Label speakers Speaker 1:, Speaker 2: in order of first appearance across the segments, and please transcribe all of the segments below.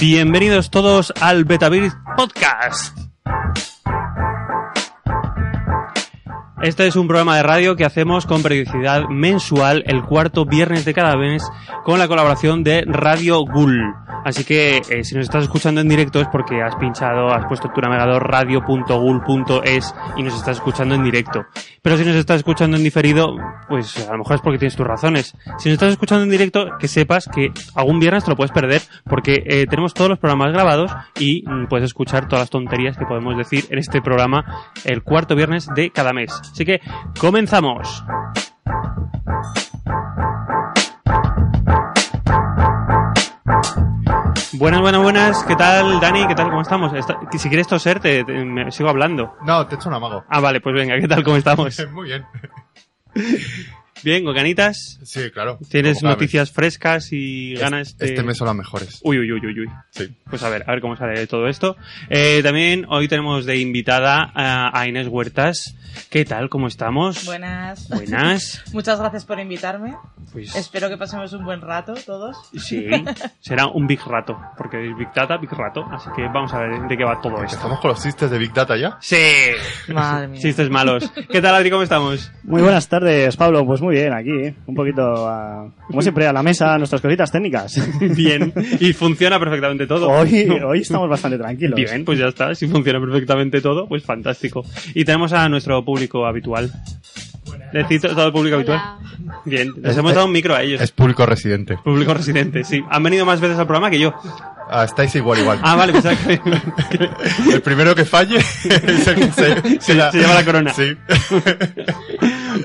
Speaker 1: Bienvenidos todos al Betaviris Podcast. Este es un programa de radio que hacemos con periodicidad mensual el cuarto viernes de cada mes con la colaboración de Radio Ghoul. Así que eh, si nos estás escuchando en directo es porque has pinchado, has puesto tu navegador radio.gul.es y nos estás escuchando en directo. Pero si nos estás escuchando en diferido, pues a lo mejor es porque tienes tus razones. Si nos estás escuchando en directo, que sepas que algún viernes te lo puedes perder porque eh, tenemos todos los programas grabados y mm, puedes escuchar todas las tonterías que podemos decir en este programa el cuarto viernes de cada mes. Así que comenzamos. Buenas, buenas, buenas. ¿Qué tal, Dani? ¿Qué tal? ¿Cómo estamos? Esta- si quieres toser, te, te- me sigo hablando.
Speaker 2: No, te he hecho un amago.
Speaker 1: Ah, vale, pues venga, ¿qué tal? ¿Cómo estamos?
Speaker 2: Muy bien.
Speaker 1: Bien, Gocanitas.
Speaker 2: Sí, claro.
Speaker 1: ¿Tienes
Speaker 2: Como cada
Speaker 1: noticias frescas y
Speaker 2: mes.
Speaker 1: ganas de...?
Speaker 2: Este, mes son las mejores.
Speaker 1: Uy, uy, uy, uy, uy.
Speaker 2: Sí.
Speaker 1: Pues a ver, a ver cómo sale todo esto. Eh, también hoy tenemos de invitada a, a Inés Huertas. ¿Qué tal? ¿Cómo estamos?
Speaker 3: Buenas.
Speaker 1: Buenas.
Speaker 3: Muchas gracias por invitarme.
Speaker 1: Pues
Speaker 3: Espero que pasemos un buen rato todos.
Speaker 1: sí, será un big rato, porque es big data, big rato. Así que vamos a ver de qué va todo esto.
Speaker 2: Estamos con los chistes de Big Data ya.
Speaker 1: Sí,
Speaker 3: Madre mía.
Speaker 1: chistes malos. ¿Qué tal, Adri? ¿Cómo estamos?
Speaker 4: Muy buenas tardes, Pablo. Pues muy bien, aquí, ¿eh? un poquito, a- como siempre, a la mesa, nuestras cositas técnicas.
Speaker 1: Bien, y funciona perfectamente todo.
Speaker 4: Hoy,
Speaker 1: No.
Speaker 4: hoy estamos bastante tranquilos.
Speaker 1: Bien, pues ya está. Si funciona perfectamente todo, pues fantástico. Y tenemos a nuestro público habitual. Decid todo el público habitual. Bien, les
Speaker 2: Es-
Speaker 1: hemos dado un micro a ellos.
Speaker 2: Es público residente.
Speaker 1: Público residente, sí. Han venido más veces al programa que yo.
Speaker 2: Ah, estáis igual, igual.
Speaker 1: Ah, vale, pensaba que...
Speaker 2: El primero que falle es el que se,
Speaker 1: Se- se lleva la corona.
Speaker 2: Sí.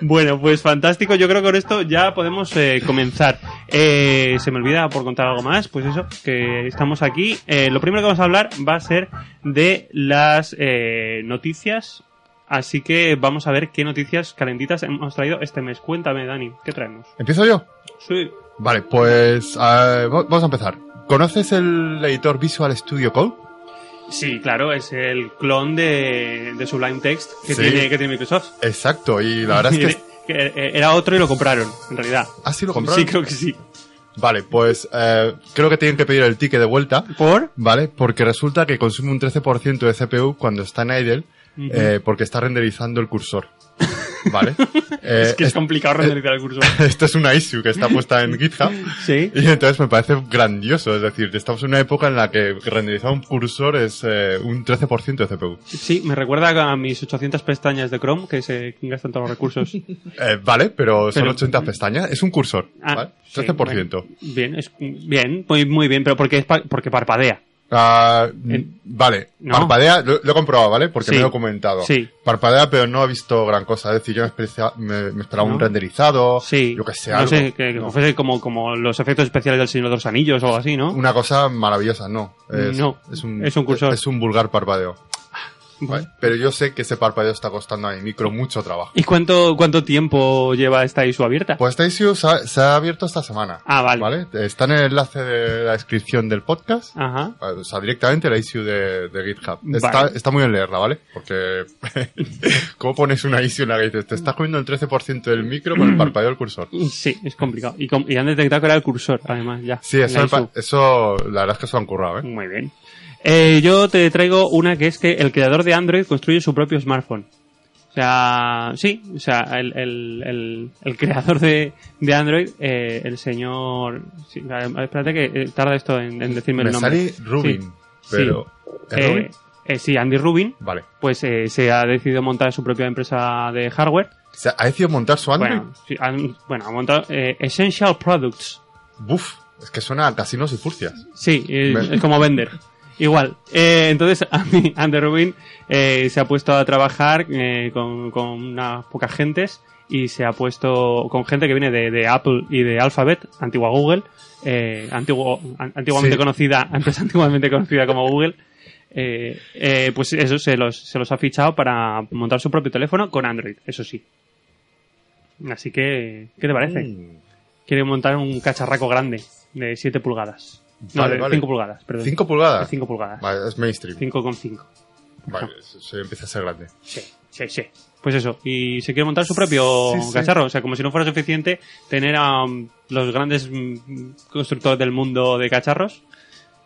Speaker 1: Bueno, pues fantástico. Yo creo que con esto ya podemos eh, comenzar. Eh, se me olvida por contar algo más. Pues eso, que estamos aquí. Eh, lo primero que vamos a hablar va a ser de las eh, noticias. Así que vamos a ver qué noticias calentitas hemos traído este mes. Cuéntame, Dani, ¿qué traemos?
Speaker 2: ¿Empiezo yo?
Speaker 1: Sí.
Speaker 2: Vale, pues ah, va- vamos a empezar. ¿Conoces el editor Visual Studio Code?
Speaker 1: Sí, claro, es el clon de, de Sublime Text que,
Speaker 2: Sí.
Speaker 1: tiene, que tiene Microsoft.
Speaker 2: Exacto, y la verdad es que...
Speaker 1: Que eh, Era otro y lo compraron, en realidad.
Speaker 2: ¿Ah, sí lo compraron?
Speaker 1: Sí, creo que sí.
Speaker 2: Vale, pues eh, creo que tienen que pedir el ticket de vuelta.
Speaker 1: ¿Por?
Speaker 2: ¿Vale? Porque resulta que consume un 13% de CPU cuando está en idle, eh, porque está renderizando el cursor. ¿Vale? Eh,
Speaker 1: es que es
Speaker 2: es-
Speaker 1: complicado renderizar el curso.
Speaker 2: esto es una issue que está puesta en GitHub.
Speaker 1: Sí.
Speaker 2: Y entonces me parece grandioso, es decir, estamos en una época en la que renderizar un cursor es eh, un 13% de CPU.
Speaker 1: Sí, me recuerda a mis 800 pestañas de Chrome que se gastan todos los recursos.
Speaker 2: Eh, vale, pero son
Speaker 1: Pero-
Speaker 2: 80 pestañas, es un cursor,
Speaker 1: Ah,
Speaker 2: ¿vale?
Speaker 1: sí,
Speaker 2: 13%.
Speaker 1: bueno. bien, es, bien, muy, muy bien, pero porque, es pa- porque parpadea.
Speaker 2: Ah, mm,
Speaker 1: Eh,
Speaker 2: vale,
Speaker 1: no.
Speaker 2: parpadea, lo, lo he comprobado, ¿vale? Porque
Speaker 1: Sí.
Speaker 2: me lo he documentado.
Speaker 1: Sí.
Speaker 2: Parpadea, pero no he visto gran cosa. Es decir, yo me, especia- me- me esperaba
Speaker 1: No.
Speaker 2: un renderizado,
Speaker 1: Sí.
Speaker 2: yo que sé,
Speaker 1: No
Speaker 2: algo.
Speaker 1: sé, que, que
Speaker 2: No.
Speaker 1: fuese como, como los efectos especiales del Señor de los Anillos o algo así, ¿no?
Speaker 2: Una cosa maravillosa, no. Es,
Speaker 1: No,
Speaker 2: es un,
Speaker 1: es un cursor.
Speaker 2: Es un vulgar parpadeo. ¿vale? Pero yo sé que ese parpadeo está costando a mi micro mucho trabajo.
Speaker 1: ¿Y cuánto, cuánto tiempo lleva esta ISO abierta?
Speaker 2: Pues esta issue se ha, se ha abierto esta semana.
Speaker 1: Ah, vale.
Speaker 2: ¿Vale? ¿eh? Está en el enlace de la descripción del podcast.
Speaker 1: Ajá.
Speaker 2: Ah, O sea, directamente la issue de, de GitHub.
Speaker 1: Vale.
Speaker 2: Está, está muy bien leerla, ¿vale? Porque, ¿cómo pones una issue en la que dices, "Este te estás comiendo el 13% del micro con el parpadeo del cursor?
Speaker 1: Mm. Sí, es complicado. Y, com- y han detectado que era el cursor, además, ya.
Speaker 2: Sí, eso,
Speaker 1: La
Speaker 2: me pa-
Speaker 1: ISO.
Speaker 2: eso, la verdad es que se lo han currado, ¿eh?
Speaker 1: Muy bien. Eh, yo te traigo una que es que el creador de Android construye su propio smartphone. O sea, sí, o sea, el, el- el- el creador de, de Android, eh, el señor... sí, a ver, espérate que eh, tarda esto en, en decirme
Speaker 2: Me
Speaker 1: el nombre.
Speaker 2: sale Rubin,
Speaker 1: Sí.
Speaker 2: pero... ¿es
Speaker 1: Eh,
Speaker 2: Rubin?
Speaker 1: eh, sí, Andy Rubin,
Speaker 2: Vale.
Speaker 1: pues eh, se ha decidido montar su propia empresa de hardware.
Speaker 2: O sea, ha decidido montar su Android.
Speaker 1: Bueno, sí, han- bueno, ha montado eh, Essential Products.
Speaker 2: Buf. Es que suena a casinos y furcias.
Speaker 1: Sí, eh,
Speaker 2: Vale.
Speaker 1: es como vender. Igual. Eh, entonces, a mí, Ander Rubin eh, se ha puesto a trabajar eh, con, con unas pocas gentes y se ha puesto con gente que viene de, de Apple y de Alphabet, antigua Google, eh, antiguo- an- antiguamente
Speaker 2: Sí.
Speaker 1: conocida, antes antiguamente conocida como Google. eh, eh, pues eso se los, se los ha fichado para montar su propio teléfono con Android, eso sí. Así que, ¿qué te parece?
Speaker 2: Mm,
Speaker 1: quiere montar un cacharraco grande de 7 pulgadas. No,
Speaker 2: Vale,
Speaker 1: de
Speaker 2: vale.
Speaker 1: 5 pulgadas, perdón.
Speaker 2: ¿Cinco pulgadas?
Speaker 1: De 5 pulgadas.
Speaker 2: Vale, es mainstream.
Speaker 1: 5,5.
Speaker 2: Vale, se, se empieza a ser grande.
Speaker 1: Sí, sí, sí. Pues eso, y se quiere montar su propio
Speaker 2: Sí, sí.
Speaker 1: cacharro. O sea, como si no fuera suficiente tener a um, los grandes mm, constructores del mundo de cacharros.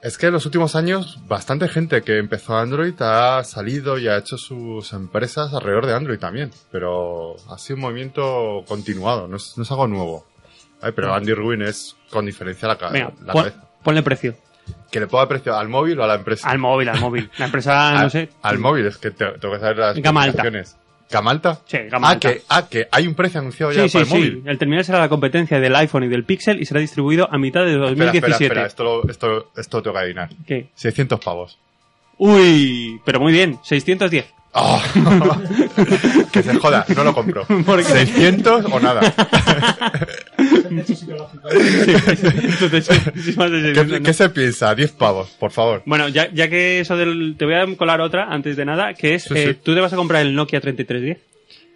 Speaker 2: Es que en los últimos años, bastante gente que empezó Android ha salido y ha hecho sus empresas alrededor de Android también. Pero ha sido un movimiento continuado, no es, no es algo nuevo. Ay, pero Andy Rubin es con diferencia la, ca-
Speaker 1: Venga,
Speaker 2: la
Speaker 1: pon-
Speaker 2: cabeza.
Speaker 1: ponle precio.
Speaker 2: Que le pueda precio al móvil o a la empresa.
Speaker 1: Al móvil, al móvil. La empresa,
Speaker 2: Al-
Speaker 1: no sé.
Speaker 2: Al móvil, es que te- tengo que saber las
Speaker 1: Gama alta.
Speaker 2: especificaciones. ¿Gama alta?
Speaker 1: Sí, gama
Speaker 2: ah,
Speaker 1: alta.
Speaker 2: Que, ah, que hay un precio anunciado ya
Speaker 1: Sí, sí,
Speaker 2: para el móvil.
Speaker 1: sí. El terminal será la competencia del iPhone y del Pixel y será distribuido a mitad de
Speaker 2: Espera,
Speaker 1: 2017.
Speaker 2: espera, espera, esto, lo- esto, esto tengo que adivinar.
Speaker 1: ¿Qué?
Speaker 2: 600 pavos.
Speaker 1: Uy, pero muy bien, 610.
Speaker 2: Ah, que se joda, no lo compro.
Speaker 1: ¿Por qué?
Speaker 2: 600 o nada.
Speaker 1: Sí, entonces, sí, más de
Speaker 2: ¿Qué,
Speaker 1: 600, ¿no?
Speaker 2: qué se piensa? 10 pavos, por favor.
Speaker 1: Bueno, ya, ya que eso del... Te voy a colar otra antes de nada, que es...
Speaker 2: Sí,
Speaker 1: eh,
Speaker 2: sí.
Speaker 1: Tú te vas a comprar el Nokia 3310.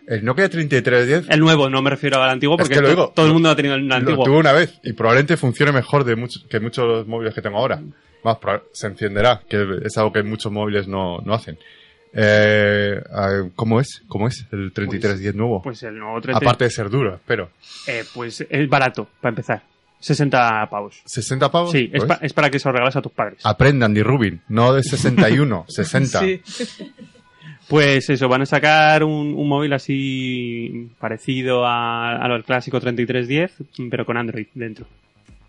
Speaker 2: El Nokia 3310
Speaker 1: El nuevo, no me refiero al antiguo,
Speaker 2: Es
Speaker 1: porque
Speaker 2: que lo
Speaker 1: to-
Speaker 2: digo,
Speaker 1: todo el
Speaker 2: lo-
Speaker 1: mundo ha tenido el
Speaker 2: lo
Speaker 1: antiguo.
Speaker 2: tuve una vez y probablemente funcione mejor de muchos que muchos de los móviles que tengo ahora. Más, proba- se encenderá, que es algo que muchos móviles no, no hacen. Eh, ah, ¿Cómo es? ¿Cómo es el 3310 nuevo?
Speaker 1: Pues el nuevo 3310...
Speaker 2: Aparte de ser duro, espero.
Speaker 1: Eh, pues es barato, para empezar. 60 pavos.
Speaker 2: ¿60 pavos?
Speaker 1: Sí, es,
Speaker 2: Pues,
Speaker 1: pa- es para que se lo regales a tus padres.
Speaker 2: Aprendan, de Rubin. No de 61, 60.
Speaker 3: Sí.
Speaker 1: Pues eso, van a sacar un, un móvil así parecido a- al clásico 3310, pero con Android dentro.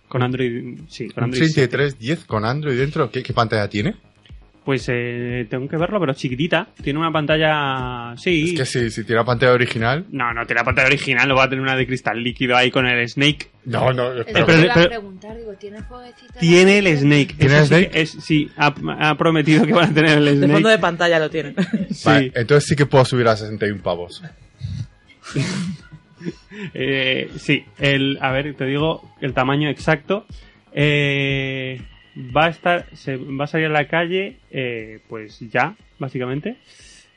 Speaker 1: Con Android, sí, con
Speaker 2: Un
Speaker 1: Android.
Speaker 2: 3310 con Android dentro. ¿Qué, qué pantalla tiene?
Speaker 1: Pues eh, tengo que verlo, pero chiquitita. Tiene una pantalla. Sí.
Speaker 2: Es que si, si tiene la pantalla original.
Speaker 1: No, no tiene la pantalla original, lo va a tener una de cristal líquido ahí con el Snake.
Speaker 2: No, no,
Speaker 5: Es
Speaker 2: espero
Speaker 5: lo que
Speaker 1: Eh, pero-
Speaker 5: iba
Speaker 1: pero-
Speaker 5: a preguntar, digo, ¿tiene fueguecito?
Speaker 1: Tiene el Snake. Eso
Speaker 2: ¿Tiene el
Speaker 1: sí
Speaker 2: Snake?
Speaker 1: que es- sí, ha, ha prometido que van a tener el
Speaker 3: De
Speaker 1: Snake.
Speaker 3: fondo de pantalla lo tienen.
Speaker 1: Sí.
Speaker 2: Vale, entonces sí que puedo subir a 61 pavos.
Speaker 1: Eh, sí, el, a ver, te digo el tamaño exacto. Eh, va a estar, se, va a salir a la calle, eh, pues ya, básicamente.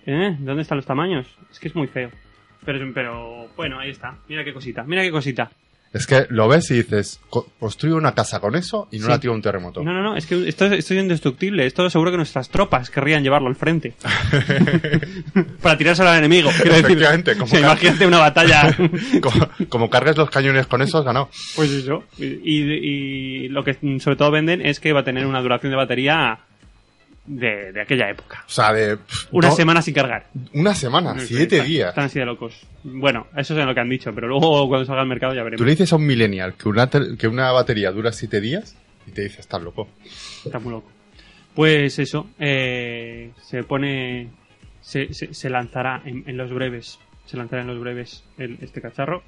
Speaker 1: Eh, ¿Dónde están los tamaños? Es que es muy feo. Pero, pero bueno, ahí está. Mira qué cosita, mira qué cosita.
Speaker 2: Es que lo ves y dices, "Co- construyo una casa con eso y no
Speaker 1: Sí.
Speaker 2: la tiro a un terremoto.
Speaker 1: No, no, no, es que esto, esto es indestructible. Esto seguro que nuestras tropas querrían llevarlo al frente. Para tirárselo al enemigo. quiero decir.
Speaker 2: Efectivamente, como
Speaker 1: O sea,
Speaker 2: ca-
Speaker 1: imagínate una batalla.
Speaker 2: como, como cargues los cañones con eso, has ganado.
Speaker 1: Pues eso. Y, y- y lo que mm, sobre todo venden es que va a tener una duración de batería de, de aquella época.
Speaker 2: O sea, de. pff,
Speaker 1: Una
Speaker 2: no-
Speaker 1: semana sin cargar.
Speaker 2: Una semana, siete
Speaker 1: Están-
Speaker 2: días.
Speaker 1: Están así de locos. Bueno, eso es lo que han dicho, pero luego cuando salga al mercado ya
Speaker 2: Tú
Speaker 1: veremos.
Speaker 2: le dices a un millennial que una, tel- que una batería dura siete días y te dice, estás loco.
Speaker 1: Está muy loco. Pues eso, eh, se pone. Se, se- se lanzará en, en los breves. Se lanzará en los breves el- este cacharro.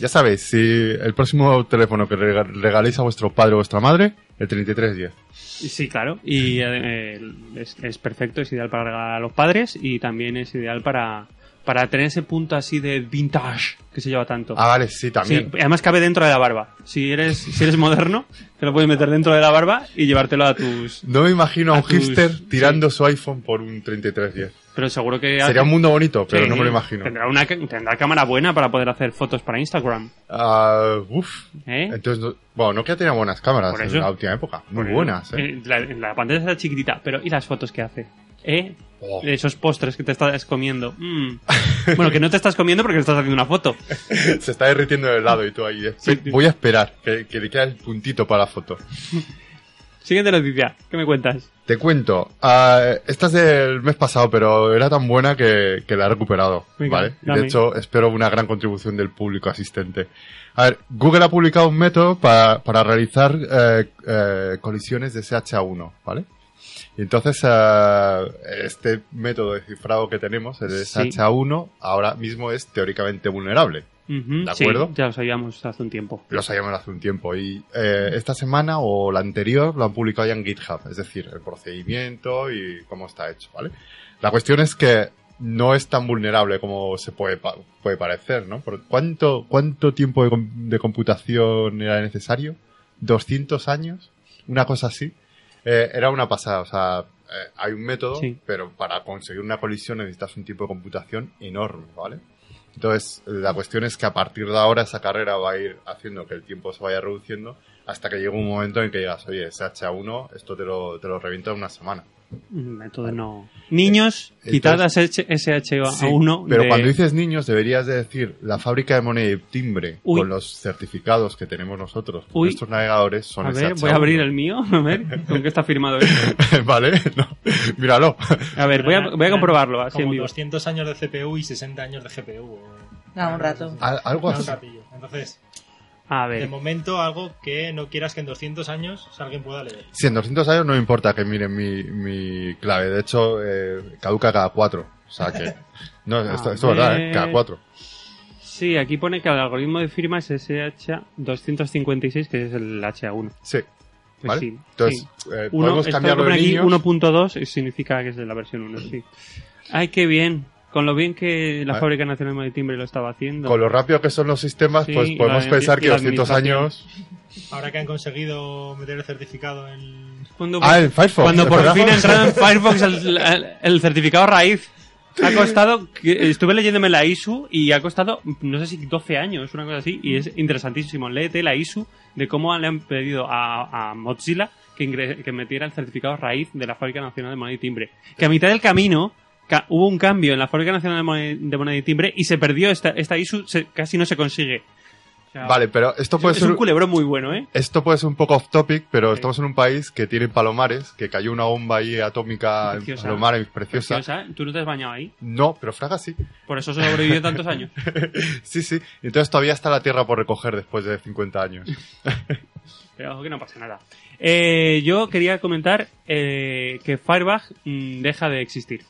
Speaker 2: Ya sabéis, si el próximo teléfono que rega- regaléis a vuestro padre o vuestra madre, el 3310.
Speaker 1: Y Sí, claro. Y eh, es, es perfecto, es ideal para regalar a los padres y también es ideal para, para tener ese punto así de vintage que se lleva tanto.
Speaker 2: Ah, vale, sí, también.
Speaker 1: Sí, además cabe dentro de la barba. Si eres, si eres moderno, te lo puedes meter dentro de la barba y llevártelo a tus...
Speaker 2: No me imagino a
Speaker 1: A
Speaker 2: un
Speaker 1: tus-
Speaker 2: hipster tirando su iPhone por un 3310.
Speaker 1: Pero seguro que...
Speaker 2: Sería un mundo bonito, pero
Speaker 1: Sí,
Speaker 2: no me lo imagino.
Speaker 1: Tendrá, una, ca- tendrá cámara buena para poder hacer fotos para Instagram.
Speaker 2: Ah, uf.
Speaker 1: ¿eh?
Speaker 2: Entonces, no- bueno, Nokia tenía buenas cámaras
Speaker 1: Por
Speaker 2: en
Speaker 1: eso.
Speaker 2: la última época. Muy
Speaker 1: Porque,
Speaker 2: buenas, eh.
Speaker 1: eh, la, la pantalla está chiquitita, pero ¿y las fotos que hace? ¿Eh?
Speaker 2: Oh.
Speaker 1: Esos postres que te estás comiendo. Mm. Bueno, que no te estás comiendo porque estás haciendo una foto.
Speaker 2: Se está derritiendo el helado y tú ahí. espe-
Speaker 1: Sí.
Speaker 2: Voy a esperar que, que le quede el puntito para la foto.
Speaker 1: Siguiente noticia, ¿qué me cuentas?
Speaker 2: Te cuento. ah, esta es del mes pasado, pero era tan buena que, que la he recuperado.
Speaker 1: Venga,
Speaker 2: ¿vale?
Speaker 1: dame.
Speaker 2: De hecho, espero una gran contribución del público asistente. A ver, Google ha publicado un método para, para realizar eh, eh, colisiones de SHA-1, ¿vale? Y entonces, ah, este método de cifrado que tenemos, el de
Speaker 1: Sí.
Speaker 2: SHA-1, ahora mismo es teóricamente vulnerable.
Speaker 1: Ujú,
Speaker 2: ¿De
Speaker 1: sí,
Speaker 2: acuerdo?
Speaker 1: ya lo sabíamos hace un tiempo.
Speaker 2: Lo sabíamos hace un tiempo y eh, esta semana o la anterior lo han publicado ya en GitHub, es decir, el procedimiento y cómo está hecho, ¿vale? La cuestión es que no es tan vulnerable como se puede, pa- puede parecer, ¿no? Porque ¿Cuánto, cuánto tiempo de, com- de computación era necesario? ¿200 años? Una cosa así. Eh, era una pasada, o sea, eh, hay un método,
Speaker 1: Sí.
Speaker 2: pero para conseguir una colisión necesitas un tipo de computación enorme, ¿vale? Entonces, la cuestión es que a partir de ahora esa carrera va a ir haciendo que el tiempo se vaya reduciendo hasta que llegue un momento en que digas, oye, ese H1, esto te lo, te lo revienta en una semana.
Speaker 1: Mm, Entonces no. Niños, quitad
Speaker 2: Eh, Sí,
Speaker 1: SH1.
Speaker 2: pero
Speaker 1: de-
Speaker 2: cuando dices niños deberías de decir la fábrica de moneda y timbre
Speaker 1: Uy.
Speaker 2: con los certificados que tenemos nosotros. con
Speaker 1: Uy.
Speaker 2: Estos navegadores son
Speaker 1: A ver,
Speaker 2: SH1.
Speaker 1: voy a abrir el mío. A ver, ¿con qué está firmado esto?
Speaker 2: vale, no, míralo.
Speaker 1: A ver, voy a, voy a comprobarlo así en
Speaker 6: Como
Speaker 1: vivo.
Speaker 6: 200 años de CPU y 60 años de GPU. o-
Speaker 3: No, Ah, un rato.
Speaker 2: Al- algo
Speaker 6: Un
Speaker 2: así.
Speaker 6: ratillo. Entonces,
Speaker 1: A
Speaker 6: de
Speaker 1: ver.
Speaker 6: momento algo que no quieras que en 200 años alguien pueda leer.
Speaker 2: Si en 200 años no me importa que miren mi, mi clave. De hecho, eh, caduca cada cuatro. O sea que... No,
Speaker 1: Ah,
Speaker 2: esto, esto es verdad, ¿eh? Cada
Speaker 1: ver.
Speaker 2: cuatro.
Speaker 1: Sí, aquí pone que el algoritmo de firma es SH256, que es el HA1.
Speaker 2: Sí,
Speaker 1: Pues
Speaker 2: ¿vale?
Speaker 1: sí.
Speaker 2: Entonces,
Speaker 1: sí.
Speaker 2: eh,
Speaker 1: Uno-
Speaker 2: podemos
Speaker 1: esto
Speaker 2: cambiarlo
Speaker 1: que
Speaker 2: de
Speaker 1: pone aquí,
Speaker 2: niños.
Speaker 1: 1.2 y significa que es de la versión 1, sí. Ay, qué bien. Con lo bien que la
Speaker 2: Vale.
Speaker 1: Fábrica Nacional de Timbre lo estaba haciendo.
Speaker 2: Con lo rápido que son los sistemas,
Speaker 1: Sí,
Speaker 2: pues
Speaker 1: y
Speaker 2: podemos
Speaker 1: la-
Speaker 2: pensar
Speaker 1: y
Speaker 2: que
Speaker 1: la
Speaker 2: 200 años...
Speaker 6: Ahora que han conseguido meter el certificado en...
Speaker 1: Cuando-
Speaker 2: Ah, el Firefox.
Speaker 1: Cuando
Speaker 2: ¿es
Speaker 1: por
Speaker 2: verdad?
Speaker 1: fin entraron en Firefox el, el- el certificado raíz. Ha costado, que- estuve leyéndome la ISU y ha costado, no sé si 12 años, una cosa así, y es interesantísimo. Léete la ISU de cómo le han pedido a, a Mozilla que, ingre- que metiera el certificado raíz de la Fábrica Nacional de Moneda y Timbre. Que a mitad del camino ca- hubo un cambio en la Fábrica Nacional de Moneda, de Moneda y Timbre y se perdió esta, esta ISU, se- casi no se consigue. O sea,
Speaker 2: Vale, pero esto
Speaker 1: es-
Speaker 2: puede
Speaker 1: es
Speaker 2: ser...
Speaker 1: un culebrón muy bueno, ¿eh?
Speaker 2: Esto puede ser un poco off topic, pero estamos en un país que tiene palomares, que cayó una bomba ahí atómica
Speaker 1: Preciosa.
Speaker 2: en palomares preciosa.
Speaker 1: Preciosa. ¿Tú no te has bañado ahí?
Speaker 2: No, pero Fraga sí.
Speaker 1: Por eso sobrevivió tantos años.
Speaker 2: Sí, sí. Entonces todavía está la tierra por recoger después de 50 años.
Speaker 1: Pero ojo que no pasa nada. Eh, yo quería comentar eh, que Firebug mm, deja de existir.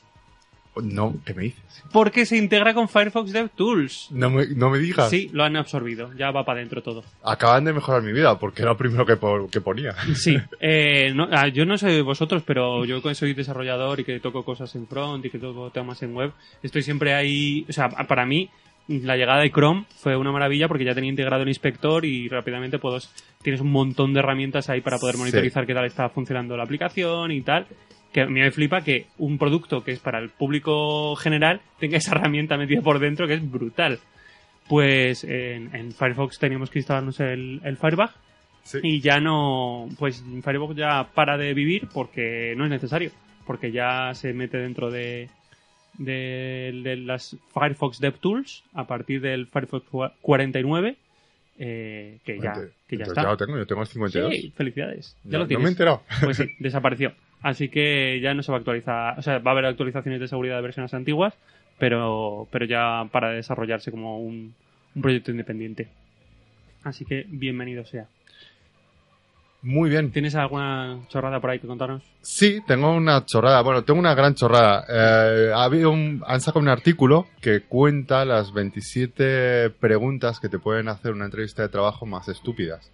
Speaker 2: No, ¿qué me dices?
Speaker 1: Porque se integra con Firefox DevTools.
Speaker 2: No me, no me digas.
Speaker 1: Sí, lo han absorbido. Ya va para adentro todo.
Speaker 2: Acaban de mejorar mi vida, porque era lo primero que, po- que ponía.
Speaker 1: Sí. eh, no- ah, yo no soy vosotros, pero yo que soy desarrollador y que toco cosas en front y que toco temas en web. Estoy siempre ahí. O sea, para mí la llegada de Chrome fue una maravilla porque ya tenía integrado el inspector y rápidamente puedo, tienes un montón de herramientas ahí para poder
Speaker 2: Sí.
Speaker 1: monitorizar qué tal está funcionando la aplicación y tal. Que a mí me flipa que un producto que es para el público general tenga esa herramienta metida por dentro que es brutal. Pues en, en Firefox teníamos que instalarnos el, el Firebug
Speaker 2: Sí.
Speaker 1: y ya no, pues Firefox ya para de vivir porque no es necesario, porque ya se mete dentro de, de, de las Firefox DevTools a partir del Firefox 49, eh, que ya,
Speaker 2: Entonces,
Speaker 1: que ya
Speaker 2: entonces
Speaker 1: está.
Speaker 2: lo tengo, yo tengo el 52.
Speaker 1: Sí, felicidades, ya lo
Speaker 2: No- No me he
Speaker 1: tienes.
Speaker 2: enterado.
Speaker 1: pues sí, desapareció. Así que ya no se va a actualizar, o sea, va a haber actualizaciones de seguridad de versiones antiguas, pero, pero ya para desarrollarse como un, un proyecto independiente. Así que bienvenido sea.
Speaker 2: Muy bien.
Speaker 1: ¿Tienes alguna chorrada por ahí que contarnos?
Speaker 2: Sí, tengo una chorrada. Bueno, tengo una gran chorrada. Eh, ha habido un, han sacado un artículo que cuenta las 27 preguntas que te pueden hacer una entrevista de trabajo más estúpidas.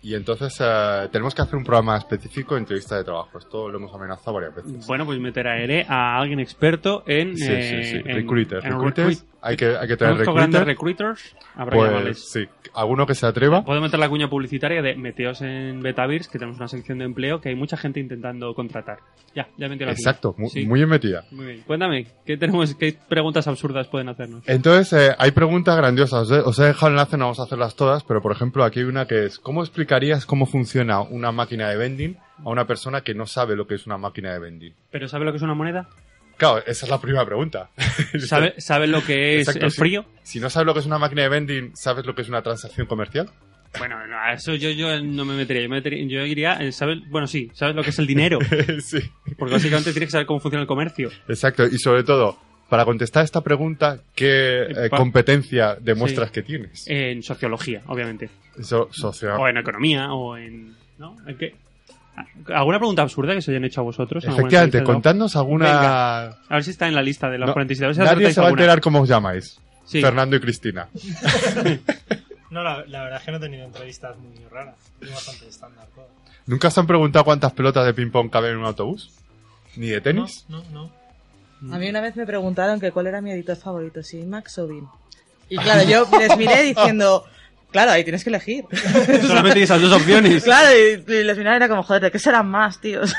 Speaker 2: Y entonces eh, tenemos que hacer un programa específico de entrevista de trabajo. Esto lo hemos amenazado varias veces.
Speaker 1: Bueno, pues meteré a alguien experto en...
Speaker 2: Sí,
Speaker 1: eh,
Speaker 2: sí, sí.
Speaker 1: en-
Speaker 2: Recruiters.
Speaker 1: en
Speaker 2: Recruiters.
Speaker 1: recruit-
Speaker 2: Hay que, hay que tener
Speaker 1: Conozco grandes
Speaker 2: recruiters.
Speaker 1: recruiters. Habrá que
Speaker 2: Pues
Speaker 1: llamarles.
Speaker 2: sí, alguno que se atreva.
Speaker 1: Puedo meter la cuña publicitaria de meteos en Betavirs, que tenemos una sección de empleo que hay mucha gente intentando contratar. Ya, ya metí la cuña.
Speaker 2: Exacto, mu-
Speaker 1: Sí.
Speaker 2: muy bien metida.
Speaker 1: Muy bien. Cuéntame, ¿qué tenemos, qué preguntas absurdas pueden hacernos?
Speaker 2: Entonces, eh, hay preguntas grandiosas. Os he, os he dejado el enlace, no vamos a hacerlas todas, pero por ejemplo, aquí hay una que es, ¿cómo explicarías cómo funciona una máquina de vending a una persona que no sabe lo que es una máquina de vending?
Speaker 1: ¿Pero sabe lo que es una moneda?
Speaker 2: Claro, esa es la primera pregunta.
Speaker 1: ¿Sabe, sabe lo que es
Speaker 2: Exacto,
Speaker 1: el
Speaker 2: sí.
Speaker 1: frío?
Speaker 2: Si no sabes lo que es una máquina de vending, ¿sabes lo que es una transacción comercial?
Speaker 1: Bueno, no, a eso yo, yo no me metería. Yo, me metería- yo iría, en saber- bueno, sí, ¿sabes lo que es el dinero?
Speaker 2: sí.
Speaker 1: Porque básicamente tienes que saber cómo funciona el comercio.
Speaker 2: Exacto, y sobre todo, para contestar esta pregunta, ¿qué eh,
Speaker 1: Pa-
Speaker 2: competencia demuestras
Speaker 1: Sí.
Speaker 2: que tienes?
Speaker 1: En sociología, obviamente.
Speaker 2: Eso, socio-
Speaker 1: O en economía, o en... ¿no? ¿En qué? Ah, ¿Alguna pregunta absurda que se hayan hecho a vosotros? en alguna
Speaker 2: Efectivamente,
Speaker 1: entrevista de
Speaker 2: contadnos alguna...
Speaker 1: A ver si está en la lista de los
Speaker 2: No,
Speaker 1: 47. A ver si
Speaker 2: nadie
Speaker 1: acertáis
Speaker 2: se va a
Speaker 1: alguna.
Speaker 2: enterar cómo os llamáis.
Speaker 1: Sí.
Speaker 2: Fernando y Cristina.
Speaker 6: No, la, la verdad es que no he tenido entrevistas muy raras. Es bastante estándar todo.
Speaker 2: ¿Nunca se han preguntado cuántas pelotas de ping-pong caben en un autobús? ¿Ni de tenis?
Speaker 6: No, no, no.
Speaker 3: A mí una vez me preguntaron que cuál era mi editor favorito, si Max o Beam. Y
Speaker 1: Ah.
Speaker 3: claro, yo les miré diciendo, claro, ahí tienes que elegir.
Speaker 1: Solamente hay esas dos opciones.
Speaker 3: Claro, y, y al final era como, joder, ¿de qué serán más, tíos?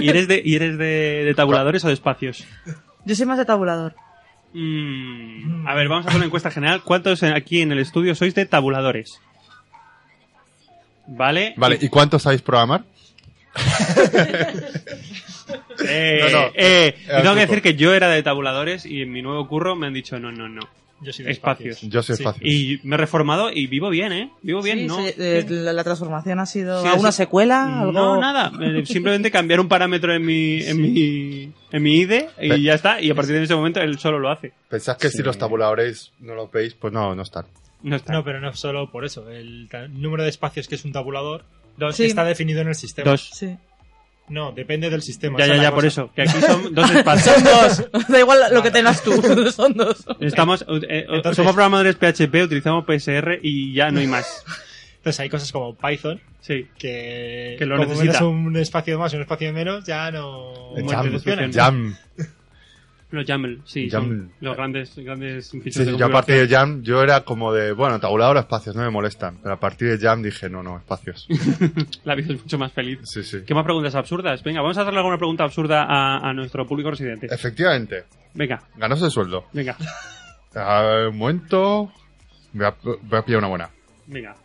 Speaker 1: ¿Y eres, de, y eres de, de tabuladores o de espacios?
Speaker 3: Yo soy más de tabulador.
Speaker 1: Mm, a ver, vamos a hacer una encuesta general. ¿Cuántos en- aquí en el estudio sois de tabuladores? ¿Vale?
Speaker 2: Vale, ¿y cuántos sabéis programar?
Speaker 1: Eh,
Speaker 2: No, no.
Speaker 1: eh, y tengo que
Speaker 2: Ocupo.
Speaker 1: decir que yo era de tabuladores y en mi nuevo curro me han dicho no, no, no.
Speaker 6: Yo soy de
Speaker 1: Espacios.
Speaker 6: espacios.
Speaker 2: Yo soy
Speaker 6: Sí.
Speaker 2: fácil.
Speaker 1: Y me he reformado y vivo bien, ¿eh? Vivo bien,
Speaker 3: Sí,
Speaker 1: ¿no?
Speaker 3: sí, eh, la, la transformación ha sido
Speaker 1: Sí,
Speaker 3: alguna
Speaker 1: así-
Speaker 3: secuela, algo...
Speaker 1: No, nada. Eh, Simplemente cambiar un parámetro en mi, en mi, en mi IDE y
Speaker 2: Pe-
Speaker 1: ya está. Y a partir de ese momento él solo lo hace.
Speaker 2: Pensad que
Speaker 4: Sí.
Speaker 2: si los tabuladores no los veis, pues no, no están.
Speaker 1: No está.
Speaker 6: No, pero no solo por eso. El ta- número de espacios que es un tabulador
Speaker 1: Dos.
Speaker 3: Sí.
Speaker 6: está definido en el sistema.
Speaker 1: Dos.
Speaker 3: Sí.
Speaker 6: No, depende del sistema.
Speaker 1: Ya,
Speaker 6: esa
Speaker 1: ya,
Speaker 6: es la
Speaker 1: ya, por
Speaker 6: cosa.
Speaker 1: eso. Que aquí son dos espacios.
Speaker 3: Son dos, da igual lo que tengas tú, son dos.
Speaker 1: Estamos, eh, eh,
Speaker 6: Entonces-
Speaker 1: somos programadores PHP, utilizamos PSR y ya no hay más.
Speaker 6: Entonces hay cosas como Python
Speaker 1: Sí.
Speaker 6: que,
Speaker 1: Que lo
Speaker 6: como
Speaker 1: necesita.
Speaker 6: metes un espacio más y un espacio menos, ya no
Speaker 1: Muy
Speaker 2: Jam,
Speaker 1: bien.
Speaker 2: Jam.
Speaker 1: Los YAML, sí. Son
Speaker 2: YAML.
Speaker 1: los grandes, grandes ficheros
Speaker 2: Sí,
Speaker 1: de
Speaker 2: yo a
Speaker 1: configuración.
Speaker 2: partir de Jam, yo era como de, bueno, tabulador o espacios, no me molestan. Pero a partir de Jam dije, no, no, espacios.
Speaker 1: La vida es mucho más feliz.
Speaker 2: Sí, sí.
Speaker 1: ¿Qué más preguntas absurdas? Venga, vamos a hacerle alguna pregunta absurda a, a nuestro público residente.
Speaker 2: Efectivamente,
Speaker 1: Venga,
Speaker 2: ganas el sueldo.
Speaker 1: venga,
Speaker 2: A ver, un momento. Voy a, voy a pillar una buena.
Speaker 1: venga.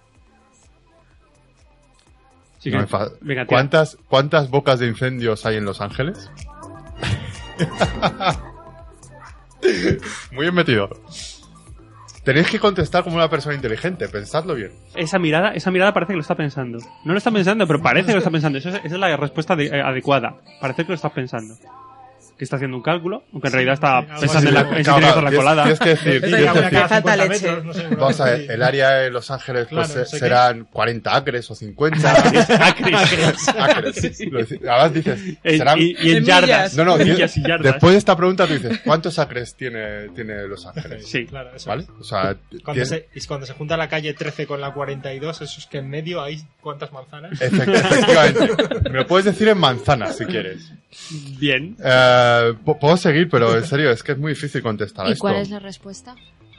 Speaker 1: Sí
Speaker 2: No
Speaker 1: que-
Speaker 2: me fa-
Speaker 1: venga, tía.
Speaker 2: ¿Cuántas, ¿Cuántas bocas de incendios hay en Los Ángeles? Muy bien metido. Tenéis que contestar como una persona inteligente, pensadlo bien.
Speaker 1: Esa mirada, esa mirada parece que lo está pensando. No lo está pensando, pero parece que lo está pensando. Eso es- esa es la respuesta ade- eh, adecuada. Parece que lo estás pensando. Que está haciendo un cálculo, aunque en realidad está
Speaker 6: algo
Speaker 1: pensando en,
Speaker 6: así.
Speaker 1: la,
Speaker 6: Claro,
Speaker 1: en si tiene que hacer la
Speaker 2: tienes-
Speaker 1: colada.
Speaker 2: tienes que decir-
Speaker 6: Eso
Speaker 2: tienes
Speaker 6: ya
Speaker 2: que
Speaker 6: una cada
Speaker 2: decir.
Speaker 3: Falta
Speaker 6: 50
Speaker 3: leche.
Speaker 6: metros, no sé, una
Speaker 2: Vamos a
Speaker 6: cosa
Speaker 2: ver,
Speaker 6: así.
Speaker 2: el área de Los Ángeles pues,
Speaker 6: Claro, no sé qué.
Speaker 2: serán 40 acres o 50
Speaker 1: Acres.
Speaker 2: acres. Lo dice- Ahora dices,
Speaker 1: En-
Speaker 2: serán...
Speaker 1: y, y en
Speaker 3: En
Speaker 1: yardas.
Speaker 3: millas.
Speaker 2: No, no,
Speaker 1: millas
Speaker 2: dices-
Speaker 1: y yardas.
Speaker 2: después de Pues esta pregunta tú dices, ¿cuántos acres tiene, tiene Los Ángeles?
Speaker 1: Sí.
Speaker 6: Claro, eso
Speaker 2: ¿Vale?
Speaker 6: es.
Speaker 2: O sea,
Speaker 6: Cuando
Speaker 2: tienes-
Speaker 6: se, es cuando se junta la calle 13 con la 42, eso es que en medio hay cuántas manzanas.
Speaker 2: Efe- Efectivamente. Me lo puedes decir en manzanas si quieres.
Speaker 1: Bien.
Speaker 2: Eh, po- puedo seguir, pero en serio, es que es muy difícil contestar
Speaker 5: ¿Y
Speaker 2: esto.
Speaker 5: cuál es la respuesta?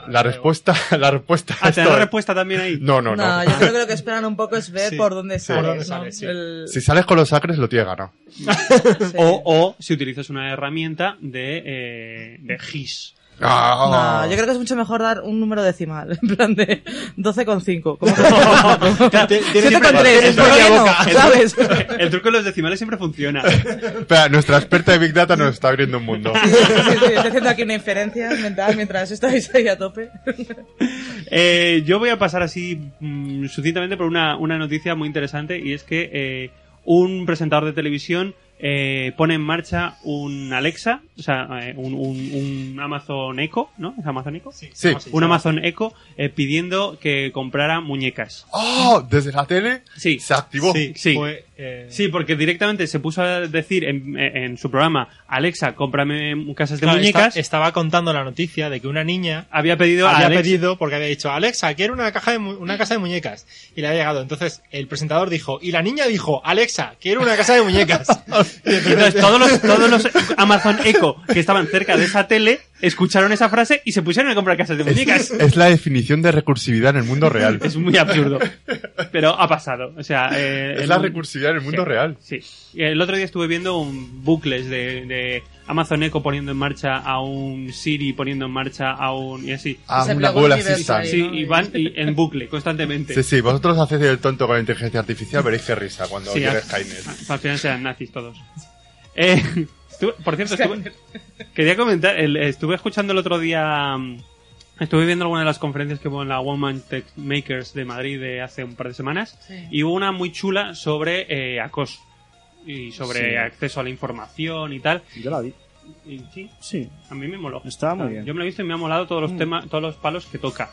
Speaker 2: La respuesta, la respuesta a
Speaker 1: Ah, ¿te da
Speaker 2: esto-
Speaker 1: la respuesta también ahí?
Speaker 2: No, no, no.
Speaker 3: yo creo que lo que esperan un poco es ver
Speaker 6: Sí,
Speaker 3: por dónde
Speaker 6: sí.
Speaker 3: sale.
Speaker 6: Por dónde
Speaker 3: ¿no?
Speaker 6: sale, sí.
Speaker 3: El-
Speaker 2: Si sales con los acres, lo tienes ganado.
Speaker 3: sí.
Speaker 1: O, o si utilizas una herramienta de, eh, de GIS.
Speaker 2: Ah.
Speaker 3: No, yo creo que es mucho mejor dar un número decimal, en plan de 12,5. como que-
Speaker 1: El
Speaker 3: 7,3,
Speaker 1: truco-
Speaker 3: ¿por qué no?
Speaker 1: el
Speaker 3: ¿Sabes?
Speaker 1: truco- el truco de los decimales siempre funciona.
Speaker 2: Espera, nuestra experta de Big Data nos está abriendo un mundo.
Speaker 3: Sí, sí, sí, estoy haciendo aquí una inferencia mental mientras estáis ahí a tope.
Speaker 1: Eh, yo voy a pasar así mm, sucintamente por una, una noticia muy interesante y es que eh, un presentador de televisión eh, pone en marcha un Alexa, o sea, eh, un, un- un Amazon Echo, ¿no? ¿Es Amazon Echo?
Speaker 2: Sí,
Speaker 6: algo así,
Speaker 1: Un
Speaker 6: sí.
Speaker 1: Amazon Echo eh, pidiendo que comprara muñecas.
Speaker 2: ¡Oh! Desde la tele
Speaker 1: Sí.
Speaker 2: se activó.
Speaker 6: Sí,
Speaker 1: Sí.
Speaker 6: fue, eh,
Speaker 1: Sí, porque directamente se puso a decir en, en su programa, Alexa, cómprame casas de
Speaker 6: claro,
Speaker 1: muñecas.
Speaker 6: esta- estaba contando la noticia de que una niña
Speaker 1: Había pedido a
Speaker 6: había
Speaker 1: Alexa-
Speaker 6: pedido, porque había dicho, Alexa, quiero una, caja de mu- una casa de muñecas. Y le había llegado. Entonces el presentador dijo, y la niña dijo, Alexa, quiero una casa de muñecas.
Speaker 1: Y
Speaker 6: Y entonces-
Speaker 1: entonces todos los, todos los Amazon Echo que estaban cerca de esa tele escucharon esa frase y se pusieron a comprar casas de
Speaker 2: Es,
Speaker 1: muñecas.
Speaker 2: es la definición de recursividad en el mundo real.
Speaker 1: Es muy absurdo. Pero ha pasado. O sea, eh,
Speaker 2: Es
Speaker 1: el-
Speaker 2: la recursividad en el mundo
Speaker 1: Sí.
Speaker 2: real.
Speaker 1: Sí. Y El otro día estuve viendo un bucles de, de Amazon Echo poniendo en marcha a un Siri poniendo en marcha a un. y así.
Speaker 2: Ah,
Speaker 3: Se
Speaker 2: una
Speaker 3: plegó
Speaker 2: Google
Speaker 3: Pues el universo
Speaker 2: Assistant.
Speaker 3: ahí.
Speaker 1: Sí, y van y- en bucle constantemente.
Speaker 2: Sí, sí, vosotros hacéis el tonto con la inteligencia artificial, veréis qué risa cuando
Speaker 1: Sí, ah.
Speaker 2: quieres
Speaker 1: al-
Speaker 2: Skynet.
Speaker 1: al- Al final serán nazis todos. Eh, estuve- por cierto, estuve- quería comentar, el- estuve escuchando el otro día, mm, estuve viendo alguna de las conferencias que hubo en la Woman Tech Makers de Madrid de hace un par de semanas y hubo una muy chula sobre eh, acoso y sobre
Speaker 4: Sí.
Speaker 1: acceso a la información y tal.
Speaker 4: Yo la vi.
Speaker 1: Y sí,
Speaker 4: Sí.
Speaker 1: a mí me moló.
Speaker 4: Estaba muy
Speaker 1: O sea,
Speaker 4: bien. Mm.
Speaker 1: Yo me lo he visto y me ha molado todos los temas, todos los palos que toca.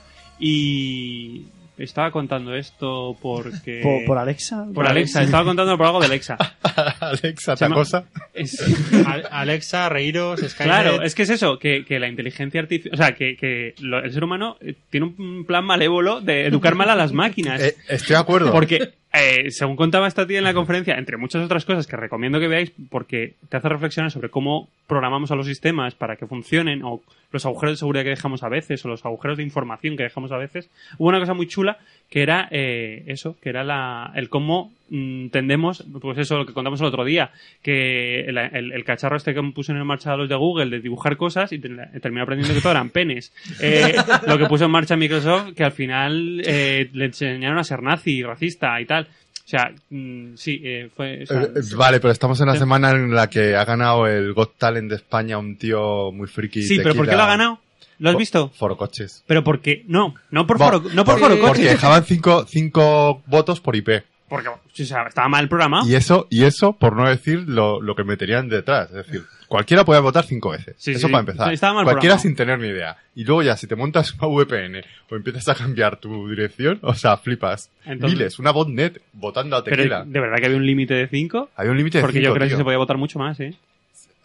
Speaker 1: Y estaba contando esto porque
Speaker 4: Por, por Alexa.
Speaker 1: por Alexa, estaba contando por algo de Alexa.
Speaker 2: Alexa,
Speaker 1: Se
Speaker 2: ¿esta
Speaker 1: me-
Speaker 2: cosa?
Speaker 1: Eh, Sí.
Speaker 6: Al- Alexa, reíros, Skynet.
Speaker 1: Claro, es que es eso, que, que la inteligencia artificial, o sea, que, que lo- el ser humano eh, tiene un plan malévolo de educar mal a las máquinas.
Speaker 2: Eh, estoy de acuerdo.
Speaker 1: Porque, eh, según contaba esta tía en la conferencia, entre muchas otras cosas que recomiendo que veáis, porque te hace reflexionar sobre cómo programamos a los sistemas para que funcionen, o los agujeros de seguridad que dejamos a veces, o los agujeros de información que dejamos a veces, hubo una cosa muy chula que era eh, eso, que era la, el cómo mm, tendemos, pues eso, lo que contamos el otro día, que el, el- el cacharro este que puso en marcha los de Google de dibujar cosas y ten- terminó aprendiendo que todo eran penes. Eh, lo que puso en marcha Microsoft, que al final eh, le enseñaron a ser nazi, racista y tal. O sea, mm, sí, eh, fue... o sea,
Speaker 2: Eh, eh, Vale, pero estamos en la
Speaker 1: Sí.
Speaker 2: semana en la que ha ganado el Got Talent de España un tío muy friki.
Speaker 1: sí, pero ¿por qué
Speaker 2: tequila.
Speaker 1: lo ha ganado? ¿Lo has
Speaker 2: Por-
Speaker 1: visto?
Speaker 2: Por coches.
Speaker 1: Pero porque... No, no por,
Speaker 2: Bo-
Speaker 1: foro, no por,
Speaker 3: por-
Speaker 1: foro
Speaker 2: Porque
Speaker 1: coches.
Speaker 2: dejaban cinco, cinco votos por IP.
Speaker 1: Porque, o sea, estaba mal programado.
Speaker 2: Y eso, y eso, por no decir lo, lo que meterían detrás. Es decir, cualquiera puede votar cinco veces.
Speaker 1: Sí,
Speaker 2: eso
Speaker 1: sí,
Speaker 2: para empezar.
Speaker 1: estaba mal
Speaker 2: cualquiera
Speaker 1: programado.
Speaker 2: sin tener ni idea. Y luego ya, si te montas una VPN o empiezas a cambiar tu dirección, o sea, flipas.
Speaker 1: Entonces-
Speaker 2: Miles, una botnet votando a tequila.
Speaker 1: Pero, ¿de verdad que había un límite de 5?
Speaker 2: Había un límite de
Speaker 1: Porque yo
Speaker 2: cinco,
Speaker 1: creo que
Speaker 2: tío.
Speaker 1: se podía votar mucho más, ¿eh?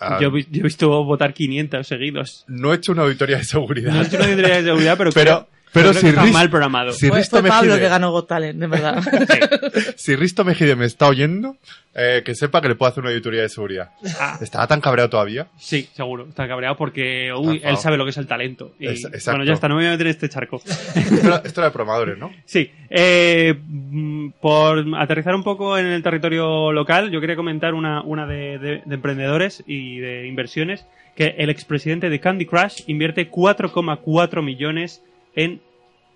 Speaker 2: Ah,
Speaker 1: Yo, vi- yo he visto votar 500 seguidos.
Speaker 2: No he hecho una auditoría de seguridad.
Speaker 1: No es una teoría de seguridad, pero,
Speaker 2: Pero-
Speaker 1: creo-
Speaker 2: pero
Speaker 1: creo que
Speaker 2: si
Speaker 1: está
Speaker 2: Riz-
Speaker 1: mal programado.
Speaker 2: si
Speaker 3: Fue,
Speaker 2: Risto
Speaker 3: fue Pablo
Speaker 2: Mejide-
Speaker 3: que ganó Got Talent, de verdad.
Speaker 2: Si Risto Mejide me está oyendo, eh, que sepa que le puedo hacer una auditoría de seguridad.
Speaker 1: Ah,
Speaker 2: ¿Estaba tan cabreado todavía?
Speaker 1: sí, seguro. Está cabreado porque uy,
Speaker 2: Está
Speaker 1: él
Speaker 2: enfadado.
Speaker 1: sabe lo que es el talento. Y,
Speaker 2: Es- exacto.
Speaker 1: bueno, ya está, no me voy a meter en este charco.
Speaker 2: Esto era, esto era de programadores, ¿no?
Speaker 1: Sí, eh, mm, por aterrizar un poco en el territorio local, yo quería comentar una, una de, de- de emprendedores y de inversiones, que el expresidente de Candy Crush invierte 4,4 millones en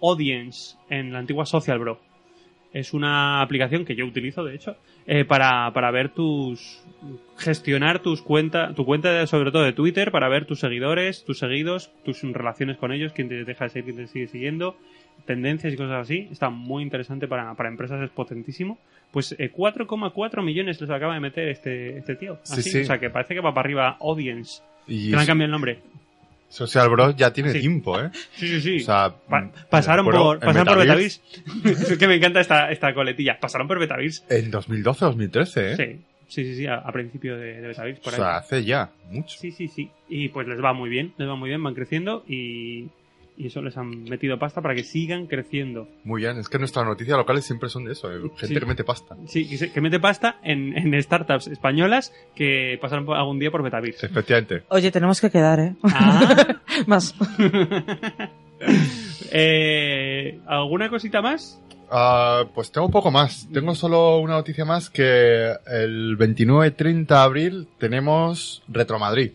Speaker 1: Audience, en la antigua Social Bro. Es una aplicación que yo utilizo, de hecho, eh, para, para ver tus... gestionar tus cuenta, tu cuenta de- sobre todo de Twitter, para ver tus seguidores, tus seguidos, tus relaciones con ellos, quién te deja de seguir, quién te sigue siguiendo, tendencias y cosas así. Está muy interesante para, para empresas, es potentísimo. Pues eh, 4,4 millones les acaba de meter este, este tío.
Speaker 2: Sí,
Speaker 1: Así,
Speaker 2: sí.
Speaker 1: O sea, que parece que va para arriba Audience. Que
Speaker 2: Y
Speaker 1: le han cambiado el nombre.
Speaker 2: Social Bros ya tiene
Speaker 1: Sí.
Speaker 2: tiempo, ¿eh?
Speaker 1: Sí, sí, sí.
Speaker 2: O sea,
Speaker 1: Pa- pasaron
Speaker 2: bro,
Speaker 1: por,
Speaker 2: en
Speaker 1: pasaron por
Speaker 2: Metaverse,
Speaker 1: Betavis. es que me encanta esta, esta coletilla. Pasaron por Betavis.
Speaker 2: En 2012, 2013, ¿eh?
Speaker 1: Sí, sí, sí, sí, a, a principio de, de Betavis.
Speaker 2: O
Speaker 1: Por ahí.
Speaker 2: sea, hace ya mucho.
Speaker 1: Sí, sí, sí. Y pues les va muy bien, les va muy bien, van creciendo y, y eso les han metido pasta para que sigan creciendo.
Speaker 2: Muy bien, es que nuestras noticias locales siempre son de eso, eh, gente
Speaker 1: Sí.
Speaker 2: que mete pasta.
Speaker 1: Sí, que, se- que mete pasta en, en startups españolas que pasaron por- algún día por Betavis.
Speaker 2: Efectivamente.
Speaker 3: Oye, tenemos que quedar, ¿eh?
Speaker 1: Ah.
Speaker 3: Más.
Speaker 1: Eh, ¿Alguna cosita más?
Speaker 2: Ah, pues tengo poco más. Tengo solo una noticia más que el 29-30 de abril tenemos Retro Madrid,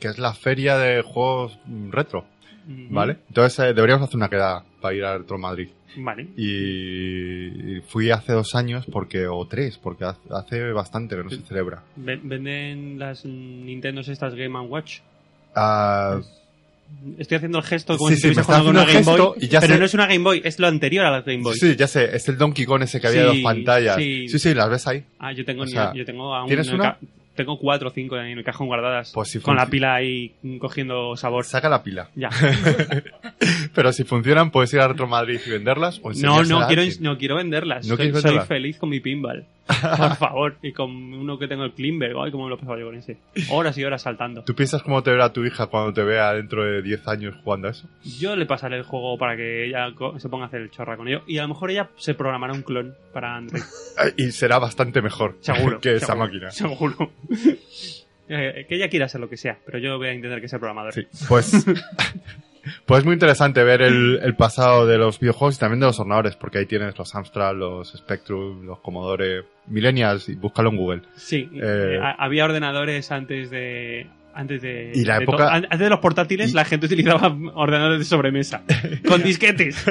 Speaker 2: que es la feria de juegos mm, retro. ¿Vale? Entonces eh, deberíamos hacer una quedada para ir a Retro Madrid.
Speaker 1: Vale.
Speaker 2: Y y fui hace dos años porque, o tres, porque ha- hace bastante que no se celebra.
Speaker 1: Ve- Venden las Nintendo estas Game and Watch.
Speaker 2: Ah,
Speaker 1: Pues, Estoy haciendo el gesto como
Speaker 2: Sí,
Speaker 1: si
Speaker 2: sí, me
Speaker 1: estuviese
Speaker 2: está
Speaker 1: jugando con una Game
Speaker 2: haciendo
Speaker 1: Boy.
Speaker 2: gesto y ya
Speaker 1: pero
Speaker 2: sé-
Speaker 1: no es una Game Boy, es lo anterior a la Game Boy.
Speaker 2: sí, ya sé, es el Donkey Kong ese que había
Speaker 1: Sí,
Speaker 2: de dos pantallas.
Speaker 1: sí.
Speaker 2: Sí. sí, las ves ahí.
Speaker 1: Ah, yo tengo,
Speaker 2: O
Speaker 1: ni-
Speaker 2: sea,
Speaker 1: yo tengo aún
Speaker 2: ¿tienes
Speaker 1: en el
Speaker 2: una?
Speaker 1: ca- Tengo cuatro o cinco en el cajón guardadas.
Speaker 2: Pues si
Speaker 1: con la
Speaker 2: func-
Speaker 1: pila ahí mm, cogiendo sabor.
Speaker 2: Saca la pila.
Speaker 1: Ya.
Speaker 2: Pero si funcionan, puedes ir a Retro Madrid y venderlas o
Speaker 1: No,
Speaker 2: enseñárselas
Speaker 1: no
Speaker 2: a
Speaker 1: quiero,
Speaker 2: alguien.
Speaker 1: no quiero venderlas. soy,
Speaker 2: ¿No quieres
Speaker 1: soy
Speaker 2: venderlas?
Speaker 1: feliz con mi pinball. Por favor. Y con uno que tengo el Klimber. Ay, cómo me lo pasaba yo con ese. Horas y horas saltando.
Speaker 2: ¿Tú piensas cómo te verá tu hija cuando te vea dentro de 10 años jugando a eso?
Speaker 1: Yo le pasaré el juego para que ella co- se ponga a hacer el chorra con ello. Y a lo mejor ella se programará un clon para Android.
Speaker 2: Eh, Y será bastante mejor
Speaker 1: Seguro.
Speaker 2: que esa
Speaker 1: seguro,
Speaker 2: máquina.
Speaker 1: Seguro. Eh, que ella quiera hacer lo que sea, pero yo voy a intentar que sea programador.
Speaker 2: Sí, pues, pues muy interesante ver el, el pasado de los videojuegos y también de los ordenadores, porque ahí tienes los Amstrad, los Spectrum, los Commodore, Millennials, y búscalo en Google.
Speaker 1: Sí,
Speaker 2: Eh,
Speaker 1: eh, ha- había ordenadores antes de antes de
Speaker 2: Y la
Speaker 1: de
Speaker 2: época-
Speaker 1: Eh, to- an- antes de los portátiles
Speaker 2: y-
Speaker 1: la gente utilizaba ordenadores de sobremesa con disquetes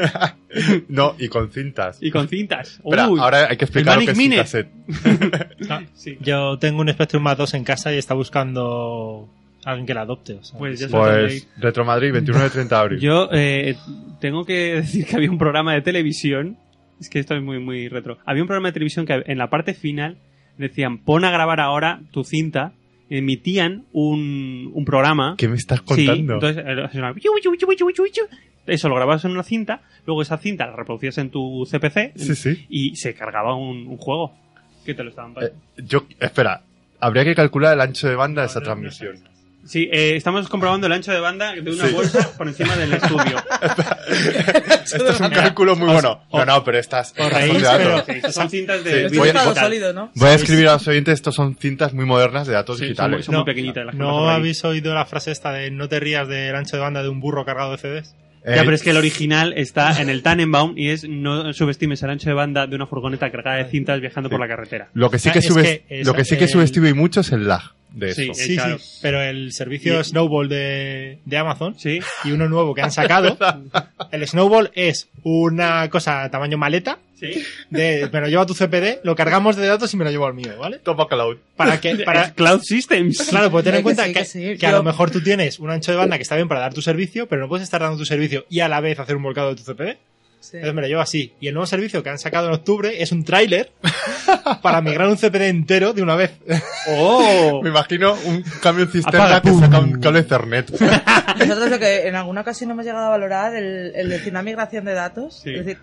Speaker 2: No, y con cintas.
Speaker 1: y con cintas.
Speaker 2: Espera,
Speaker 1: Uy,
Speaker 2: ahora hay que explicar
Speaker 1: el
Speaker 2: lo que es
Speaker 1: Manic
Speaker 2: un
Speaker 1: Minute.
Speaker 2: cassette.
Speaker 6: Ah,
Speaker 1: sí.
Speaker 6: Yo tengo un Spectrum más 2 en casa y está buscando alguien que la adopte. o sea.
Speaker 1: Pues ya se lo tendréis.
Speaker 2: Pues Retro Madrid, 29 de 30 de abril.
Speaker 1: Yo eh, tengo que decir que había un programa de televisión. Es que esto es muy, muy retro. Había un programa de televisión que en la parte final decían pon a grabar ahora tu cinta. Emitían un, un programa.
Speaker 2: eh. ¿Qué me estás
Speaker 1: Sí,
Speaker 2: contando?
Speaker 1: entonces eh, sonaba yu, yu, yu, yu, yu, yu. Eso lo grababas en una cinta, luego esa cinta la reproducías en tu CPC
Speaker 2: sí, sí.
Speaker 1: y se cargaba un, un juego que te lo estaban
Speaker 2: Eh,
Speaker 1: pagando.
Speaker 2: yo, espera, habría que calcular el ancho de banda de esa
Speaker 6: No, no, no
Speaker 2: transmisión.
Speaker 6: sabes.
Speaker 1: Sí, eh, estamos comprobando el ancho de banda de una
Speaker 2: Sí.
Speaker 1: bolsa por encima del estudio.
Speaker 2: Esto es un cálculo muy bueno. No, no, pero estas.
Speaker 1: Os
Speaker 2: estas
Speaker 1: reís,
Speaker 2: son de datos.
Speaker 1: pero sí, son cintas de
Speaker 2: Sí,
Speaker 3: Esto
Speaker 2: voy
Speaker 3: es
Speaker 2: a-
Speaker 3: para los
Speaker 1: digital.
Speaker 3: sólidos, ¿no?
Speaker 2: Voy a escribir a los oyentes, estos son cintas muy modernas de datos
Speaker 1: Sí, son muy-
Speaker 2: digitales.
Speaker 1: son muy pequeñitas las que pasan
Speaker 6: ¿No
Speaker 1: por ahí.
Speaker 6: habéis oído la frase esta de no te rías del ancho de banda de un burro cargado de CDs?
Speaker 2: Eh,
Speaker 1: Ya, pero es que el original está en el Tannenbaum y es no subestimes el ancho de banda de una furgoneta cargada de cintas viajando por la carretera.
Speaker 2: Lo que sí que,
Speaker 6: Ah, es
Speaker 2: subes-
Speaker 6: que, eh,
Speaker 2: lo que, sí que
Speaker 6: el-
Speaker 2: subestimo y mucho es el lag de
Speaker 1: Sí,
Speaker 2: eso.
Speaker 1: eh, claro.
Speaker 6: Pero el servicio
Speaker 1: Y-
Speaker 6: Snowball de, de Amazon
Speaker 1: Sí,
Speaker 6: y uno nuevo que han sacado, el Snowball es una cosa tamaño maleta
Speaker 1: sí.
Speaker 6: de me lo lleva tu CPD, lo cargamos de datos y me lo llevo al mío, ¿vale?
Speaker 2: Toma cloud.
Speaker 6: Para que,
Speaker 1: Para
Speaker 6: para,
Speaker 1: Cloud Systems.
Speaker 6: Claro, pues ten en
Speaker 3: Que
Speaker 6: cuenta
Speaker 3: sí,
Speaker 6: que,
Speaker 3: que sí.
Speaker 6: que a
Speaker 3: Yo-
Speaker 6: lo mejor tú tienes un ancho de banda que está bien para dar tu servicio, pero no puedes estar dando tu servicio y a la vez hacer un volcado de tu CPD.
Speaker 3: Sí.
Speaker 6: Entonces me lo llevo así. Y el nuevo servicio que han sacado en octubre es un tráiler para migrar un CPD entero de una vez.
Speaker 1: ¡Oh!
Speaker 2: Me imagino un camión
Speaker 1: Apaga,
Speaker 2: cisterna que
Speaker 1: pum.
Speaker 2: saca un cable Ethernet.
Speaker 3: Nosotros lo que en alguna ocasión hemos llegado a valorar el, el decir una migración de datos,
Speaker 1: Sí.
Speaker 3: es decir,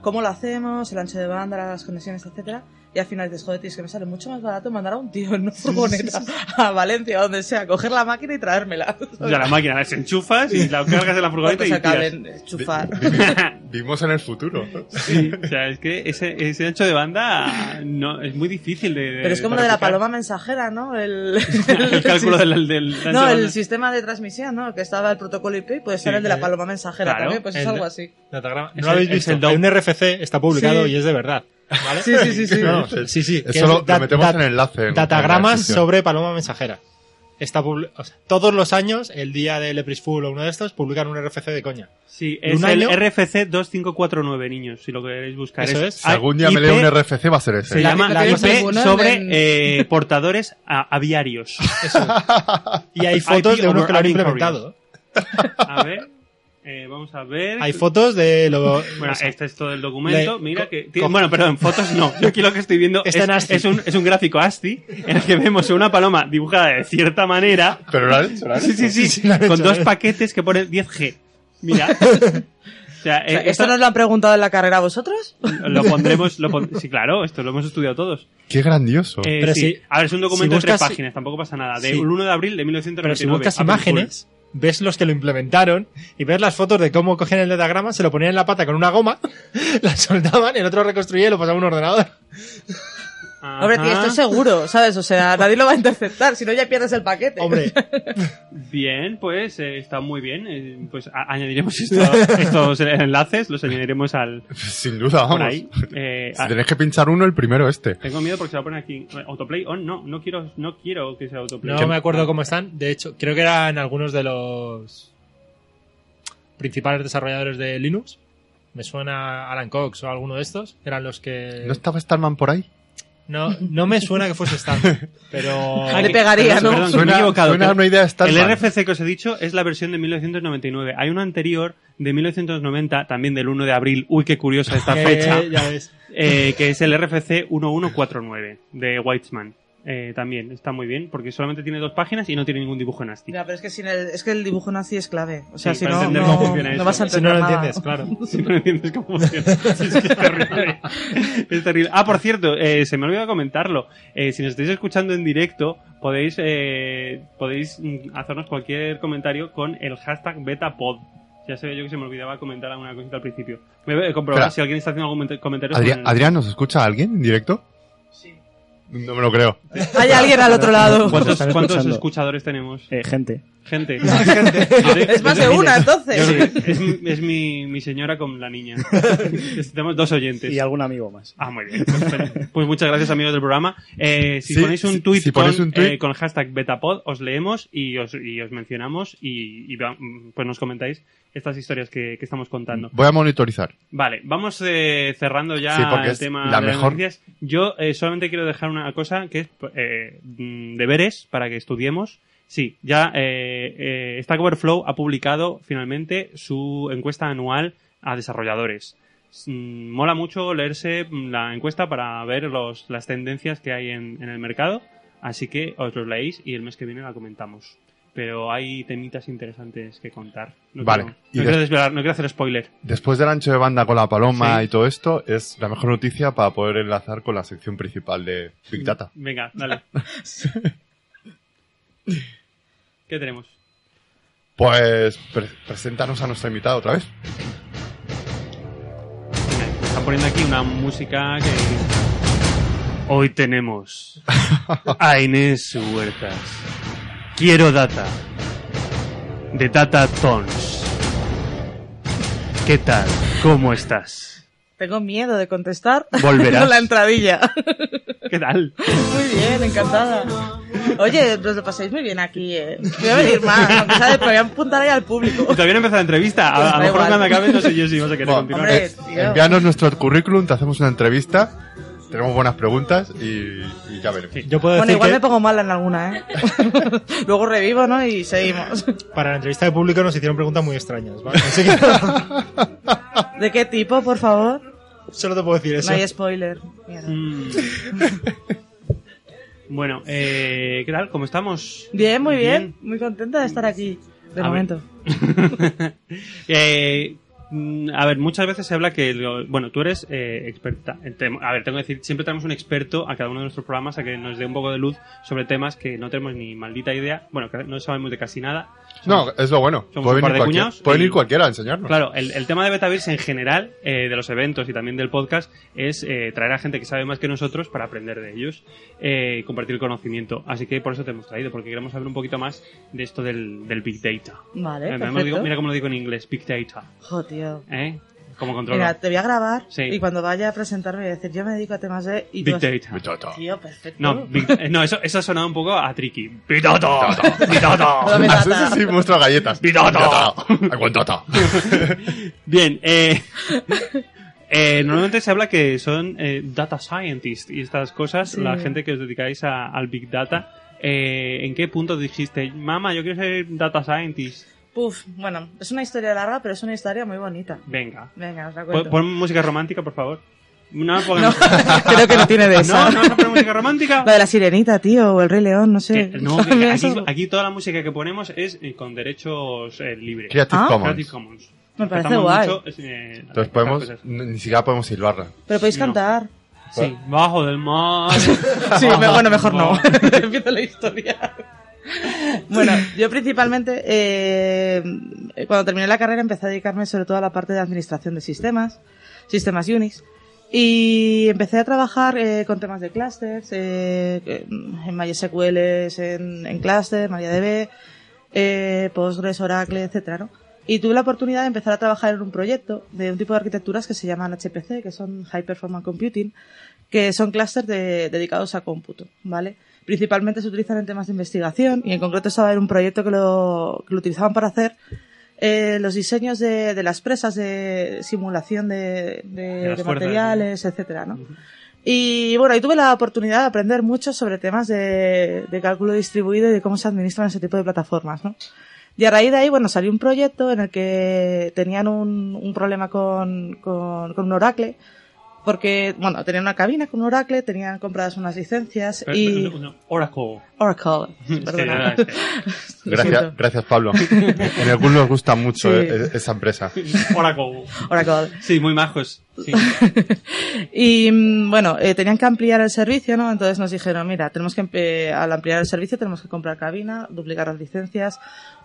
Speaker 3: cómo lo hacemos, el ancho de banda, las conexiones, etcétera, y al final dices, joder, tío, es que me sale mucho más barato mandar a un tío en una furgoneta a Valencia o donde sea, coger la máquina y traérmela.
Speaker 1: O sea, la máquina las enchufas y la cargas de la furgoneta
Speaker 3: ¿Cuánto
Speaker 1: y
Speaker 3: se acaba
Speaker 1: tiras.
Speaker 3: en enchufar?
Speaker 1: Eh,
Speaker 2: Vimos en el futuro.
Speaker 1: Sí, o sea, es que ese, ese ancho de banda no, es muy difícil de... de-
Speaker 3: Pero es como lo de la
Speaker 1: replicar.
Speaker 3: paloma mensajera, ¿no? El,
Speaker 1: El cálculo del, del ancho de
Speaker 3: No,
Speaker 1: banda.
Speaker 3: el sistema de transmisión, ¿no? Que estaba el protocolo IP, puede ser
Speaker 1: Sí,
Speaker 3: el de la
Speaker 1: eh,
Speaker 3: paloma mensajera
Speaker 1: claro,
Speaker 3: también, pues es
Speaker 6: el-
Speaker 3: algo así.
Speaker 6: Datagrama.
Speaker 1: Es
Speaker 6: No lo habéis
Speaker 1: el- es
Speaker 6: visto.
Speaker 1: el DOM.
Speaker 6: Hay un RFC, está publicado
Speaker 3: Sí.
Speaker 6: y es de verdad. ¿Vale?
Speaker 3: Sí, sí, sí, sí.
Speaker 6: No, no, sí, sí. que
Speaker 2: Eso lo,
Speaker 6: es
Speaker 2: lo
Speaker 6: dat-
Speaker 2: metemos
Speaker 6: dat-
Speaker 2: en el enlace. en- en la
Speaker 6: Datagramas
Speaker 2: descripción.
Speaker 6: sobre Paloma Mensajera. Está publi- o sea, todos los años, el día del Epris Full o uno de estos, publican un RFC de coña.
Speaker 1: Sí,
Speaker 6: de
Speaker 1: es
Speaker 6: un
Speaker 1: el
Speaker 6: año.
Speaker 1: RFC 2549, niños, si lo queréis buscar.
Speaker 6: Eso es.
Speaker 2: Si algún día me leo un RFC va a ser ese.
Speaker 1: Se llama
Speaker 3: que
Speaker 1: la IP
Speaker 3: tenéis algunos
Speaker 1: sobre
Speaker 3: en-
Speaker 1: eh, portadores a- aviarios.
Speaker 6: Y hay fotos
Speaker 1: IP
Speaker 6: de unos que lo han
Speaker 1: overriding
Speaker 6: implementado. ¿eh?
Speaker 1: A ver, eh, vamos a ver.
Speaker 6: Hay fotos de lo.
Speaker 1: Bueno,
Speaker 6: o sea,
Speaker 1: este es todo el documento.
Speaker 6: Le-
Speaker 1: Mira
Speaker 6: co-
Speaker 1: que. tiene-
Speaker 6: coge-
Speaker 1: bueno, perdón, fotos no. Yo aquí lo que estoy viendo es,
Speaker 6: Está en ASCII.
Speaker 1: es un, es un gráfico ASCII en el que vemos una paloma dibujada de cierta manera.
Speaker 2: Pero lo han hecho, lo han
Speaker 1: Sí,
Speaker 2: hecho.
Speaker 1: sí, sí.
Speaker 6: Sí, lo han
Speaker 1: con
Speaker 6: hecho,
Speaker 1: dos
Speaker 6: ¿eh?
Speaker 1: paquetes que pone 10G. Mira. O sea,
Speaker 3: O sea,
Speaker 1: eh,
Speaker 3: ¿Esto nos lo han preguntado en la carrera vosotros?
Speaker 1: lo pondremos. Lo pon- sí, claro, esto lo hemos estudiado todos.
Speaker 2: Qué grandioso.
Speaker 1: Eh,
Speaker 6: Pero
Speaker 1: sí.
Speaker 6: si-
Speaker 1: a ver, es un documento de
Speaker 6: si
Speaker 1: tres
Speaker 6: buscas-
Speaker 1: páginas, tampoco pasa nada. De
Speaker 6: Sí.
Speaker 1: el 1 de abril de 1999.
Speaker 6: Pero si buscas
Speaker 1: Apple
Speaker 6: imágenes, ves los que lo implementaron y ves las fotos de cómo cogían el datagrama, se lo ponían en la pata con una goma, la soltaban, el otro reconstruía y lo pasaba a un ordenador.
Speaker 1: Pool. Ajá.
Speaker 3: Hombre, tío, esto es seguro, ¿sabes? O sea, nadie lo va a interceptar, si no ya pierdes el paquete.
Speaker 6: Hombre,
Speaker 1: Bien, pues eh, está muy bien. eh, pues a- añadiremos esto- estos enlaces, los añadiremos al
Speaker 2: Sin duda,
Speaker 1: por
Speaker 2: vamos.
Speaker 1: ahí. Eh,
Speaker 2: Si
Speaker 1: a-
Speaker 2: tenés que pinchar uno, el primero este.
Speaker 1: tengo miedo porque se va a poner aquí autoplay on. No, no quiero, no quiero que sea autoplay.
Speaker 6: no me acuerdo cómo están. De hecho, creo que eran algunos de los principales desarrolladores de Linux. Me suena Alan Cox o alguno de estos. Eran los que...
Speaker 2: ¿No estaba Starman por ahí?
Speaker 6: No, no me suena que fuese Stan, pero...
Speaker 3: le pegaría, ¿no?
Speaker 1: perdón, perdón, que me he
Speaker 2: Suena,
Speaker 1: equivocado.
Speaker 2: suena
Speaker 1: que-
Speaker 2: una idea de
Speaker 1: El
Speaker 2: Starman.
Speaker 1: RFC que os he dicho es la versión de 1999. Hay una anterior de 1990, también del 1 de abril. Uy, qué curiosa esta
Speaker 6: Eh,
Speaker 1: fecha.
Speaker 6: ya ves.
Speaker 1: eh, que es el RFC 1149 de Weitzman. Eh, también está muy bien porque solamente tiene dos páginas y no tiene ningún dibujo en ASCII.
Speaker 3: Mira, pero es que, sin el, es que el dibujo nazi es clave. O sea,
Speaker 1: Sí,
Speaker 3: si
Speaker 1: para
Speaker 3: no,
Speaker 1: entender
Speaker 3: no,
Speaker 1: cómo funciona
Speaker 3: no
Speaker 1: eso.
Speaker 3: vas a
Speaker 6: Si
Speaker 3: entender
Speaker 6: no lo
Speaker 3: nada.
Speaker 6: entiendes, claro.
Speaker 1: Si no entiendes cómo funciona. Es, que es terrible. Es terrible. Ah, por cierto, eh, se me olvidó comentarlo. Eh, si nos estáis escuchando en directo, podéis, eh, podéis mm, hacernos cualquier comentario con el hashtag betapod. Ya sabía yo que se me olvidaba comentar alguna cosita al principio. Voy a comprobar
Speaker 2: Espera.
Speaker 1: si alguien está haciendo algún comenta- comentario. sobre
Speaker 2: Adrián,
Speaker 1: el-
Speaker 2: Adrián, ¿nos escucha alguien en directo? Sí. No me lo creo.
Speaker 3: Hay alguien al otro lado.
Speaker 4: Nos
Speaker 1: ¿Cuántos,
Speaker 4: están
Speaker 1: cuántos
Speaker 4: escuchando.
Speaker 1: escuchadores tenemos?
Speaker 4: Eh, gente.
Speaker 1: Gente.
Speaker 3: Es más de una,
Speaker 1: Yo
Speaker 3: entonces.
Speaker 1: creo que es mi- es mi, mi señora con la niña. Tenemos dos oyentes.
Speaker 4: Y algún amigo más.
Speaker 1: Ah, muy bien. Perfecto. Pues muchas gracias, amigos del programa. Eh, si
Speaker 2: Sí,
Speaker 1: ponéis un
Speaker 2: si-
Speaker 1: tweet,
Speaker 2: si ponéis
Speaker 1: con,
Speaker 2: un tuit-
Speaker 1: eh, con hashtag Betapod, os leemos y os, y os mencionamos y, y va- pues nos comentáis estas historias que, que estamos contando.
Speaker 2: Voy a monitorizar.
Speaker 1: Vale, vamos eh, cerrando ya
Speaker 2: Sí, porque
Speaker 1: el
Speaker 2: es
Speaker 1: tema
Speaker 2: la
Speaker 1: de las
Speaker 2: mejor-
Speaker 1: noticias. Yo eh, solamente quiero dejar una cosa que es eh, mm, deberes para que estudiemos. Sí, ya eh, eh, Stack Overflow ha publicado finalmente su encuesta anual a desarrolladores. Mm, Mola mucho leerse mm, la encuesta para ver los, las tendencias que hay en, en el mercado. Así que os los leéis y el mes que viene la comentamos. pero hay temitas interesantes que contar. No
Speaker 2: Vale.
Speaker 1: Quiero,
Speaker 2: Y
Speaker 1: no
Speaker 2: des-
Speaker 1: quiero desvelar, no quiero hacer spoiler.
Speaker 2: Después del ancho de banda con la paloma
Speaker 1: Sí.
Speaker 2: y todo esto, es la mejor noticia para poder enlazar con la sección principal de Big Data.
Speaker 1: Venga, dale. ¿Qué tenemos?
Speaker 2: Pues pre- preséntanos a nuestro invitado otra vez.
Speaker 1: Me Están poniendo aquí una música que... Hoy tenemos a Inés Huertas. Quiero data. De Data Tons. ¿Qué tal? ¿Cómo estás?
Speaker 3: Tengo miedo de contestar
Speaker 1: Volverás.
Speaker 3: con la entradilla.
Speaker 1: ¿Qué tal?
Speaker 3: Muy bien, encantada. Oye, os lo pasáis muy bien aquí, eh. Voy a venir más, aunque sea de- pero voy a apuntar ahí al público. Pues
Speaker 1: Y Todavía no empezó la entrevista. A, a lo
Speaker 3: Da
Speaker 1: mejor
Speaker 3: igual.
Speaker 1: cuando acabe no sé yo si vamos a querer
Speaker 2: Bueno,
Speaker 1: continuar.
Speaker 3: Hombre,
Speaker 2: eh,
Speaker 3: tío.
Speaker 2: envíanos nuestro currículum, te hacemos una entrevista, tenemos buenas preguntas y, y ya veremos.
Speaker 1: Sí.
Speaker 6: Yo puedo
Speaker 3: Bueno,
Speaker 6: decir
Speaker 3: igual
Speaker 6: que
Speaker 3: me pongo mala en alguna, ¿eh? Luego revivo, ¿no? Y seguimos.
Speaker 6: para la entrevista de público nos hicieron preguntas muy extrañas, ¿vale? Así que
Speaker 3: ¿De qué tipo, por favor?
Speaker 6: solo te puedo decir eso.
Speaker 3: No hay spoiler. Mierda.
Speaker 1: Mm. bueno, eh, ¿qué tal? ¿Cómo estamos?
Speaker 3: Bien, muy bien. Muy contenta de estar aquí, de
Speaker 1: A ver.
Speaker 3: momento.
Speaker 1: Eh, mm, a ver, muchas veces se habla que, lo- bueno, tú eres eh, experta. en tem- A ver, tengo que decir, siempre tenemos un experto a cada uno de nuestros programas a que nos dé un poco de luz sobre temas que no tenemos ni maldita idea. Bueno, que no sabemos de casi nada.
Speaker 2: No, es lo bueno.
Speaker 1: somos
Speaker 2: Puede
Speaker 1: un par
Speaker 2: venir,
Speaker 1: de
Speaker 2: cualquier-
Speaker 1: cuñados y-
Speaker 2: puede venir cualquiera a enseñarnos.
Speaker 1: Claro, el, el tema de Betavirs en general, eh, de los eventos y también del podcast, es eh, traer a gente que sabe más que nosotros para aprender de ellos eh, y compartir conocimiento. Así que por eso te hemos traído, porque queremos saber un poquito más de esto del, del Big Data.
Speaker 3: Vale,
Speaker 1: Eh, me lo
Speaker 3: perfecto.
Speaker 1: digo- mira cómo lo digo en inglés, Big Data.
Speaker 3: Jo, tío.
Speaker 1: ¿Eh? ¿Cómo controlo?
Speaker 3: Mira, te voy a grabar
Speaker 1: Sí.
Speaker 3: y cuando vaya a presentarme voy a decir, yo me dedico a temas de... Y tú
Speaker 1: Big
Speaker 3: vas-
Speaker 1: Data.
Speaker 2: Muy choto.
Speaker 3: Tío, perfecto.
Speaker 1: No, Big- eh, no eso, eso ha sonado un poco a tricky. Big Data. Big
Speaker 3: Todo
Speaker 1: Data.
Speaker 3: me
Speaker 2: Así
Speaker 3: trata.
Speaker 2: sí, muestra galletas.
Speaker 1: Big Data.
Speaker 2: Big Data.
Speaker 1: Bien, eh, eh, normalmente se habla que son eh, data scientists y estas cosas,
Speaker 3: Sí.
Speaker 1: la gente que os dedicáis a- al big data. eh, ¿En qué punto dijiste, mamá, yo quiero ser data scientist?
Speaker 3: Puf, bueno, es una historia larga, pero es una historia muy bonita.
Speaker 1: Venga.
Speaker 3: Venga, os la
Speaker 1: Pon,
Speaker 3: cuento.
Speaker 1: pon música romántica, por favor. No,
Speaker 3: No,
Speaker 1: pongamos-
Speaker 3: creo que no tiene de
Speaker 1: no,
Speaker 3: esa.
Speaker 1: no vas a poner música romántica.
Speaker 3: Lo de la sirenita, tío, o el Rey León, no sé.
Speaker 1: Que- Eh, no, que aquí,
Speaker 3: Eso
Speaker 1: aquí toda la música que ponemos es eh, con derechos eh, libres.
Speaker 2: Creative
Speaker 3: Ah.
Speaker 1: Creative
Speaker 2: Commons.
Speaker 1: Commons.
Speaker 3: Me parece
Speaker 1: Empezamos
Speaker 3: guay.
Speaker 1: mucho, eh, estas
Speaker 2: Entonces podemos,
Speaker 1: cosas.
Speaker 2: ni ni siquiera podemos silbarla.
Speaker 3: Pero podéis
Speaker 1: no.
Speaker 3: cantar.
Speaker 1: Sí,
Speaker 2: Pues-
Speaker 1: bajo del mar.
Speaker 3: Sí, me- bueno, mejor no.
Speaker 1: Bajo del mar.
Speaker 3: Empiezo la historia. Bueno, yo principalmente, eh, cuando terminé la carrera, empecé a dedicarme sobre todo a la parte de administración de sistemas, sistemas Unix. Y empecé a trabajar eh, con temas de clusters, eh, en MySQL, en, en cluster, MariaDB, eh, Postgres, Oracle, etcétera, ¿no? Y tuve la oportunidad de empezar a trabajar en un proyecto de un tipo de arquitecturas que se llaman HPC, que son High Performance Computing, que son clústeres de- dedicados a cómputo, ¿vale? Principalmente se utilizan en temas de investigación y en concreto estaba en un proyecto que lo, que lo utilizaban para hacer eh, los diseños de, de las presas de simulación de, de-
Speaker 1: las
Speaker 3: de
Speaker 1: fuerzas,
Speaker 3: materiales, etcétera, ¿no? Y bueno, ahí tuve la oportunidad de aprender mucho sobre temas de, de cálculo distribuido y de cómo se administran ese tipo de plataformas, ¿no? Y a raíz de ahí, bueno, salió un proyecto en el que tenían un, un problema con, con, con un Oracle, porque, bueno, tenían una cabina con un Oracle, tenían compradas unas licencias
Speaker 1: Pero-
Speaker 3: y...
Speaker 1: pero- Eh, no, Oracle.
Speaker 3: Oracle,
Speaker 1: Es que
Speaker 3: perdona.
Speaker 1: era- es que-
Speaker 3: Lo
Speaker 2: Gracias,
Speaker 3: siento.
Speaker 2: gracias Pablo. En el curso nos gusta mucho
Speaker 3: Sí.
Speaker 2: eh, esa empresa.
Speaker 1: Oracle.
Speaker 3: Oracle.
Speaker 1: Sí, muy majos. Sí.
Speaker 3: Y mm, bueno, eh, tenían que ampliar el servicio, ¿no? Entonces nos dijeron, mira, tenemos que empe- al ampliar el servicio tenemos que comprar cabina, duplicar las licencias.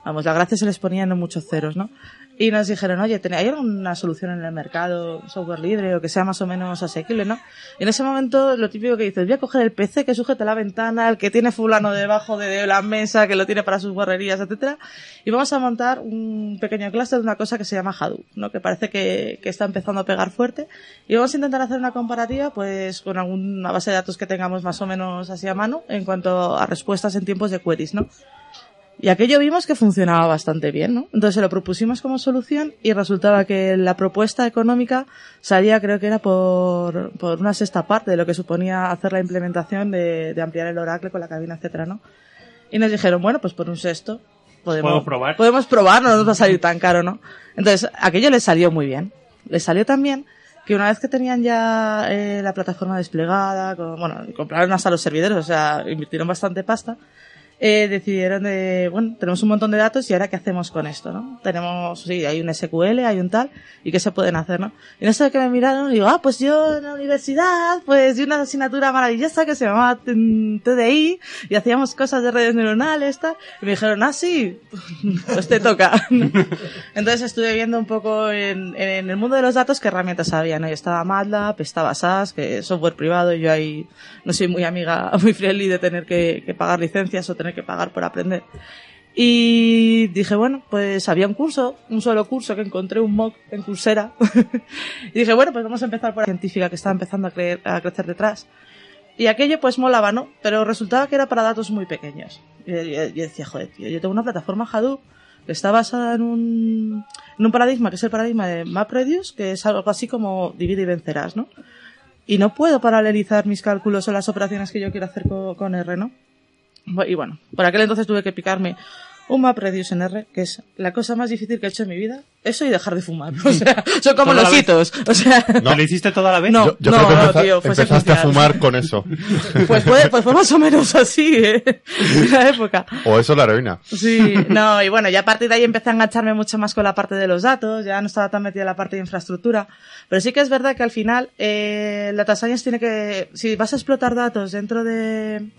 Speaker 3: Vamos, la gracia se les ponían en muchos ceros, ¿no? Y nos dijeron, oye, ¿ten- ¿hay alguna solución en el mercado, un software libre o que sea más o menos asequible, no? Y en ese momento lo típico que dices, voy a coger el PC que sujeta la ventana, el que tiene fulano debajo de la mesa, que lo tiene para sus guarrerías, etcétera, y vamos a montar un pequeño clúster de una cosa que se llama Hadoop, ¿no? Que parece que, que está empezando a pegar fuerte. Y vamos a intentar hacer una comparativa, pues, con alguna base de datos que tengamos más o menos así a mano en cuanto a respuestas en tiempos de queries, ¿no? Y aquello vimos que funcionaba bastante bien, ¿no? Entonces se lo propusimos como solución y resultaba que la propuesta económica salía, creo que era por, por una sexta parte de lo que suponía hacer la implementación de, de ampliar el Oracle con la cabina, etcétera, ¿no? Y nos dijeron, bueno, pues por un sexto podemos,
Speaker 1: Podemos probar.
Speaker 3: podemos probar, no nos va a salir tan caro, ¿no? Entonces, aquello les salió muy bien. Les salió tan bien que una vez que tenían ya eh, la plataforma desplegada, con- bueno, compraron hasta los servidores, o sea, invirtieron bastante pasta, eh, decidieron de, bueno, tenemos un montón de datos y ahora qué hacemos con esto, ¿no? Tenemos, sí, hay un SQL, hay un tal, y qué se pueden hacer, ¿no? Y no sé qué me miraron y digo, ah, pues yo en la universidad, pues di una asignatura maravillosa que se llamaba mm, TDI y hacíamos cosas de redes neuronales, tal, y me dijeron, ah, sí, pues te toca. ¿no? Entonces estuve viendo un poco en, en el mundo de los datos qué herramientas había, ¿no? Yo estaba MATLAB, estaba SAS, que es software privado, y yo ahí no soy muy amiga, muy friendly de tener que, que pagar licencias o tener que pagar por aprender. Y dije, bueno, pues había un curso, un solo curso que encontré, un mock en Coursera. y dije, bueno, pues vamos a empezar por la científica que estaba empezando a, creer- a crecer detrás. Y aquello pues molaba, ¿no? Pero resultaba que era para datos muy pequeños. Y Yo, yo- yo decía, joder, tío, yo tengo una plataforma Hadoop que está basada en un, en un paradigma, que es el paradigma de MapReduce, que es algo así como divide y vencerás, ¿no? Y no puedo paralelizar mis cálculos o las operaciones que yo quiero hacer co- con R, ¿no? Bu- Y bueno, por aquel entonces tuve que picarme un MapReduce en R, que es la cosa más difícil que he hecho en mi vida. Eso y dejar de fumar. O sea, son como
Speaker 1: Toda la
Speaker 3: los
Speaker 1: vez.
Speaker 3: hitos. O sea,
Speaker 1: ¿Te lo hiciste toda la vez?
Speaker 3: No.
Speaker 2: yo yo creo que
Speaker 3: no,
Speaker 2: empeza-
Speaker 3: tío, fue
Speaker 2: empezaste a
Speaker 3: secuencial.
Speaker 2: fumar con eso.
Speaker 3: Pues fue, pues fue más o menos así, ¿eh? En la época.
Speaker 2: o eso la heroína.
Speaker 3: Sí, no, y bueno, ya a partir de ahí empecé a engancharme mucho más con la parte de los datos, ya no estaba tan metida en la parte de infraestructura. Pero sí que es verdad que al final, eh, la Science tiene que, si vas a explotar datos dentro de,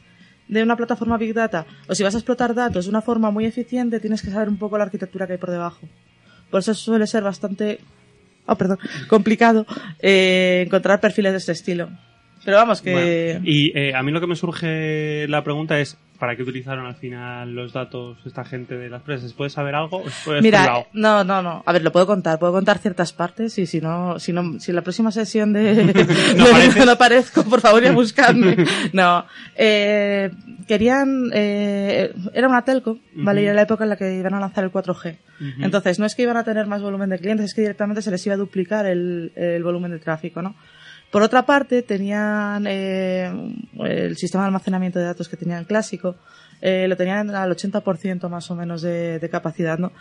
Speaker 3: de una plataforma Big Data, o si vas a explotar datos de una forma muy eficiente, tienes que saber un poco la arquitectura que hay por debajo. Por eso suele ser bastante, ah, perdón, complicado eh, encontrar perfiles de este estilo. Pero vamos, que...
Speaker 1: Bueno, y eh, a mí lo que me surge la pregunta es, ¿para qué utilizaron al final los datos esta gente de las presas? ¿Puedes saber algo? ¿O fue
Speaker 3: Mira,
Speaker 1: privado?
Speaker 3: no, no, no. A ver, lo puedo contar. Puedo contar ciertas partes y si no, si no, si en la próxima sesión de
Speaker 1: No apareces.
Speaker 3: no aparezco, por favor, ya buscadme. No, eh, querían, eh, era una telco, ¿vale? Y era la época en la que iban a lanzar el 4G.
Speaker 1: Ujú.
Speaker 3: Entonces, no es que iban a tener más volumen de clientes, es que directamente se les iba a duplicar el, el volumen de tráfico, ¿no? Por otra parte, tenían eh, el sistema de almacenamiento de datos que tenían clásico, eh, lo tenían al 80% más o menos de, de capacidad, ¿no?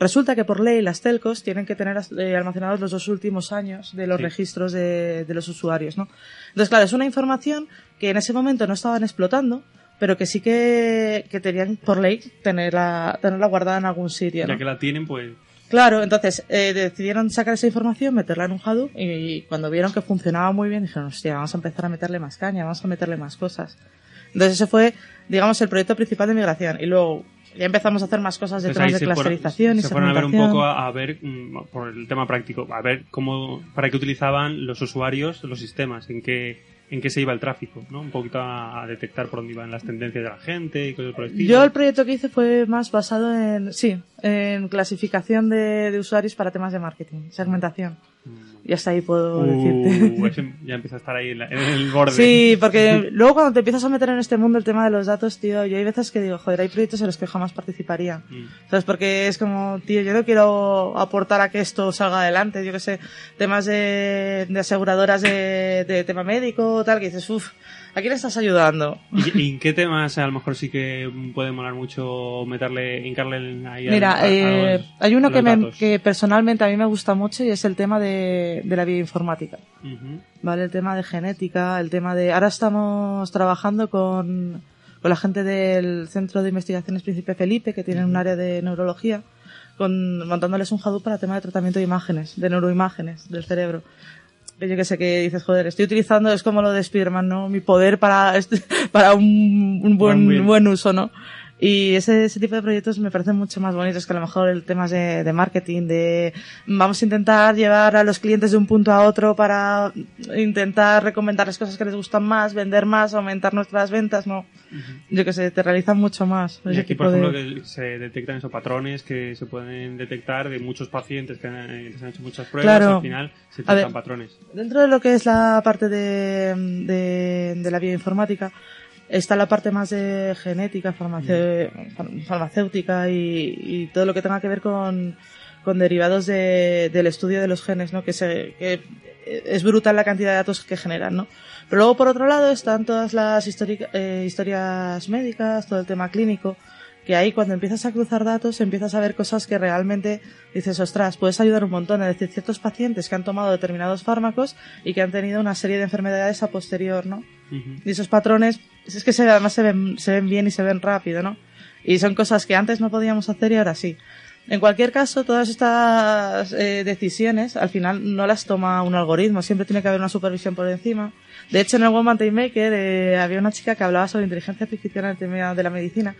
Speaker 3: Resulta que por ley las telcos tienen que tener eh, almacenados los dos últimos años de los
Speaker 1: Sí.
Speaker 3: registros de, de los usuarios, ¿no? Entonces, claro, es una información que en ese momento no estaban explotando, pero que sí que, que tenían por ley tenerla, tenerla guardada en algún sitio, ¿no?
Speaker 1: Ya que la tienen, pues...
Speaker 3: Claro, entonces eh, decidieron sacar esa información, meterla en un Hadoop y, y cuando vieron que funcionaba muy bien dijeron, hostia, vamos a empezar a meterle más caña, vamos a meterle más cosas. Entonces ese fue, digamos, el proyecto principal de migración y luego ya empezamos a hacer más cosas
Speaker 1: pues
Speaker 3: detrás
Speaker 1: ahí
Speaker 3: de
Speaker 1: se fueron-
Speaker 3: clusterización y
Speaker 1: se fueron a ver un poco
Speaker 3: segmentación.
Speaker 1: a, a ver, mm, por el tema práctico, a ver cómo, para qué utilizaban los usuarios los sistemas, en qué, en qué se iba el tráfico, ¿no? Un poquito a, a detectar por dónde iban las tendencias de la gente y cosas por el estilo.
Speaker 3: Yo el proyecto que hice fue más basado en, sí, en clasificación de, de usuarios para temas de marketing, segmentación. Y hasta ahí puedo decirte.
Speaker 1: Mm. Uh, ese ya empieza a estar ahí en, la- en el borde.
Speaker 3: Sí, porque luego cuando te empiezas a meter en este mundo el tema de los datos, tío, yo hay veces que digo, joder, hay proyectos en los que jamás participaría.
Speaker 1: Mm.
Speaker 3: ¿Sabes? Porque es como, tío, yo no quiero aportar a que esto salga adelante, yo qué sé, temas de, de aseguradoras de, de tema médico, tal, que dices, uff, ¿a quién estás ayudando?
Speaker 1: ¿Y, y en qué temas a lo mejor sí que puede molar mucho meterle, hincarle ahí al-
Speaker 3: Mira,
Speaker 1: a- a
Speaker 3: eh,
Speaker 1: los-
Speaker 3: hay
Speaker 1: a
Speaker 3: uno
Speaker 1: los
Speaker 3: que, me,
Speaker 1: datos?
Speaker 3: que personalmente a mí me gusta mucho y es el tema de, de la bioinformática.
Speaker 1: Ujú.
Speaker 3: ¿vale? El tema de genética, el tema de... Ahora estamos trabajando con, con la gente del Centro de Investigaciones Príncipe Felipe, que tienen un área de neurología, con, montándoles un Hadoop para el tema de tratamiento de imágenes, de neuroimágenes del cerebro. Que Yo que sé que dices, joder, estoy utilizando, es como lo de Spiderman, ¿no? Mi poder para, este- para un, un
Speaker 1: Buen
Speaker 3: buen,
Speaker 1: bien.
Speaker 3: buen uso, ¿no? Y ese, ese tipo de proyectos me parecen mucho más bonitos que a lo mejor el tema de, de marketing, de vamos a intentar llevar a los clientes de un punto a otro para intentar recomendarles cosas que les gustan más, vender más, aumentar nuestras ventas, no. Yo que sé, te realizan mucho más.
Speaker 1: Y
Speaker 3: ese
Speaker 1: aquí,
Speaker 3: tipo
Speaker 1: por
Speaker 3: de-
Speaker 1: ejemplo, que se detectan esos patrones que se pueden detectar de muchos pacientes que han, eh, les han hecho muchas pruebas.
Speaker 3: Claro.
Speaker 1: Al final se
Speaker 3: A ver.
Speaker 1: detectan patrones.
Speaker 3: Dentro de lo que es la parte de, de, de la bioinformática, está la parte más de genética, farmace-
Speaker 1: Mm.
Speaker 3: far- farmacéutica y, y todo lo que tenga que ver con, con derivados de- del estudio de los genes, ¿no? Que, se, que es brutal la cantidad de datos que generan, ¿no? Pero luego, por otro lado, están todas las histori- eh, historias médicas, todo el tema clínico, que ahí cuando empiezas a cruzar datos empiezas a ver cosas que realmente dices, ostras, puedes ayudar un montón. Es decir, ciertos pacientes que han tomado determinados fármacos y que han tenido una serie de enfermedades a posterior, ¿no?
Speaker 1: Ujú.
Speaker 3: Y esos patrones, pues es que se, además se ven, se ven bien y se ven rápido, ¿no? Y son cosas que antes no podíamos hacer y ahora sí. En cualquier caso, todas estas eh, decisiones al final no las toma un algoritmo, siempre tiene que haber una supervisión por encima. De hecho, en el One Man Time Maker eh, había una chica que hablaba sobre inteligencia artificial en el tema de la medicina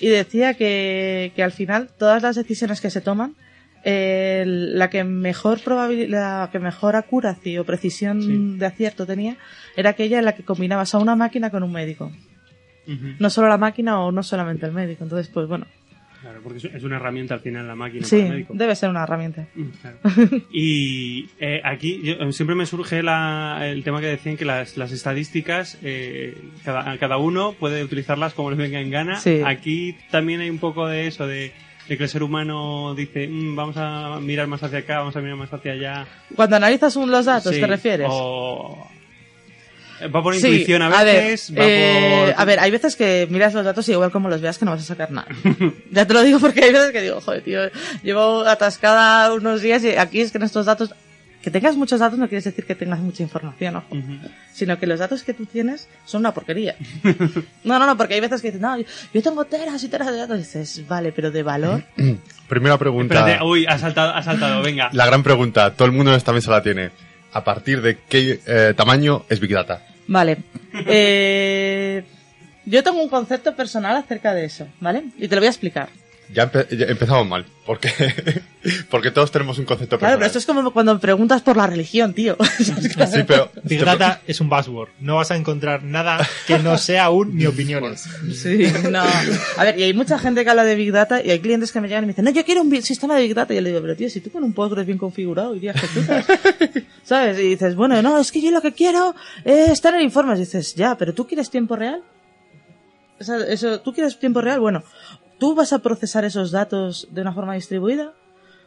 Speaker 3: y decía que, que al final todas las decisiones que se toman, eh, la que mejor probabil- la que mejor accuracy o precisión de acierto tenía era aquella en la que combinabas a una máquina con un médico.
Speaker 1: Ujú.
Speaker 3: No solo la máquina o no solamente el médico. Entonces, pues bueno,
Speaker 1: Claro, porque es- es una herramienta al final la máquina
Speaker 3: sí,
Speaker 1: para el médico.
Speaker 3: debe ser una herramienta.
Speaker 1: Mm, claro. Y eh, aquí yo- siempre me surge la- el tema que decían que las, las estadísticas, eh, cada, cada uno puede utilizarlas como les venga en gana.
Speaker 3: Sí.
Speaker 1: Aquí también hay un poco de eso, de, de que el ser humano dice, "Mm, vamos a mirar más hacia acá, vamos a mirar más hacia allá.
Speaker 3: Cuando analizas un- los datos,
Speaker 1: Sí,
Speaker 3: ¿te refieres?
Speaker 1: o- eh, Va por
Speaker 3: Sí,
Speaker 1: intuición a veces,
Speaker 3: ver,
Speaker 1: va
Speaker 3: eh,
Speaker 1: por...
Speaker 3: a ver, hay veces que miras los datos y igual como los veas que no vas a sacar nada. ya te lo digo porque hay veces que digo, joder, tío, llevo atascada unos días y aquí es que en estos datos, que tengas muchos datos no quiere decir que tengas mucha información, ojo.
Speaker 1: Ujú.
Speaker 3: sino que los datos que tú tienes son una porquería. No, no, no, porque hay veces que dices, no, yo tengo teras y teras de datos. Y dices, vale, pero de valor.
Speaker 1: ¿Eh?
Speaker 2: Primera pregunta.
Speaker 1: Espérate, uy, ha saltado, ha saltado, venga.
Speaker 2: La gran pregunta, todo el mundo en esta mesa la tiene. ¿A partir de qué eh, tamaño es Big Data?
Speaker 3: Vale. Eh, yo tengo un concepto personal acerca de eso, ¿vale? Y te lo voy a explicar.
Speaker 2: Ya, empe- ya empezamos mal, porque, porque todos tenemos un concepto
Speaker 3: Claro,
Speaker 2: personal.
Speaker 3: pero esto es como cuando preguntas por la religión, tío.
Speaker 2: Sí, pero...
Speaker 6: Big Data es un buzzword. No vas a encontrar nada que no sea un mi opiniones.
Speaker 3: Sí, no. A ver, y hay mucha gente que habla de Big Data y hay clientes que me llegan y me dicen, no, yo quiero un bi- sistema de Big Data. Y yo le digo, pero tío, si tú con un Postgres bien configurado irías putas. ¿Sabes? Y dices, bueno, no, es que yo lo que quiero es estar en informes. Y dices, ya, pero tú quieres tiempo real. O sea, eso, ¿tú quieres tiempo real? Bueno, ¿tú vas a procesar esos datos de una forma distribuida?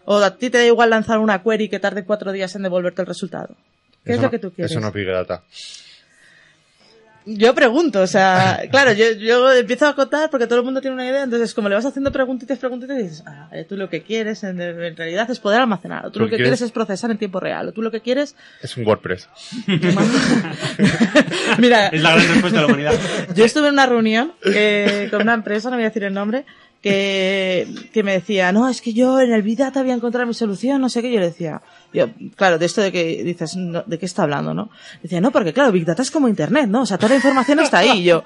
Speaker 3: ¿O a ti te da igual lanzar una query que tarde cuatro días en devolverte el resultado? ¿Qué es
Speaker 2: Eso
Speaker 3: lo
Speaker 2: no-
Speaker 3: que tú quieres?
Speaker 2: Eso no es Big Data.
Speaker 3: Yo pregunto, o sea, claro, yo, yo empiezo a contar porque todo el mundo tiene una idea, entonces como le vas haciendo preguntitas, preguntitas, dices, ah, eh, tú lo que quieres en, en realidad es poder almacenar, o tú lo que quieres es procesar en tiempo real, o tú lo que quieres...
Speaker 2: Es un WordPress.
Speaker 3: Mira,
Speaker 1: Es la gran respuesta de la humanidad.
Speaker 3: yo estuve en una reunión eh, con una empresa, no voy a decir el nombre, que, que me decía, no, es que yo en el Big Data voy a encontrar mi solución, no sé qué. Yo le decía, yo, claro, de esto de que dices, no, ¿de qué está hablando, no? Decía, no, porque claro, Big Data es como Internet, ¿no? O sea, toda la información está ahí. Y yo,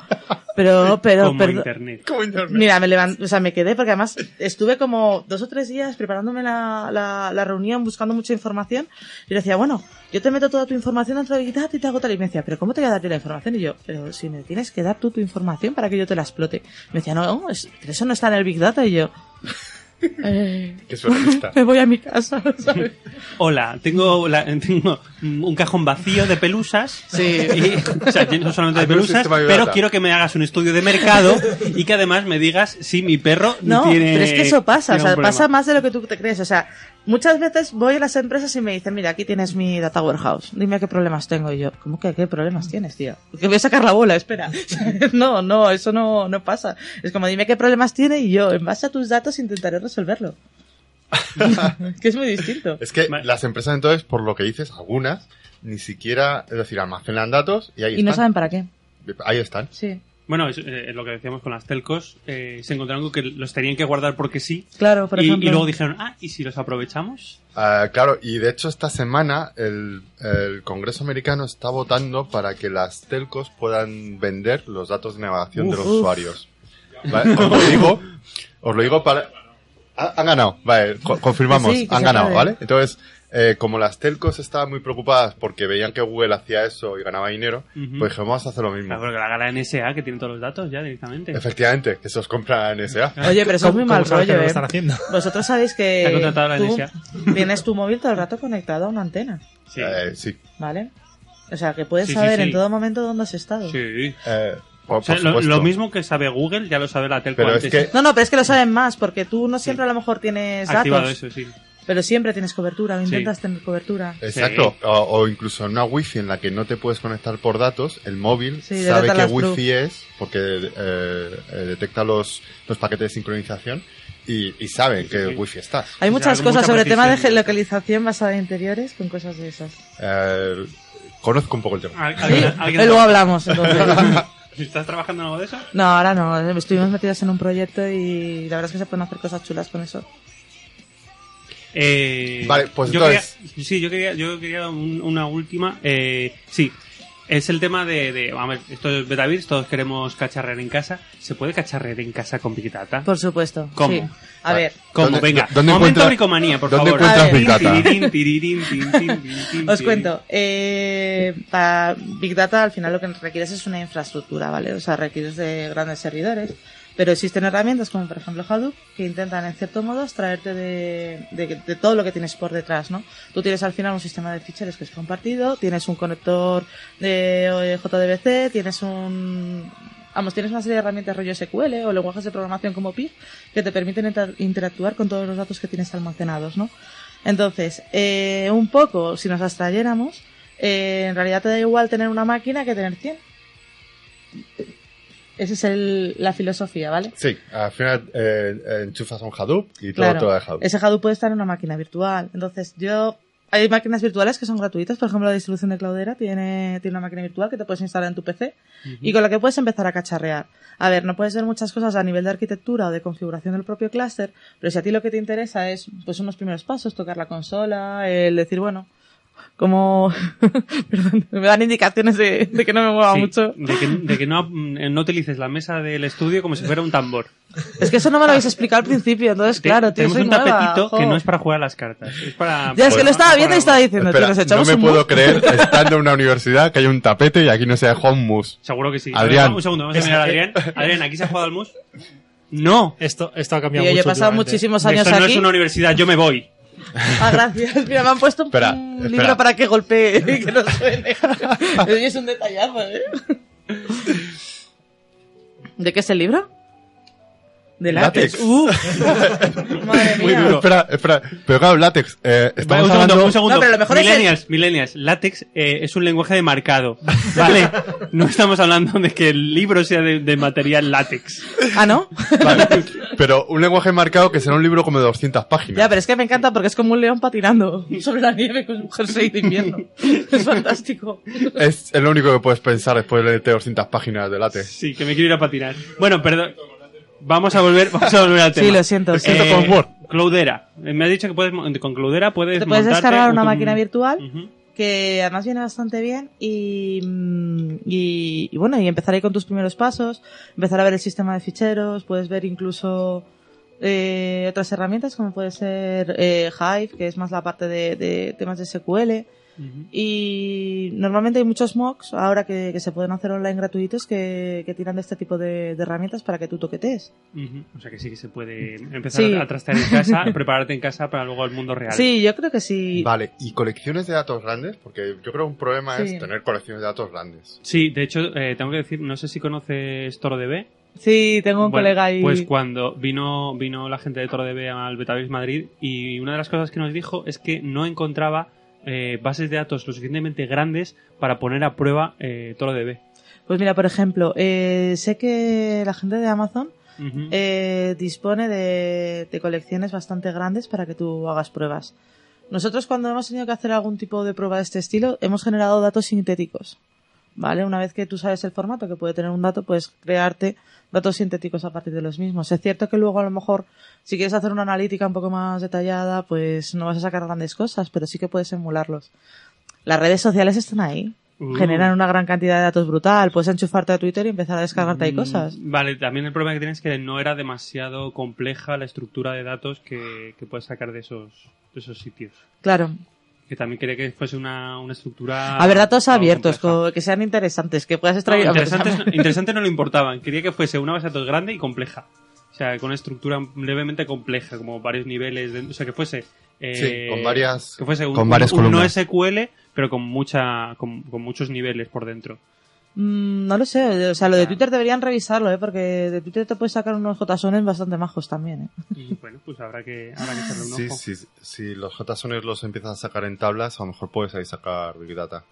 Speaker 3: pero, pero,
Speaker 1: Como
Speaker 3: perdo-
Speaker 1: internet.
Speaker 3: Mira, me levan- o sea, me quedé porque además estuve como dos o tres días preparándome la, la, la reunión, buscando mucha información. Y le decía, bueno, yo te meto toda tu información dentro de Big Data y te hago tal. Y me decía, pero ¿cómo te voy a dar yo la información? Y yo, pero si me tienes que dar tú tu información para que yo te la explote. Me decía, no, es- pero eso no está en el Big Data. Y yo, eh,
Speaker 2: Que es una lista.
Speaker 3: me voy a mi casa, ¿sabes?
Speaker 1: Hola, tengo, la- tengo un cajón vacío de pelusas.
Speaker 3: Sí.
Speaker 1: Y- o sea, lleno solamente de
Speaker 2: Hazme un
Speaker 1: pelusas,
Speaker 2: sistema de
Speaker 1: pero
Speaker 2: data.
Speaker 1: quiero que me hagas un estudio de mercado y que además me digas si mi perro
Speaker 3: No,
Speaker 1: tiene.
Speaker 3: pero es que eso pasa, o
Speaker 1: tiene
Speaker 3: sea,
Speaker 1: algún
Speaker 3: pasa
Speaker 1: problema.
Speaker 3: más de lo que tú te crees. O sea, muchas veces voy a las empresas y me dicen, mira, aquí tienes mi data warehouse, dime qué problemas tengo. Y yo, ¿cómo que qué problemas tienes, tío? Que voy a sacar la bola, espera. no, no, eso no, no pasa. Es como, dime qué problemas tiene y yo, en base a tus datos, intentaré resolverlo. que es muy distinto.
Speaker 2: Es que
Speaker 1: Vale.
Speaker 2: las empresas entonces, por lo que dices, algunas, ni siquiera, es decir, almacenan datos y ahí
Speaker 3: Y no
Speaker 2: están. Eh,
Speaker 3: saben para qué.
Speaker 2: Ahí están.
Speaker 3: Sí,
Speaker 1: Bueno, es eh, lo que decíamos con las telcos. eh, se encontraron con que los tenían que guardar porque sí.
Speaker 3: claro, por
Speaker 1: y,
Speaker 3: ejemplo.
Speaker 1: y luego dijeron, ah, ¿y si los aprovechamos?
Speaker 2: Ah, claro, y de hecho esta semana el, el Congreso americano está votando para que las telcos puedan vender los datos de navegación de los
Speaker 3: Uf.
Speaker 2: usuarios. Vale, Os lo digo, os lo digo para... Ha- Han ganado, vale, co- confirmamos,
Speaker 3: Sí, que
Speaker 2: han
Speaker 3: se
Speaker 2: ganado,
Speaker 3: puede.
Speaker 2: ¿vale? Entonces, eh, como las telcos estaban muy preocupadas porque veían que Google hacía eso y ganaba dinero,
Speaker 1: Ujú.
Speaker 2: pues dijeron, vamos a hacer lo mismo.
Speaker 1: Claro, porque la gala NSA que tiene todos los datos ya directamente. Ah.
Speaker 2: Efectivamente, que se os compra NSA.
Speaker 3: Oye, pero eso es
Speaker 6: Ah. ¿Cómo-
Speaker 3: muy mal
Speaker 6: cómo sabes que
Speaker 3: rollo,
Speaker 6: no lo
Speaker 3: ¿eh?
Speaker 6: están haciendo?
Speaker 3: Vosotros sabéis
Speaker 1: Te
Speaker 3: que
Speaker 1: ha contratado la
Speaker 3: tú
Speaker 1: NSA.
Speaker 3: tienes tu móvil todo el rato conectado a una antena.
Speaker 1: Sí.
Speaker 2: Eh, sí.
Speaker 3: ¿Vale? O sea, que puedes
Speaker 1: Sí, sí,
Speaker 3: saber
Speaker 1: sí.
Speaker 3: en todo momento dónde has estado.
Speaker 1: Sí.
Speaker 2: Eh, por-
Speaker 1: O sea,
Speaker 2: por
Speaker 1: lo,
Speaker 2: supuesto.
Speaker 1: lo mismo que sabe Google, ya lo sabe la telco
Speaker 2: Pero es
Speaker 1: antes. ¿eh?
Speaker 2: que
Speaker 3: No, no, pero es que lo saben más, porque tú no siempre a lo mejor tienes
Speaker 1: Activado
Speaker 3: datos,
Speaker 1: eso, sí.
Speaker 3: pero siempre tienes cobertura, o
Speaker 1: Sí.
Speaker 3: intentas tener cobertura.
Speaker 2: Exacto,
Speaker 1: Sí.
Speaker 2: o, o incluso en una wifi en la que no te puedes conectar por datos, el móvil
Speaker 3: Sí,
Speaker 2: sabe
Speaker 3: detecta
Speaker 2: qué
Speaker 3: las
Speaker 2: wifi es porque eh, eh, detecta los, los paquetes de sincronización y, y sabe que
Speaker 1: sí.
Speaker 2: wifi estás.
Speaker 3: Hay
Speaker 1: O sea,
Speaker 3: muchas
Speaker 1: mucha
Speaker 3: cosas sobre el tema de
Speaker 1: precisión.
Speaker 3: geolocalización basada en interiores con cosas de esas.
Speaker 2: Eh, Conozco un poco el tema.
Speaker 1: ¿Al- ¿Alguien,
Speaker 3: Y
Speaker 1: alguien-
Speaker 3: luego hablamos. entonces.
Speaker 1: ¿Estás trabajando en algo de eso?
Speaker 3: No, ahora no. Estuvimos metidas en un proyecto y la verdad es que se pueden hacer cosas chulas con eso.
Speaker 1: Eh,
Speaker 2: Vale, pues
Speaker 1: yo
Speaker 2: entonces-
Speaker 1: quería- sí, yo quería, yo quería un- una última. eh, sí, es el tema de, de- a ver, esto es Betavirs, todos queremos cacharrear en casa. ¿Se puede cacharrear en casa con Bicitata?
Speaker 3: Por supuesto.
Speaker 1: ¿Cómo?
Speaker 3: Sí. A ver.
Speaker 1: ¿Cómo?
Speaker 2: ¿Dónade-
Speaker 1: Venga,
Speaker 2: dónde
Speaker 1: momento
Speaker 2: encuentras-
Speaker 1: bricomanía, por
Speaker 2: ¿Dónde
Speaker 1: favor.
Speaker 3: encuentras
Speaker 1: Tin,
Speaker 2: Bicitata?
Speaker 1: tirirín, tirirín, tin, tin, tin, tin,
Speaker 3: Os
Speaker 1: tin.
Speaker 3: cuento, eh, para Big Data al final lo que requieres es una infraestructura, ¿vale? O sea, requieres de grandes servidores, pero existen herramientas como por ejemplo Hadoop que intentan en cierto modo extraerte de, de- de todo lo que tienes por detrás, ¿no? Tú tienes al final un sistema de ficheros que es compartido, tienes un conector de eh, JDBC, tienes un... Vamos, tienes una serie de herramientas rollo SQL o lenguajes de programación como PIG que te permiten inter- interactuar con todos los datos que tienes almacenados, ¿no? Entonces, eh, un poco, si nos abstrayéramos, eh, en realidad te da igual tener una máquina que tener 100. Esa es el- la filosofía, ¿vale?
Speaker 2: Sí, al final eh, eh, enchufas un Hadoop y todo
Speaker 3: Claro.
Speaker 2: te lo deja Hadoop.
Speaker 3: Ese Hadoop puede estar en una máquina virtual. Entonces, yo. Hay máquinas virtuales que son gratuitas. Por ejemplo, la distribución de Cloudera tiene, tiene una máquina virtual que te puedes instalar en tu PC y con la que puedes empezar a cacharrear. A ver, no puedes ver muchas cosas a nivel de arquitectura o de configuración del propio clúster, pero si a ti lo que te interesa es pues unos primeros pasos, tocar la consola, el decir, bueno, como. Perdón, me dan indicaciones de, de que no me mueva
Speaker 1: Sí,
Speaker 3: mucho.
Speaker 1: De que, de que no, mm, no utilices la mesa del estudio como si fuera un tambor.
Speaker 3: Es que eso no me lo habéis explicado al principio, entonces,
Speaker 1: Te-
Speaker 3: claro, tío,
Speaker 1: tenemos
Speaker 3: soy
Speaker 1: un
Speaker 3: nueva,
Speaker 1: tapetito que
Speaker 3: jo.
Speaker 1: no es para jugar a las cartas. Es para.
Speaker 3: Ya es que
Speaker 1: para-
Speaker 3: lo estaba
Speaker 1: para
Speaker 3: viendo y estaba
Speaker 1: jugar algo.
Speaker 3: diciendo, tío,
Speaker 2: Espera,
Speaker 3: nos
Speaker 2: no
Speaker 3: echamos
Speaker 2: me
Speaker 3: un
Speaker 2: puedo
Speaker 3: bus.
Speaker 2: creer, estando en una universidad, que hay un tapete y aquí no se deja un mus.
Speaker 1: Seguro que sí.
Speaker 2: Adrián.
Speaker 1: Un segundo, vamos a mirar a Adrián. Adrián, ¿aquí se ha jugado al mus? No.
Speaker 6: Esto, esto ha cambiado
Speaker 3: Tío, yo
Speaker 6: mucho.
Speaker 3: he pasado
Speaker 6: últimamente.
Speaker 3: muchísimos años
Speaker 1: Esto no
Speaker 3: aquí.
Speaker 1: es una universidad, yo me voy.
Speaker 3: Ah, gracias. Mira, me han puesto un,
Speaker 2: Espera,
Speaker 3: un
Speaker 2: espera.
Speaker 3: libro para que golpee y que no suene. Oye, es un detallazo, ¿eh? ¿De qué es el libro? De látex.
Speaker 2: Látex.
Speaker 3: Uh. Madre mía.
Speaker 2: Espera, espera. Pero claro, látex, eh,
Speaker 1: Vale,
Speaker 2: estamos
Speaker 1: un
Speaker 2: hablando...
Speaker 1: segundo, un segundo.
Speaker 3: No, pero lo mejor es el-
Speaker 1: millennials, millennials. Látex eh, es un lenguaje de marcado. Vale. No estamos hablando de que el libro sea de, de material látex.
Speaker 3: Ah, ¿no?
Speaker 2: Vale, pero un lenguaje marcado que será un libro como de 200 páginas.
Speaker 3: Ya, pero es que me encanta porque es como un león patinando sobre la nieve con un jersey de invierno. Es fantástico.
Speaker 2: Es lo único que puedes pensar después de leerte 200 páginas de látex.
Speaker 1: Sí, que me quiero ir a patinar. Bueno, perdón. Vamos a volver, vamos a volver al
Speaker 3: Sí,
Speaker 1: tema.
Speaker 3: lo siento, sí.
Speaker 2: Siento con Word.
Speaker 1: Cloudera. Eh, Me has dicho que puedes, mo- con Cloudera puedes
Speaker 3: Te puedes
Speaker 1: montarte
Speaker 3: descargar
Speaker 1: un-
Speaker 3: una máquina virtual
Speaker 1: Ujú.
Speaker 3: que además viene bastante bien y, mm, y, y bueno, y empezar ahí con tus primeros pasos, empezar a ver el sistema de ficheros, puedes ver incluso eh, otras herramientas como puede ser eh, Hive, que es más la parte de, de temas de SQL.
Speaker 1: Ujú.
Speaker 3: Y normalmente hay muchos mocks ahora que, que se pueden hacer online gratuitos que, que tiran de este tipo de, de herramientas para que tú toquetees.
Speaker 1: Ujú. O sea que sí que se puede empezar
Speaker 3: Sí.
Speaker 1: a trastear en casa, prepararte en casa para luego el mundo real.
Speaker 3: Sí, yo creo que sí.
Speaker 2: Vale, ¿y colecciones de datos grandes? Porque yo creo que un problema
Speaker 3: Sí.
Speaker 2: es tener colecciones de datos grandes.
Speaker 1: Sí, de hecho, eh, tengo que decir, no sé si conoces ToroDB.
Speaker 3: Sí, tengo un
Speaker 1: Bueno,
Speaker 3: colega ahí.
Speaker 1: Pues cuando vino, vino la gente de ToroDB al Betavis Madrid y una de las cosas que nos dijo es que no encontraba eh, bases de datos lo suficientemente grandes para poner a prueba eh, ToroDB.
Speaker 3: Pues mira, por ejemplo, eh, sé que la gente de Amazon
Speaker 1: Ujú.
Speaker 3: eh, dispone de, de colecciones bastante grandes para que tú hagas pruebas. Nosotros cuando hemos tenido que hacer algún tipo de prueba de este estilo, hemos generado datos sintéticos. ¿Vale? Una vez que tú sabes el formato que puede tener un dato, puedes crearte datos sintéticos a partir de los mismos. Es cierto que luego a lo mejor, si quieres hacer una analítica un poco más detallada, pues no vas a sacar grandes cosas, pero sí que puedes emularlos. Las redes sociales están ahí.
Speaker 1: Uh.
Speaker 3: Generan una gran cantidad de datos brutal. Puedes enchufarte a Twitter y empezar a descargarte ahí
Speaker 1: Mm,
Speaker 3: cosas.
Speaker 1: Vale, también el problema que tienes es que no era demasiado compleja la estructura de datos que, que puedes sacar de esos, de esos sitios.
Speaker 3: Claro,
Speaker 1: Que también quería que fuese una, una estructura.
Speaker 3: A ver, datos
Speaker 1: algo
Speaker 3: abiertos,
Speaker 1: compleja.
Speaker 3: co- que sean interesantes, que puedas
Speaker 1: No,
Speaker 3: extraer.
Speaker 1: interesantes, interesantes no le importaban. Quería que fuese una base de datos grande y compleja. O sea, con una estructura levemente compleja, como varios niveles. de- o sea, que fuese. eh,
Speaker 2: Sí, con varias-
Speaker 1: Que fuese un,
Speaker 2: con varias
Speaker 1: un- un no
Speaker 2: columnas.
Speaker 1: SQL, pero con, mucha, con, con muchos niveles por dentro.
Speaker 3: Mm, no lo sé, o sea,
Speaker 1: Ah.
Speaker 3: lo de Twitter deberían revisarlo, ¿eh? porque de Twitter te puedes sacar unos JSONs bastante majos también. ¿eh?
Speaker 1: Y bueno, pues habrá que, habrá que echarle un
Speaker 2: Sí,
Speaker 1: ojo.
Speaker 2: sí, si los JSONs los empiezas a sacar en tablas, a lo mejor puedes ahí sacar Big Data.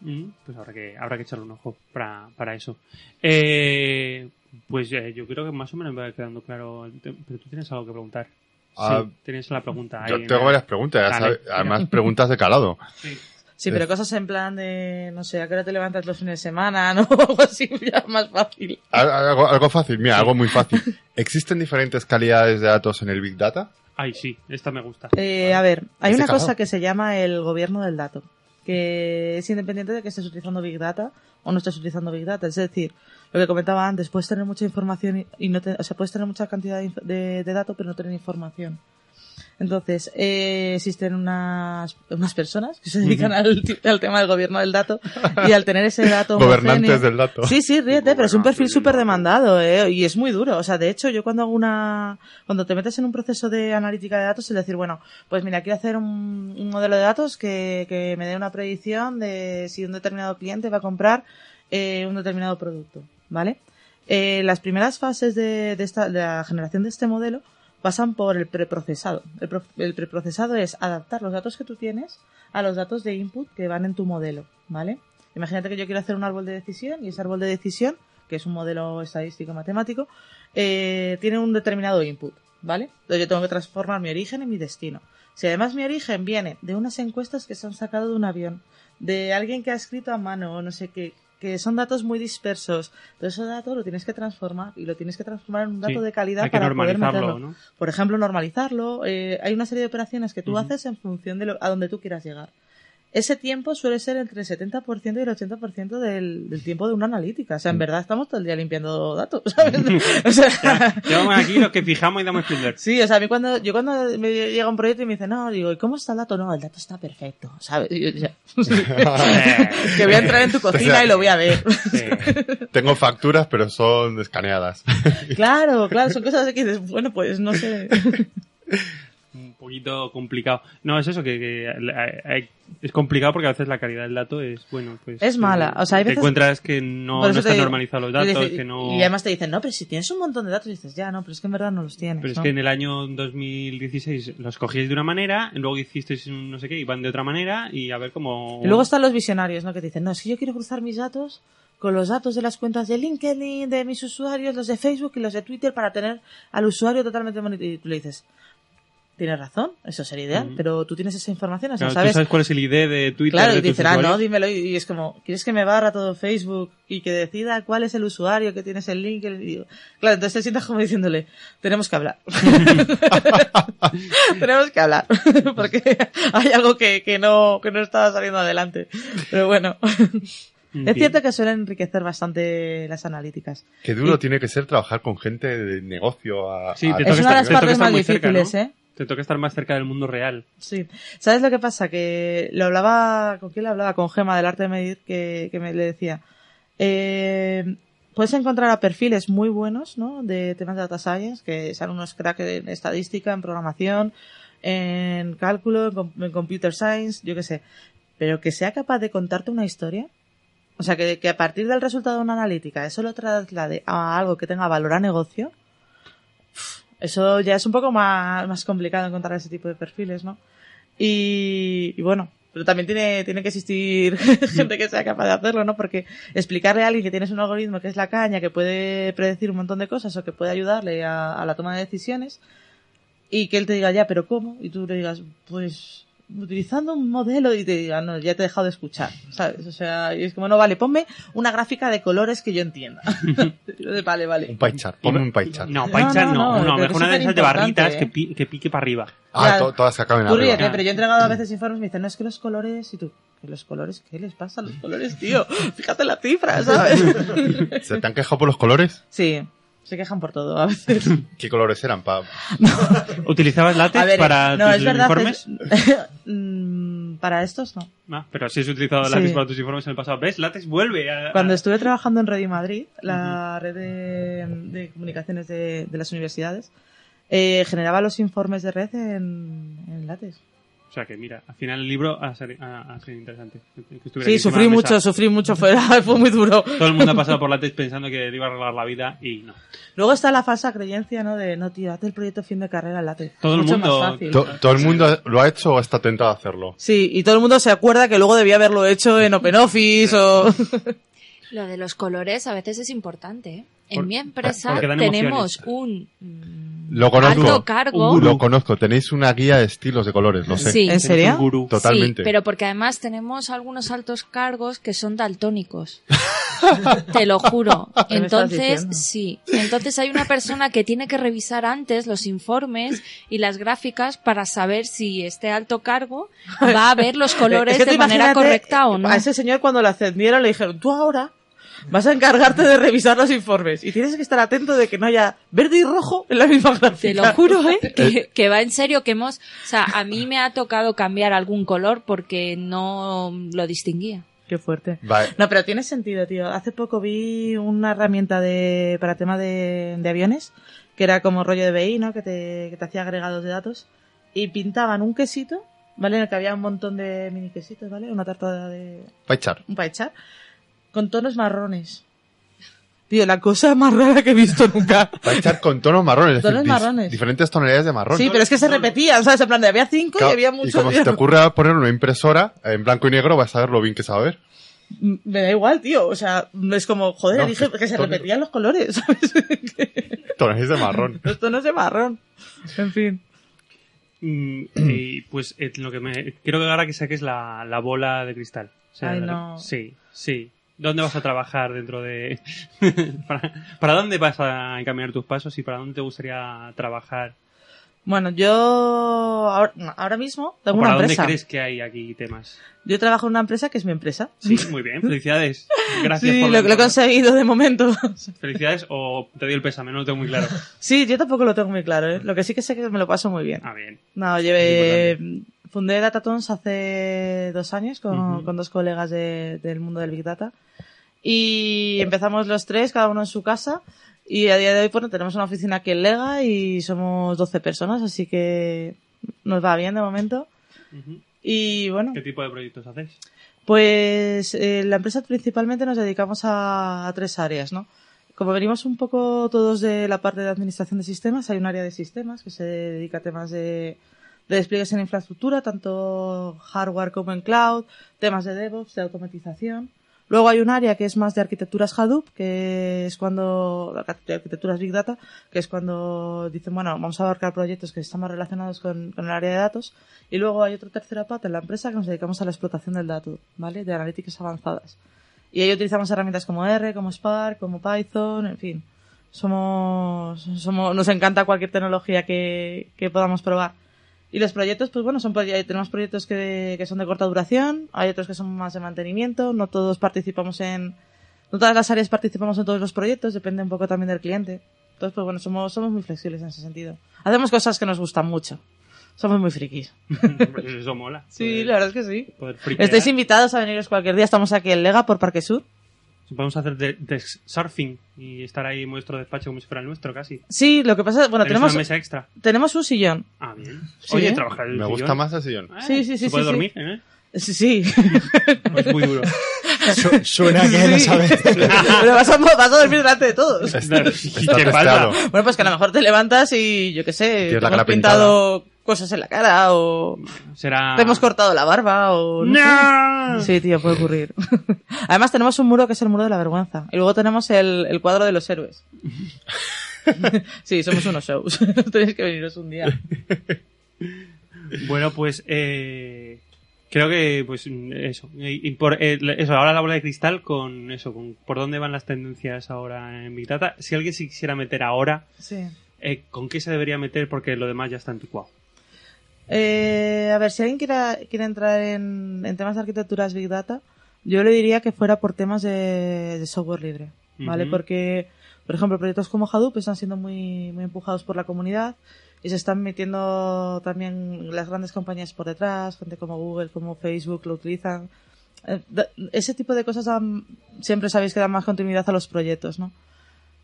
Speaker 1: Mm, Pues habrá que, habrá que echarle un ojo para, para eso. Eh, pues eh, yo creo que más o menos me va quedando claro. el tema. Pero tú tienes algo que preguntar.
Speaker 2: Ah,
Speaker 1: sí, tienes la pregunta. ahí
Speaker 2: Yo
Speaker 1: en
Speaker 2: tengo
Speaker 1: la-
Speaker 2: varias preguntas, ya
Speaker 1: Dale.
Speaker 2: sabe- además preguntas de calado.
Speaker 3: Sí,
Speaker 2: Sí.
Speaker 3: pero cosas en plan de, no sé, ¿a qué hora te levantas los fines de semana? No, algo así ya más fácil.
Speaker 2: Al- Algo, algo fácil, mira, algo muy fácil. ¿Existen diferentes calidades de datos en el Big Data?
Speaker 1: Ay, sí, esta me gusta.
Speaker 3: Eh, a ver, hay
Speaker 2: Este
Speaker 3: una cosa
Speaker 2: cagao.
Speaker 3: que se llama el gobierno del dato, que es independiente de que estés utilizando Big Data o no estés utilizando Big Data. Es decir, lo que comentaba antes, puedes tener mucha información y- y no te, o sea, puedes tener mucha cantidad de, inf- de, de datos pero no tener información. Entonces, eh, existen unas, unas personas que se dedican al, ti- al tema del gobierno del dato y al tener ese dato...
Speaker 2: Gobernantes
Speaker 3: homogéneo-
Speaker 2: del dato.
Speaker 3: Sí, sí, ríete, pero es un
Speaker 2: Gobernantes
Speaker 3: perfil
Speaker 2: del
Speaker 3: súper
Speaker 2: dato.
Speaker 3: demandado, ¿eh? Y es muy duro. O sea, de hecho, yo cuando hago una... Cuando te metes en un proceso de analítica de datos, es decir, bueno, pues mira, quiero hacer un, un modelo de datos que, que me dé una predicción de si un determinado cliente va a comprar eh, un determinado producto, ¿vale? Eh, las primeras fases de, de esta, de la generación de este modelo pasan por el preprocesado. El, pro- el preprocesado es adaptar los datos que tú tienes a los datos de input que van en tu modelo, ¿vale? Imagínate que yo quiero hacer un árbol de decisión y ese árbol de decisión, que es un modelo estadístico matemático, eh, tiene un determinado input, ¿vale? Entonces yo tengo que transformar mi origen en mi destino. Si además mi origen viene de unas encuestas que se han sacado de un avión, de alguien que ha escrito a mano o no sé qué, que son datos muy dispersos, todo ese dato lo tienes que transformar y lo tienes que transformar en un dato
Speaker 1: Sí,
Speaker 3: de calidad
Speaker 1: Hay que
Speaker 3: para poder meterlo
Speaker 1: normalizarlo, ¿no?
Speaker 3: por ejemplo, normalizarlo. eh, hay una serie de operaciones que tú
Speaker 1: Ujú.
Speaker 3: haces en función de lo- a donde tú quieras llegar. Ese tiempo suele ser entre el 70% y el 80% del, del tiempo de una analítica. O
Speaker 1: Mm.
Speaker 3: sea, en verdad estamos todo el día limpiando datos, ¿sabes? O sea,
Speaker 1: Llevamos aquí los que fijamos y damos Spielberg.
Speaker 3: sí, o sea, a mí cuando, yo cuando me llega un proyecto y me dicen, no, digo, ¿y cómo está el dato? No, el dato está perfecto, ¿sabes? Y yo, ya, que voy a entrar en tu
Speaker 1: Pues
Speaker 3: cocina y lo voy a ver.
Speaker 2: Tengo facturas, pero son escaneadas.
Speaker 3: claro, claro, son cosas que dices, bueno, pues no sé.
Speaker 1: un poquito complicado. No, es eso, que, que, eh, eh, es complicado porque a veces la calidad del dato es, bueno, pues...
Speaker 3: Es
Speaker 1: eh,
Speaker 3: mala, o sea, hay
Speaker 1: te
Speaker 3: veces-
Speaker 1: encuentras que no,
Speaker 3: Por
Speaker 1: no
Speaker 3: eso te
Speaker 1: están
Speaker 3: digo- y
Speaker 1: normalizados los datos,
Speaker 3: dices-
Speaker 1: que no...
Speaker 3: Y además te dicen, no, pero si tienes un montón de datos, y dices, ya, no, pero es que en verdad no los tienes.
Speaker 1: Pero es
Speaker 3: ¿no?
Speaker 1: que en el año 2016 los cogíais de una manera, luego hicisteis un no sé qué y van de otra manera y a ver cómo...
Speaker 3: Y luego están los visionarios, ¿no? Que te dicen, no, es que yo quiero cruzar mis datos con los datos de las cuentas de LinkedIn, de mis usuarios, los de Facebook y los de Twitter para tener al usuario totalmente monitorizado. Y tú le dices, tienes razón, eso sería ideal,
Speaker 1: Ujú.
Speaker 3: pero tú tienes esa información, o sea,
Speaker 1: Claro, tú
Speaker 3: ¿sabes?
Speaker 1: sabes cuál es el ID de Twitter
Speaker 3: Claro,
Speaker 1: de
Speaker 3: y
Speaker 1: tus
Speaker 3: dicen, ah, no,
Speaker 1: usuarios?
Speaker 3: dímelo. Y y es como, ¿quieres que me barra todo Facebook y que decida cuál es el usuario que tienes el link? Y digo, Claro, entonces te sientas como diciéndole, tenemos que hablar. tenemos que hablar, porque hay algo que, que no, que no estaba saliendo adelante. Pero bueno, es
Speaker 1: Entiendo.
Speaker 3: cierto que suelen enriquecer bastante las analíticas.
Speaker 2: Qué duro tiene que ser trabajar con gente de negocio. A,
Speaker 1: Sí,
Speaker 2: a-
Speaker 1: te
Speaker 3: Es
Speaker 1: toca
Speaker 3: una de
Speaker 1: estar-
Speaker 3: las
Speaker 1: te toca
Speaker 3: partes
Speaker 1: estar
Speaker 3: más
Speaker 1: muy cerca,
Speaker 3: difíciles,
Speaker 1: ¿no?
Speaker 3: ¿eh?
Speaker 1: Te toca estar más cerca del mundo real.
Speaker 3: Sí. ¿Sabes lo que pasa? Que lo hablaba, ¿con quién lo hablaba? Con Gema del arte de medir, que, que me le decía. eh, puedes encontrar a perfiles muy buenos, ¿no? De temas de data science, que son unos cracks en estadística, en programación, en cálculo, en, com- en computer science, yo qué sé. Pero que sea capaz de contarte una historia. O sea, que, que a partir del resultado de una analítica, eso lo traslade a algo que tenga valor a negocio. Eso ya es un poco más, más complicado encontrar ese tipo de perfiles, ¿no? Y, y bueno, pero también tiene, tiene que existir gente que sea capaz de hacerlo, ¿no? Porque explicarle a alguien que tienes un algoritmo que es la caña, que puede predecir un montón de cosas o que puede ayudarle a, a la toma de decisiones y que él te diga, ya, pero ¿cómo? Y tú le digas, pues utilizando un modelo y te diga, no, ya te he dejado de escuchar, ¿sabes? O sea, y es como, no, vale, ponme una gráfica de colores que yo entienda. vale, vale.
Speaker 2: Un pie chart, ponme un pie chart.
Speaker 1: No, pie
Speaker 3: no,
Speaker 1: chart
Speaker 3: no,
Speaker 1: no, no,
Speaker 3: creo que
Speaker 1: mejor
Speaker 3: es
Speaker 1: una de esas
Speaker 3: superimportante,
Speaker 1: de barritas
Speaker 3: ¿eh?
Speaker 1: que, pi- que pique para arriba.
Speaker 2: Ah,
Speaker 3: claro.
Speaker 2: to- todas se acaben
Speaker 3: Tú
Speaker 2: arriba.
Speaker 3: ríete, pero yo he entregado a veces informes y me dicen, no, es que los colores, y tú, ¿que los colores? ¿Qué les pasa a los colores, tío? Fíjate la cifra, ¿sabes?
Speaker 2: ¿Se te han quejado por los colores?
Speaker 3: sí, se quejan por todo a veces.
Speaker 2: ¿Qué colores eran? Pa-
Speaker 1: ¿Utilizabas látex
Speaker 3: A ver,
Speaker 1: para
Speaker 3: no,
Speaker 1: tus
Speaker 3: es verdad.
Speaker 1: informes?
Speaker 3: es- Mm, para estos no.
Speaker 1: Ah, pero si has utilizado látex
Speaker 3: Sí.
Speaker 1: para tus informes en el pasado. ¿Ves? Látex vuelve a... a-
Speaker 3: Cuando estuve trabajando en Radio Madrid, la red de, de comunicaciones de, de las universidades, eh, generaba los informes de red en, en látex.
Speaker 1: O sea que mira, al final el libro ha sali- ha ha sido interesante. Que estuviera aquí
Speaker 3: Sí,
Speaker 1: encima
Speaker 3: sufrí
Speaker 1: de la
Speaker 3: mucho,
Speaker 1: mesa.
Speaker 3: sufrí mucho, fue, fue muy duro.
Speaker 1: Todo el mundo ha pasado por látex pensando que le iba a arreglar la vida y no.
Speaker 3: Luego está la falsa creencia, ¿no? De, no, tío, hazte el proyecto fin de carrera en látex.
Speaker 1: Todo el
Speaker 3: Mucho
Speaker 1: mundo-
Speaker 3: más fácil.
Speaker 2: ¿To- ¿Todo el mundo lo ha hecho o está tentado a hacerlo?
Speaker 3: Sí, y todo el mundo se acuerda que luego debía haberlo hecho en Open Office o...
Speaker 5: Lo de los colores a veces es importante. ¿eh? En
Speaker 1: Por-
Speaker 5: mi empresa
Speaker 1: porque dan
Speaker 5: tenemos
Speaker 1: emociones.
Speaker 5: un mm,
Speaker 2: Lo
Speaker 7: alto
Speaker 2: conozco.
Speaker 7: cargo.
Speaker 2: Lo conozco. Tenéis una guía de estilos de colores, lo sé.
Speaker 7: Sí.
Speaker 3: ¿En serio?
Speaker 1: Gurú.
Speaker 2: Totalmente.
Speaker 7: Sí, pero porque además tenemos algunos altos cargos que son daltónicos. Te lo juro.
Speaker 3: ¿Qué me estás
Speaker 7: Entonces,
Speaker 3: diciendo?
Speaker 7: sí. Entonces hay una persona que tiene que revisar antes los informes y las gráficas para saber si este alto cargo va a ver los colores
Speaker 3: Es que tú
Speaker 7: de manera
Speaker 3: imagínate
Speaker 7: correcta o no.
Speaker 3: A ese señor cuando lo ascendieron le dijeron, tú ahora vas a encargarte de revisar los informes y tienes que estar atento de que no haya verde y rojo en la misma gráfica.
Speaker 7: Te lo juro, ¿eh? Que, que va en serio, que hemos... O sea, a mí me ha tocado cambiar algún color porque no lo distinguía.
Speaker 3: Qué fuerte.
Speaker 2: Vale.
Speaker 3: No, pero tiene sentido, tío. Hace poco vi una herramienta de, para tema de, de aviones, que era como rollo de BI, ¿no? Que te, que te hacía agregados de datos. Y pintaban un quesito, ¿vale? En el que había un montón de mini quesitos, ¿vale? Una tarta de,
Speaker 2: Pa' echar.
Speaker 3: un echar con tonos marrones. Tío, la cosa más rara que he visto nunca.
Speaker 2: Pa' echar con tonos marrones. es
Speaker 3: Tonos
Speaker 2: dis-
Speaker 3: marrones.
Speaker 2: Diferentes tonalidades de marrón.
Speaker 3: Sí, pero es que se repetían, ¿sabes? En plan, de había cinco y
Speaker 2: Claro,
Speaker 3: había
Speaker 2: y
Speaker 3: muchos.
Speaker 2: como se te ocurra poner una impresora en blanco y negro, vas a ver lo bien que se va a ver.
Speaker 3: Me da igual, tío. O sea, es como, joder,
Speaker 2: No, pues,
Speaker 3: dije
Speaker 2: es
Speaker 3: que se
Speaker 2: tónico.
Speaker 3: repetían los colores, ¿sabes?
Speaker 2: Tonalidades de marrón.
Speaker 3: los tonos de marrón. En fin.
Speaker 1: Mm, y pues eh, lo que me quiero que ahora que saques la, la bola de cristal. O sea,
Speaker 3: Ay,
Speaker 1: la-
Speaker 3: no.
Speaker 1: Sí, sí. ¿Dónde vas a trabajar dentro de para, para dónde vas a encaminar tus pasos y para dónde te gustaría trabajar?
Speaker 3: Bueno, yo ahora, ahora mismo
Speaker 1: ¿O
Speaker 3: tengo una
Speaker 1: para dónde
Speaker 3: empresa.
Speaker 1: crees que hay aquí temas?
Speaker 3: Yo trabajo en una empresa que es mi empresa.
Speaker 1: Sí, muy bien. Felicidades. Gracias
Speaker 3: sí,
Speaker 1: por
Speaker 3: lo,
Speaker 1: la
Speaker 3: lo he
Speaker 1: información.
Speaker 3: conseguido de momento.
Speaker 1: Felicidades o te doy el pésame, no lo tengo muy claro.
Speaker 3: sí, yo tampoco lo tengo muy claro, ¿eh? Lo que sí que sé que me lo paso muy bien.
Speaker 1: Ah, bien.
Speaker 3: No, llevé. Fundé Datatons hace dos años con,
Speaker 1: Ujú.
Speaker 3: con dos colegas de- del mundo del Big Data. Y empezamos los tres, cada uno en su casa. Y a día de hoy, bueno, tenemos una oficina aquí en Lega y somos 12 personas, así que nos va bien de momento.
Speaker 1: Ujú.
Speaker 3: Y bueno,
Speaker 1: ¿Qué tipo de proyectos hacéis?
Speaker 3: pues eh, la empresa principalmente nos dedicamos a, a tres áreas, ¿no? Como venimos un poco todos de la parte de administración de sistemas, hay un área de sistemas que se dedica a temas de, de despliegues en infraestructura, tanto hardware como en cloud, temas de DevOps, de automatización. Luego hay un área que es más de arquitecturas Hadoop, que es cuando, de arquitecturas Big Data, que es cuando dicen, bueno, vamos a abarcar proyectos que están más relacionados con, con el área de datos. Y luego hay otra tercera parte en la empresa que nos dedicamos a la explotación del dato, ¿vale? De analíticas avanzadas. Y ahí utilizamos herramientas como R, como Spark, como Python, en fin. Somos, somos, nos encanta cualquier tecnología que, que podamos probar. Y los proyectos, pues bueno, son proye- tenemos proyectos que, que son de corta duración, hay otros que son más de mantenimiento, no todos participamos en, no todas las áreas participamos en todos los proyectos, depende un poco también del cliente. Entonces, pues bueno, somos, somos muy flexibles en ese sentido. Hacemos cosas que nos gustan mucho. Somos muy frikis.
Speaker 1: Pues eso mola.
Speaker 3: Sí,
Speaker 1: Poder-
Speaker 3: la verdad es que sí.
Speaker 1: poder friquear.
Speaker 3: Estáis invitados a veniros cualquier día. Estamos aquí en Lega por Parque Sur.
Speaker 1: Vamos a hacer de, de surfing y estar ahí en vuestro despacho como si fuera el nuestro casi.
Speaker 3: Sí, lo que pasa es, bueno,
Speaker 1: Tenéis
Speaker 3: tenemos,
Speaker 1: una mesa extra.
Speaker 3: tenemos un sillón.
Speaker 1: Ah, bien.
Speaker 3: Sí,
Speaker 1: Oye,
Speaker 3: ¿eh?
Speaker 1: trabajar en el
Speaker 2: Me
Speaker 1: sillón.
Speaker 2: gusta más el sillón.
Speaker 1: Ah,
Speaker 3: Sí, sí, sí,
Speaker 1: ¿Se puede
Speaker 3: sí,
Speaker 1: dormir? ¿eh?
Speaker 3: Sí, sí.
Speaker 1: Pues muy duro.
Speaker 8: Su- suena que no
Speaker 3: Sí.
Speaker 8: sabes.
Speaker 3: Pero vas a, vas a dormir delante de todos.
Speaker 2: Está
Speaker 1: ¿Qué
Speaker 2: testeado.
Speaker 1: pasa?
Speaker 3: Bueno, pues que a lo mejor te levantas y yo qué sé, te
Speaker 2: Tienes la
Speaker 3: hemos
Speaker 2: cara
Speaker 3: pintado cosas en la cara o
Speaker 1: Será...
Speaker 3: te hemos cortado la barba o... no
Speaker 1: ¡No!
Speaker 3: sé. Sí, tío, puede ocurrir. Además tenemos un muro que es el muro de la vergüenza. Y luego tenemos el, el cuadro de los héroes. sí, somos unos shows. Tenéis que veniros un día.
Speaker 1: Bueno, pues eh, creo que pues mm, eso. Y- y por, eh, la- eso, ahora la bola de cristal con eso, con por dónde van las tendencias ahora en Big Data. Si alguien se quisiera meter ahora,
Speaker 3: Sí.
Speaker 1: eh, ¿con qué se debería meter? Porque lo demás ya está anticuado.
Speaker 3: Eh, a ver, si alguien quiera- quiere entrar en, en temas de arquitecturas Big Data, yo le diría que fuera por temas de, de software libre, ¿vale?
Speaker 1: Ujú.
Speaker 3: Porque, por ejemplo, proyectos como Hadoop están siendo muy, muy empujados por la comunidad y se están metiendo también las grandes compañías por detrás, gente como Google, como Facebook lo utilizan. Eh, da- Ese tipo de cosas dan- siempre sabéis que dan más continuidad a los proyectos, ¿no?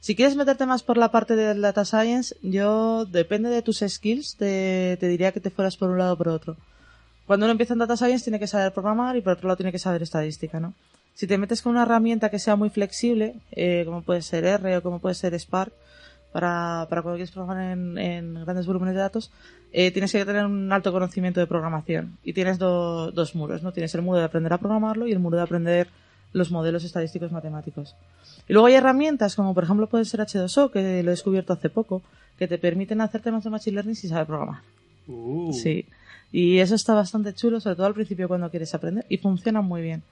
Speaker 3: Si quieres meterte más por la parte del data science, yo, depende de tus skills, te, te diría que te fueras por un lado o por otro. Cuando uno empieza en data science tiene que saber programar y por otro lado tiene que saber estadística, ¿no? Si te metes con una herramienta que sea muy flexible, eh, como puede ser R o como puede ser Spark, para, para cuando quieres programar en, en grandes volúmenes de datos, eh, tienes que tener un alto conocimiento de programación. Y tienes do- dos muros, ¿no? Tienes el muro de aprender a programarlo y el muro de aprender los modelos estadísticos matemáticos. Y luego hay herramientas como por ejemplo puede ser H2O, que lo he descubierto hace poco, que te permiten hacer temas de machine learning sin saber programar. Sí. Y eso está bastante chulo, sobre todo al principio cuando quieres aprender, y funciona muy bien.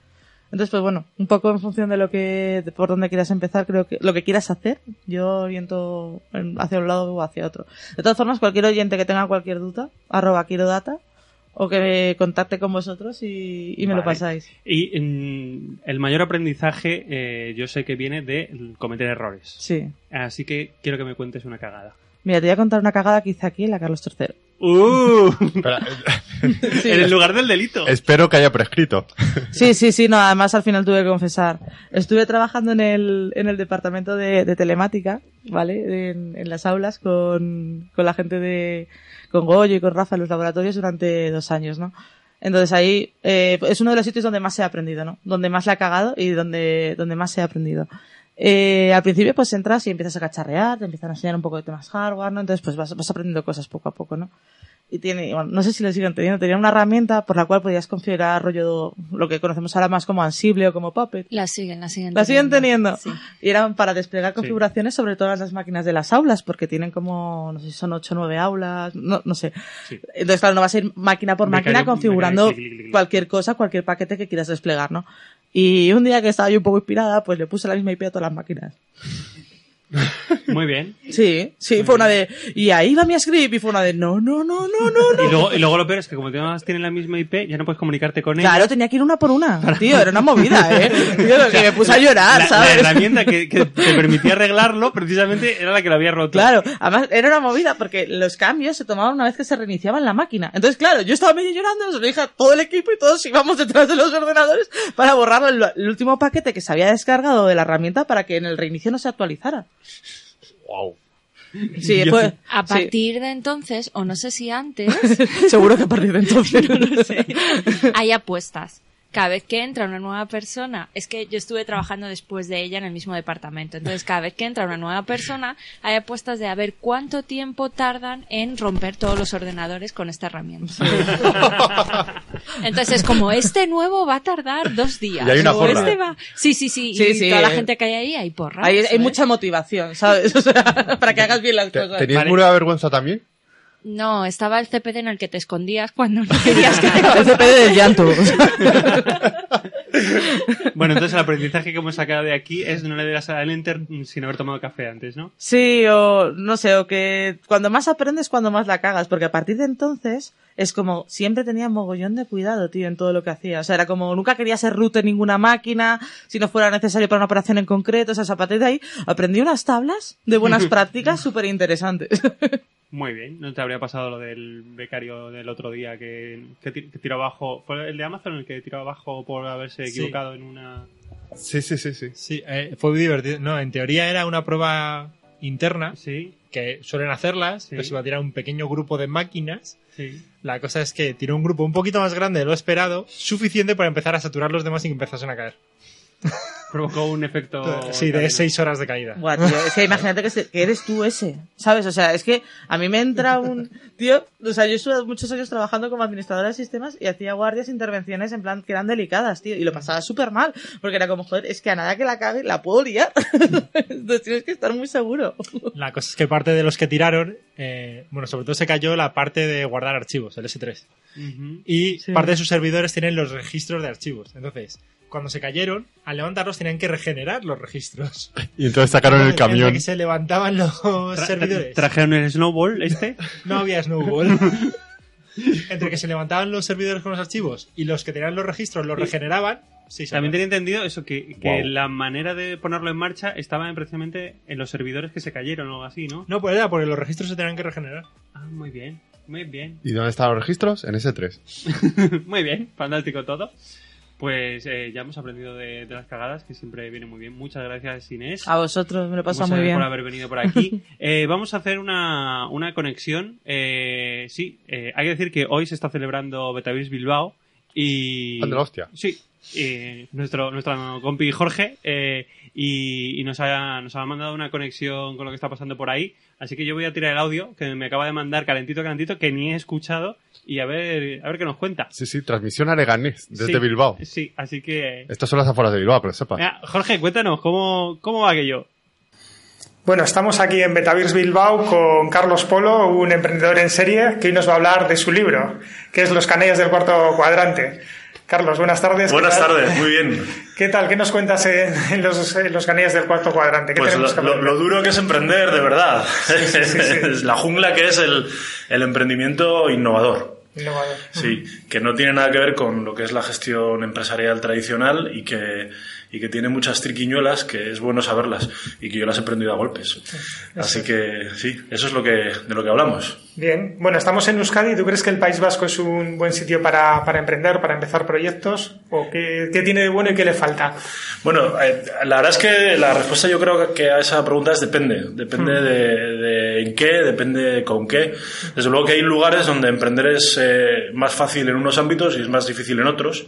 Speaker 3: Entonces, pues bueno, un poco en función de lo que, de por dónde quieras empezar, creo que lo que quieras hacer, yo oriento en- hacia un lado o hacia otro. De todas formas, cualquier oyente que tenga cualquier duda, arroba quiero data, o que contacte con vosotros y, y me lo
Speaker 1: Vale.
Speaker 3: pasáis.
Speaker 1: Y mm, el mayor aprendizaje eh, yo sé que viene de cometer errores.
Speaker 3: Sí.
Speaker 1: Así que quiero que me cuentes una cagada.
Speaker 3: Mira, te voy a contar una cagada que hice aquí en la Carlos III.
Speaker 1: ¡Uh!
Speaker 2: Espera,
Speaker 1: En el lugar del delito.
Speaker 2: espero que haya prescrito.
Speaker 3: Sí, sí, sí, no, además al final tuve que confesar. Estuve trabajando en el, en el departamento de, de telemática, ¿vale? En, en las aulas con, con la gente de, con Goyo y con Rafa en los laboratorios durante dos años, ¿no? Entonces ahí eh, es uno de los sitios donde más he aprendido, ¿no? Donde más la he cagado y donde, donde más he aprendido. Eh, al principio pues entras y empiezas a cacharrear, te empiezan a enseñar un poco de temas hardware, ¿no? Entonces pues vas, vas aprendiendo cosas poco a poco, ¿no? y tiene, bueno, no sé si lo siguen teniendo, tenía una herramienta por la cual podías configurar rollo lo que conocemos ahora más como Ansible o como Puppet.
Speaker 7: La siguen, la siguen
Speaker 3: La siguen teniendo.
Speaker 7: Sí.
Speaker 3: Y eran para desplegar configuraciones sobre todas las máquinas de las aulas, porque tienen como, no sé si son 8 o 9 aulas, no, no sé.
Speaker 1: Sí.
Speaker 3: Entonces, claro, no vas a ir máquina por
Speaker 1: Becario-
Speaker 3: máquina configurando
Speaker 1: becario- clic, clic, clic.
Speaker 3: cualquier cosa, cualquier paquete que quieras desplegar, ¿no? Y un día que estaba yo un poco inspirada, pues le puse la misma IP a todas las máquinas.
Speaker 1: Muy bien.
Speaker 3: Sí, sí, fue una de, y ahí va mi script, y fue una de, no, no, no, no, no,
Speaker 1: Y luego, y luego lo peor es que como todas tienen la misma IP, ya no puedes comunicarte con ellos.
Speaker 3: Claro, tenía que ir una por una. Tío, era una movida, ¿eh? Tío, que me puse a llorar,
Speaker 1: La, la
Speaker 3: ¿sabes?
Speaker 1: herramienta que, que te permitía arreglarlo precisamente era la que lo había roto.
Speaker 3: Claro, además era una movida porque los cambios se tomaban una vez que se reiniciaban la máquina. Entonces, claro, yo estaba medio llorando, se lo dije a todo el equipo y todos íbamos detrás de los ordenadores para borrar el, el último paquete que se había descargado de la herramienta para que en el reinicio no se actualizara.
Speaker 2: Wow.
Speaker 3: Sí,
Speaker 1: Yo-
Speaker 3: fue-
Speaker 7: A
Speaker 3: sí.
Speaker 7: partir de entonces, o no sé si antes,
Speaker 3: Seguro que a partir de entonces.
Speaker 7: hay apuestas. Cada vez que entra una nueva persona, es que yo estuve trabajando después de ella en el mismo departamento. Entonces, cada vez que entra una nueva persona, hay apuestas de a ver cuánto tiempo tardan en romper todos los ordenadores con esta herramienta. Entonces, como este nuevo va a tardar dos días.
Speaker 2: Y hay una
Speaker 7: o
Speaker 2: porra.
Speaker 7: este va- Sí, sí, sí.
Speaker 3: Sí,
Speaker 7: y
Speaker 3: sí,
Speaker 7: toda la
Speaker 3: eh.
Speaker 7: gente que hay ahí, hay porra.
Speaker 3: Hay,
Speaker 7: Ah, eso
Speaker 3: hay
Speaker 7: es.
Speaker 3: mucha motivación, ¿sabes? O sea, para que hagas bien las
Speaker 2: Te-
Speaker 3: cosas.
Speaker 2: ¿Tenías
Speaker 1: Vale.
Speaker 2: muro de vergüenza también?
Speaker 7: No, estaba el CPD en el que te escondías cuando no querías que te
Speaker 3: El CPD del llanto. o sea.
Speaker 1: Bueno, entonces el aprendizaje que hemos sacado de aquí es no le das al enter sin haber tomado café antes, ¿no?
Speaker 3: Sí, o no sé, o que cuando más aprendes, cuando más la cagas, porque a partir de entonces es como siempre tenía mogollón de cuidado, tío, en todo lo que hacía. O sea, era como nunca quería ser root en ninguna máquina, si no fuera necesario para una operación en concreto. O sea, a partir de ahí aprendí unas tablas de buenas prácticas súper interesantes.
Speaker 1: Muy bien, ¿no te habría pasado lo del becario del otro día que, que, ti- que tiró abajo? ¿Fue el de Amazon el que tiró abajo por haberse
Speaker 6: Sí.
Speaker 1: equivocado en una...?
Speaker 2: Sí, sí, sí, sí.
Speaker 6: Sí, eh, fue divertido. No, en teoría era una prueba interna
Speaker 1: Sí,
Speaker 6: que suelen hacerlas,
Speaker 1: Sí.
Speaker 6: pero se iba a tirar un pequeño grupo de máquinas.
Speaker 1: sí.
Speaker 6: La cosa es que tiró un grupo un poquito más grande de lo esperado, suficiente para empezar a saturar los demás y que empezasen a caer.
Speaker 1: Provocó un efecto...
Speaker 6: sí, de
Speaker 1: cadena.
Speaker 6: seis horas de caída.
Speaker 3: Buah, tío, es que imagínate que, se- que eres tú ese, ¿sabes? O sea, es que a mí me entra un... Tío, o sea, yo estuve muchos años trabajando como administradora de sistemas y hacía guardias e intervenciones en plan que eran delicadas, tío, y lo pasaba súper mal, porque era como, joder, es que a nada que la cague la puedo liar. Entonces tienes que estar muy seguro.
Speaker 6: La cosa es que parte de los que tiraron, eh, bueno, sobre todo se cayó la parte de guardar archivos, el S3.
Speaker 1: Ujú.
Speaker 6: Y
Speaker 3: Sí.
Speaker 6: parte de sus servidores tienen los registros de archivos. Entonces, cuando se cayeron, al levantarlos tenían que regenerar los registros.
Speaker 2: Y entonces sacaron el
Speaker 6: Entre
Speaker 2: camión.
Speaker 6: que se levantaban los
Speaker 1: Tra- tra-
Speaker 6: servidores.
Speaker 1: ¿Trajeron el snowball este?
Speaker 6: No había snowball. Entre que se levantaban los servidores con los archivos y los que tenían los registros los regeneraban. Sí, se
Speaker 1: También tenía entendido eso, que, que
Speaker 2: Guau.
Speaker 1: la manera de ponerlo en marcha estaba en- precisamente en los servidores que se cayeron o algo así, ¿no?
Speaker 6: No, pues era porque los registros se tenían que regenerar.
Speaker 1: Ah, muy bien, muy bien,
Speaker 2: ¿Y dónde están los registros? En S3.
Speaker 1: muy bien, fantástico todo. Pues eh, ya hemos aprendido de, de las cagadas, que siempre viene muy bien. Muchas gracias, Inés.
Speaker 3: A vosotros me lo pasa
Speaker 1: Muchas
Speaker 3: muy bien.
Speaker 1: gracias por haber venido por aquí. Eh, vamos a hacer una, una conexión. Eh, sí, eh, hay que decir que hoy se está celebrando Betavis Bilbao Y.
Speaker 2: Anda Ah, la hostia.
Speaker 1: Sí. Y nuestro, nuestro compi Jorge eh, y, y nos, ha, nos ha mandado una conexión con lo que está pasando por ahí. Así que yo voy a tirar el audio que me acaba de mandar calentito, calentito, que ni he escuchado y a ver, a ver qué nos cuenta.
Speaker 2: Sí, sí, transmisión Areganés, desde
Speaker 1: Sí, Ah,
Speaker 2: Bilbao.
Speaker 1: Sí, así que.
Speaker 2: Estas son las afueras de Bilbao, que lo sepas.
Speaker 1: Mira, Jorge, cuéntanos, ¿cómo, ¿cómo va aquello?
Speaker 9: Bueno, estamos aquí en Betavirs Bilbao con Carlos Polo, un emprendedor en serie, que hoy nos va a hablar de su libro, que es Los canallas del cuarto cuadrante. Carlos, buenas tardes. ¿qué
Speaker 10: Buenas
Speaker 9: tal?
Speaker 10: tardes, muy bien.
Speaker 9: ¿Qué tal? ¿Qué nos cuentas en, en los, en los canallas del cuarto cuadrante? ¿Qué
Speaker 10: Pues
Speaker 9: tenemos
Speaker 10: lo,
Speaker 9: que
Speaker 10: lo-
Speaker 9: aprender?
Speaker 10: lo duro que es emprender, de verdad. Es La jungla que es el, el emprendimiento innovador.
Speaker 9: Innovador.
Speaker 10: Sí, que no tiene nada que ver con lo que es la gestión empresarial tradicional y que, y que tiene muchas triquiñuelas que es bueno saberlas y que yo las he aprendido a golpes. Así que sí, eso es lo que, de lo que hablamos.
Speaker 9: Bien. Bueno, estamos en Euskadi. ¿Tú crees que el País Vasco es un buen sitio para, para emprender, para empezar proyectos? ¿O qué, qué tiene de bueno y qué le falta?
Speaker 10: Bueno, eh, la verdad es que la respuesta yo creo que a esa pregunta es depende. Depende
Speaker 9: Hmm.
Speaker 10: de, de en qué, depende con qué. Desde luego que hay lugares donde emprender es eh, más fácil en unos ámbitos y es más difícil en otros.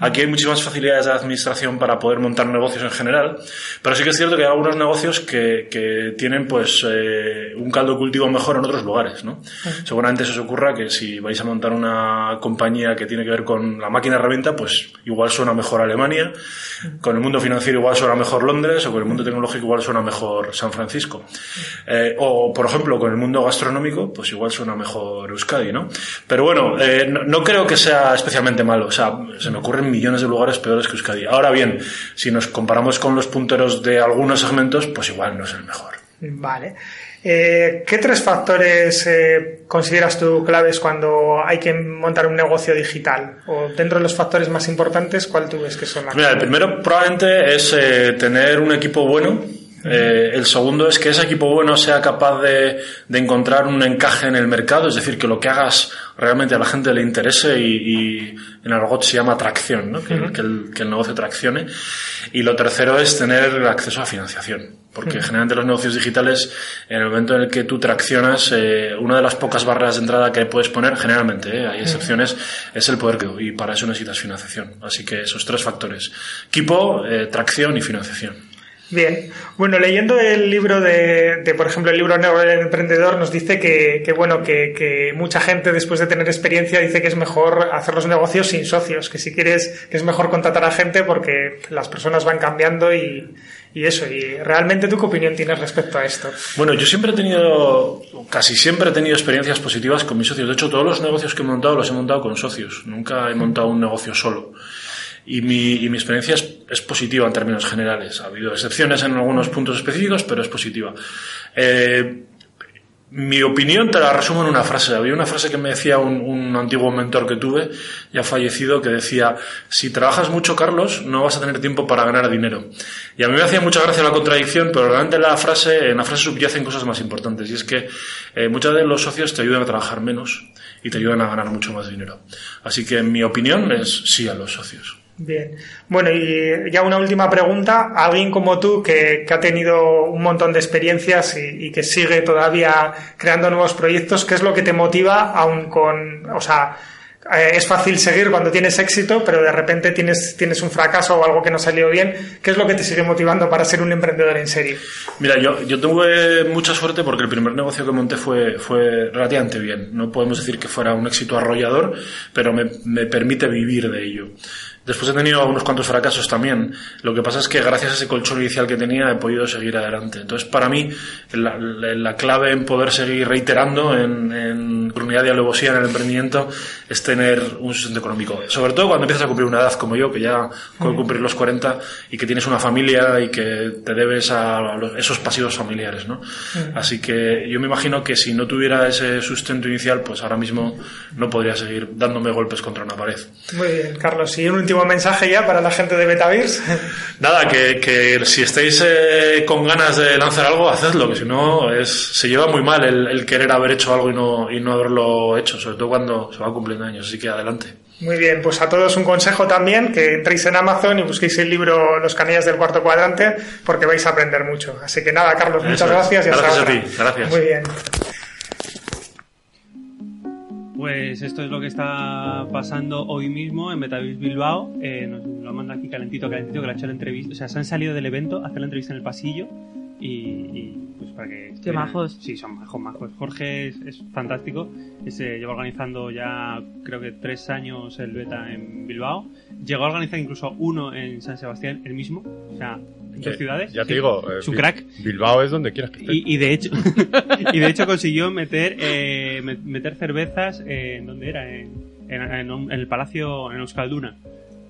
Speaker 10: Aquí hay muchísimas facilidades de administración para poder montar negocios en general, pero sí que es cierto que hay algunos negocios que, que tienen pues eh, un caldo de cultivo mejor en otros lugares, ¿no? Seguramente se os ocurra que si vais a montar una compañía que tiene que ver con la máquina herramienta, pues igual suena mejor Alemania, con el mundo financiero igual suena mejor Londres, o con el mundo tecnológico igual suena mejor San Francisco. Eh, o, por ejemplo, con el mundo gastronómico, pues igual suena mejor Euskadi, ¿no? Pero bueno, eh, no, no creo que sea especialmente malo. O sea, se me ocurren millones de lugares peores que Euskadi. Ahora bien, si nos comparamos con los punteros de algunos segmentos, pues igual no es el mejor.
Speaker 9: Vale. Eh, ¿Qué tres factores eh, consideras tú claves cuando hay que montar un negocio digital? O dentro de los factores más importantes, ¿cuál tú ves que son las
Speaker 10: Mira, el primero probablemente es eh, tener un equipo bueno. Eh, el segundo es que ese equipo bueno sea capaz de, de encontrar un encaje en el mercado, es decir, que lo que hagas realmente a la gente le interese y, y en argot se llama atracción, ¿no? que, el- que el, que el negocio traccione. Y lo tercero es tener acceso a financiación, porque
Speaker 6: Hmm.
Speaker 11: Ujú.
Speaker 10: generalmente los negocios digitales, en el momento en el que tú traccionas, eh, una de las pocas barreras de entrada que puedes poner, generalmente, eh, hay excepciones, es el poder que y para eso necesitas financiación. Así que esos tres factores, equipo, eh, tracción y financiación.
Speaker 9: Bien, bueno, leyendo el libro de, de, por ejemplo, el libro negro del emprendedor, nos dice que, que, bueno, que, que mucha gente después de tener experiencia dice que es mejor hacer los negocios sin socios, que si quieres, que es mejor contratar a gente porque las personas van cambiando y, y eso. Y realmente, ¿tú qué opinión tienes respecto a esto?
Speaker 10: Bueno, yo siempre he tenido, casi siempre he tenido experiencias positivas con mis socios. De hecho, todos los negocios que he montado los he montado con socios. Nunca he montado un negocio solo. Y mi, y mi experiencia es, es positiva en términos generales. Ha habido excepciones en algunos puntos específicos, pero es positiva. Eh, mi opinión te la resumo en una frase. Había una frase que me decía un, un antiguo mentor que tuve, ya fallecido, que decía, si trabajas mucho, Carlos, no vas a tener tiempo para ganar dinero. Y a mí me hacía mucha gracia la contradicción, pero realmente la frase, en la frase subyacen cosas más importantes. Y es que eh, muchas veces los socios te ayudan a trabajar menos y te ayudan a ganar mucho más dinero. Así que mi opinión es sí a los socios.
Speaker 9: Bien. Bueno, y ya una última pregunta. Alguien como tú que, que ha tenido un montón de experiencias y, y que sigue todavía creando nuevos proyectos, ¿qué es lo que te motiva aún con, o sea, eh, es fácil seguir cuando tienes éxito, pero de repente tienes, tienes un fracaso o algo que no salió bien? ¿Qué es lo que te sigue motivando para ser un emprendedor en serie?
Speaker 10: Mira, yo, yo tuve mucha suerte porque el primer negocio que monté fue, fue relativamente bien. No podemos decir que fuera un éxito arrollador, pero me, me permite vivir de ello. Después he tenido unos cuantos fracasos también. Lo que pasa es que gracias a ese colchón inicial que tenía he podido seguir adelante. Entonces, para mí, la, la- la clave en poder seguir reiterando en, en unidad de alevosía en el emprendimiento es tener un sustento económico. Sobre todo cuando empiezas a cumplir una edad como yo, que ya con
Speaker 11: Mm.
Speaker 10: cumplir los 40 y que tienes una familia y que te debes a los- esos pasivos familiares, ¿no? Así que yo me imagino que si no tuviera ese sustento inicial, pues ahora mismo no podría seguir dándome golpes contra una pared.
Speaker 9: Muy bien, Carlos. Y un último mensaje ya para la gente de Betavirs.
Speaker 10: Nada, que, que si estáis eh, con ganas de lanzar algo, hacedlo, que si no es, se lleva muy mal el, el querer haber hecho algo y no, y no haberlo hecho, sobre todo cuando se va cumpliendo años, así que adelante.
Speaker 9: Muy bien, pues a todos un consejo también, que entréis en Amazon y busquéis el libro Los canillas del cuarto cuadrante, porque vais a aprender mucho. Así que nada, Carlos, muchas
Speaker 10: Eso es.
Speaker 9: gracias y hasta
Speaker 10: Gracias a
Speaker 9: otra.
Speaker 10: ti, gracias.
Speaker 9: Muy bien.
Speaker 1: Pues pues esto es lo que está pasando hoy mismo en Metavis Bilbao. Eh, nos lo manda aquí calentito, calentito, que le ha hecho la entrevista. O sea, se han salido del evento, hacen la entrevista en el pasillo y, y, pues para que... estuvieran-
Speaker 3: majos.
Speaker 1: Sí, son majos, majos. Jorge es, es fantástico. Eh, Se lleva organizando ya creo que tres años el beta en Bilbao. Llegó a organizar incluso uno en San Sebastián, el mismo. O sea, en dos
Speaker 2: Eh,
Speaker 1: ciudades.
Speaker 2: Ya te
Speaker 1: Sí.
Speaker 2: digo, eh,
Speaker 1: Es un
Speaker 2: Bil-
Speaker 1: crack.
Speaker 2: Bilbao es donde quieras que esté.
Speaker 1: Y, y de hecho y de hecho consiguió meter eh, met- meter cervezas eh, en dónde era en, en- en un- en el palacio en Euskalduna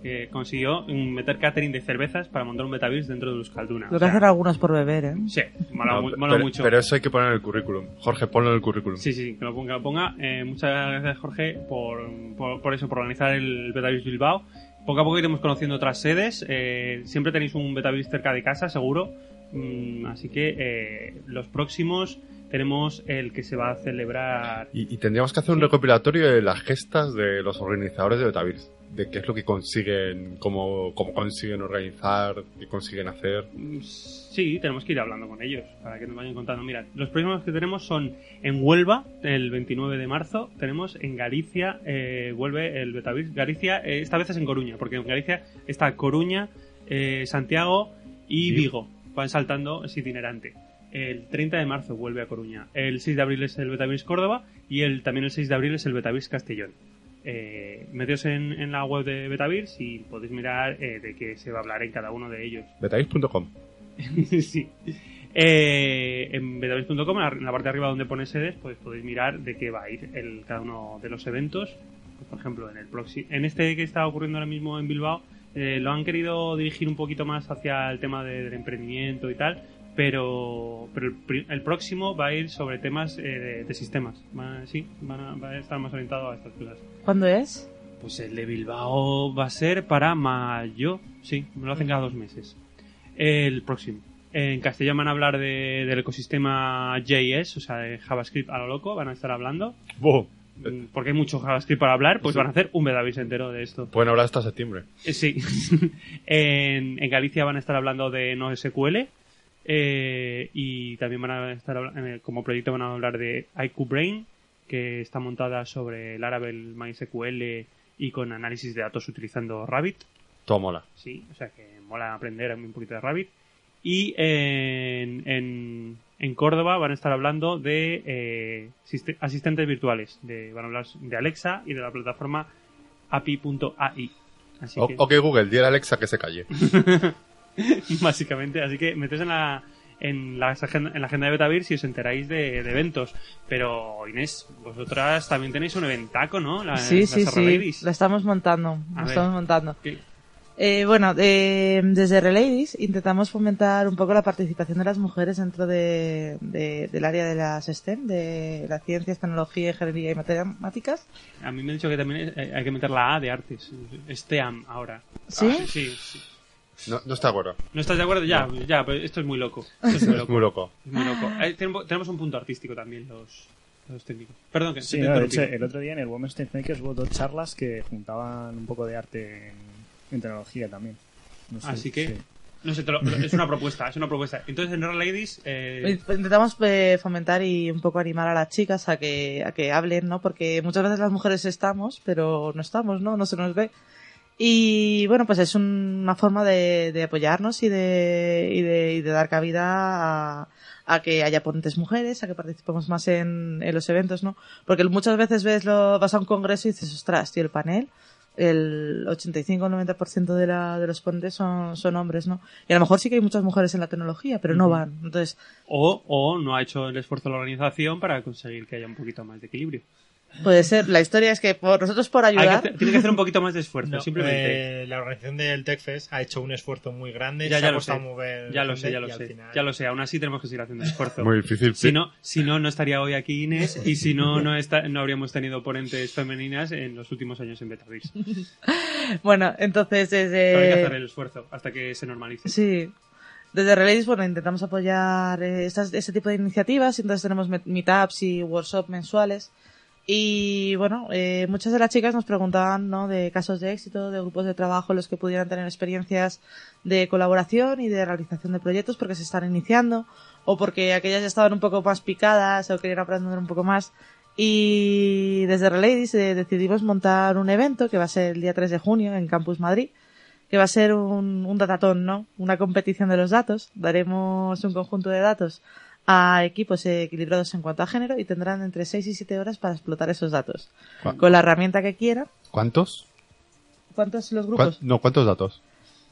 Speaker 1: que consiguió mm, meter catering de cervezas para montar un Betavis dentro de Euskalduna
Speaker 3: Lo
Speaker 1: O
Speaker 3: que
Speaker 1: sea,
Speaker 3: hacen algunos por beber, ¿eh?
Speaker 1: sí mola,
Speaker 2: No,
Speaker 1: mu-
Speaker 2: pe-
Speaker 1: mola
Speaker 2: pero,
Speaker 1: mucho
Speaker 2: Pero eso hay que poner en el currículum. Jorge, ponlo en el currículum.
Speaker 1: Sí, sí, que lo ponga. que lo ponga. Eh, muchas gracias, Jorge, por, por, por eso, por organizar el Betavis Bilbao. Poco a poco iremos conociendo otras sedes. eh, siempre tenéis un Betavis cerca de casa, seguro. Mm, así que eh, los próximos tenemos el que se va a celebrar.
Speaker 2: Y, y tendríamos que hacer un recopilatorio de las gestas de los organizadores de Betavir. De qué es lo que consiguen, cómo, cómo consiguen organizar, qué consiguen hacer.
Speaker 1: Mm, Sí, tenemos que ir hablando con ellos para que nos vayan contando. Mira, los próximos que tenemos son en Huelva, el 29 de marzo. Tenemos en Galicia, eh, vuelve el Betavis. Galicia, eh, esta vez es en Coruña, porque en Galicia está Coruña, eh, Santiago y Vigo. Van saltando, es itinerante. El 30 de marzo vuelve a Coruña. El 6 de abril es el Betavis Córdoba y el, también el 6 de abril es el Betavis Castellón. Eh, meteos en, en la web de Betavis y podéis mirar eh, de qué se va a hablar en cada uno de ellos.
Speaker 2: Betavir.com.
Speaker 1: sí. Eh, en betavis.com, en la- en la parte de arriba donde pone sedes, pues podéis mirar de qué va a ir el, cada uno de los eventos. Pues, por ejemplo, en el proxi- en este que está ocurriendo ahora mismo en Bilbao, eh, lo han querido dirigir un poquito más hacia el tema de- del emprendimiento y tal, pero, pero el, pri- el próximo va a ir sobre temas eh, de, de sistemas. Va- sí, van a- va a estar más orientado a estas cosas.
Speaker 3: ¿Cuándo es?
Speaker 1: Pues el de Bilbao va a ser para mayo. Sí, me lo hacen cada dos meses. El próximo. En Castellón van a hablar de- del ecosistema JS, o sea, de JavaScript a lo loco, van a estar hablando. Mm, Porque hay mucho JavaScript para hablar, pues
Speaker 2: Sí.
Speaker 1: van a hacer un Bedavis entero de esto.
Speaker 2: Pueden hablar hasta septiembre.
Speaker 1: Eh, Sí. en, en Galicia van a estar hablando de NoSQL. eh, y también van a estar habla- en el- como proyecto van a hablar de IQ Brain, que está montada sobre Laravel, MySQL y con análisis de datos utilizando Rabbit.
Speaker 2: Todo mola.
Speaker 1: Sí, o sea que mola aprender un poquito de Rabbit. Y en, en- en Córdoba van a estar hablando de eh, asiste- asistentes virtuales. De, van a hablar de Alexa y de la plataforma api.ai. Así
Speaker 2: O-
Speaker 1: que,
Speaker 2: ok, Google, dile a Alexa que se calle.
Speaker 1: básicamente, así que metes en la, en la, agenda, en la agenda de Betavir si os enteráis de, de eventos. Pero Inés, vosotras también tenéis un eventaco, ¿no? La-
Speaker 3: sí,
Speaker 1: la
Speaker 3: sí,
Speaker 1: Serra
Speaker 3: sí.
Speaker 1: Ladies.
Speaker 3: La estamos montando.
Speaker 1: A
Speaker 3: La
Speaker 1: ver.
Speaker 3: estamos montando.
Speaker 1: ¿Qué?
Speaker 3: Eh, bueno, eh, desde Reladies intentamos fomentar un poco la participación de las mujeres dentro de, de- del área de las STEM, de las ciencias, tecnología, ingeniería y matemáticas.
Speaker 1: A mí me han dicho que también eh, hay que meter la A de artes. STEAM ahora.
Speaker 3: ¿Sí?
Speaker 1: Ah, sí, sí.
Speaker 2: No, no está bueno.
Speaker 1: ¿No estás de acuerdo? Ya, ya, pero esto es muy loco. Esto es muy
Speaker 2: Es
Speaker 1: loco.
Speaker 2: muy loco.
Speaker 1: Es muy loco. Eh, tenemos tenemos un punto artístico también, los, los técnicos. Perdón, que
Speaker 4: Sí,
Speaker 1: te
Speaker 4: no, de
Speaker 1: interrumpí.
Speaker 4: hecho, el otro día en el Women's Tech Makers hubo dos charlas que juntaban un poco de arte en, en tecnología también. No sé,
Speaker 1: Así que,
Speaker 4: sí.
Speaker 1: no sé, te lo- es una propuesta, es una propuesta. Entonces, en Real Ladies, eh,
Speaker 3: Pues, Intentamos eh, fomentar y un poco animar a las chicas a que, a que hablen, ¿no? Porque muchas veces las mujeres estamos, pero no estamos, ¿no? No se nos ve. Y bueno, pues es un- una forma de, de apoyarnos y de, y de, y de dar cabida a, a que haya ponentes mujeres, a que participemos más en, en los eventos, ¿no? Porque muchas veces ves lo, vas a un congreso y dices, ostras, tío, el panel, el 85 o 90% de, la, de los ponentes son, son hombres, ¿no? Y a lo mejor sí que hay muchas mujeres en la tecnología, pero no
Speaker 1: Ujú.
Speaker 3: van. Entonces,
Speaker 1: o, o no ha hecho el esfuerzo la organización para conseguir que haya un poquito más de equilibrio.
Speaker 3: Puede ser. La historia es que por nosotros por
Speaker 1: Hay que
Speaker 3: ayudar.
Speaker 1: hacer- tiene que hacer un poquito más de esfuerzo,
Speaker 6: No,
Speaker 1: simplemente.
Speaker 6: eh, la organización del TechFest ha hecho un esfuerzo muy grande.
Speaker 1: Ya,
Speaker 6: se
Speaker 1: ya
Speaker 6: ha
Speaker 1: lo
Speaker 6: costado
Speaker 1: sé.
Speaker 6: mover
Speaker 1: Ya lo sé,
Speaker 6: gente
Speaker 1: ya lo
Speaker 6: y al
Speaker 1: sé.
Speaker 6: final-
Speaker 1: Ya lo sé, aún así tenemos que seguir haciendo esfuerzo.
Speaker 2: Muy difícil,
Speaker 1: Si
Speaker 2: sí.
Speaker 1: no, si no, no estaría hoy aquí Inés y si no, no, está, no habríamos tenido ponentes femeninas en los últimos años en Betavis.
Speaker 3: Eh, Bueno, entonces
Speaker 1: Pero hay que hacer
Speaker 3: desde.
Speaker 1: el esfuerzo hasta que se normalice.
Speaker 3: Sí. Desde Relays, bueno, intentamos apoyar eh, estas, este tipo de iniciativas. Entonces tenemos met- meetups y workshops mensuales. Y bueno, eh, muchas de las chicas nos preguntaban ¿no? de casos de éxito, de grupos de trabajo en los que pudieran tener experiencias de colaboración y de realización de proyectos porque se están iniciando o porque aquellas ya estaban un poco más picadas o querían aprender un poco más Y desde Reladies eh, decidimos montar un evento que va a ser el día 3 de junio en Campus Madrid, que va a ser un, un datatón, ¿no? Una competición de los datos. Daremos un conjunto de datos a equipos equilibrados en cuanto a género y tendrán entre 6 y 7 horas para explotar esos datos.
Speaker 2: Vale.
Speaker 3: Con la herramienta que quieran.
Speaker 2: ¿Cuántos?
Speaker 3: ¿Cuántos los
Speaker 2: ¿Cuán-
Speaker 3: grupos?
Speaker 2: no, ¿cuántos datos?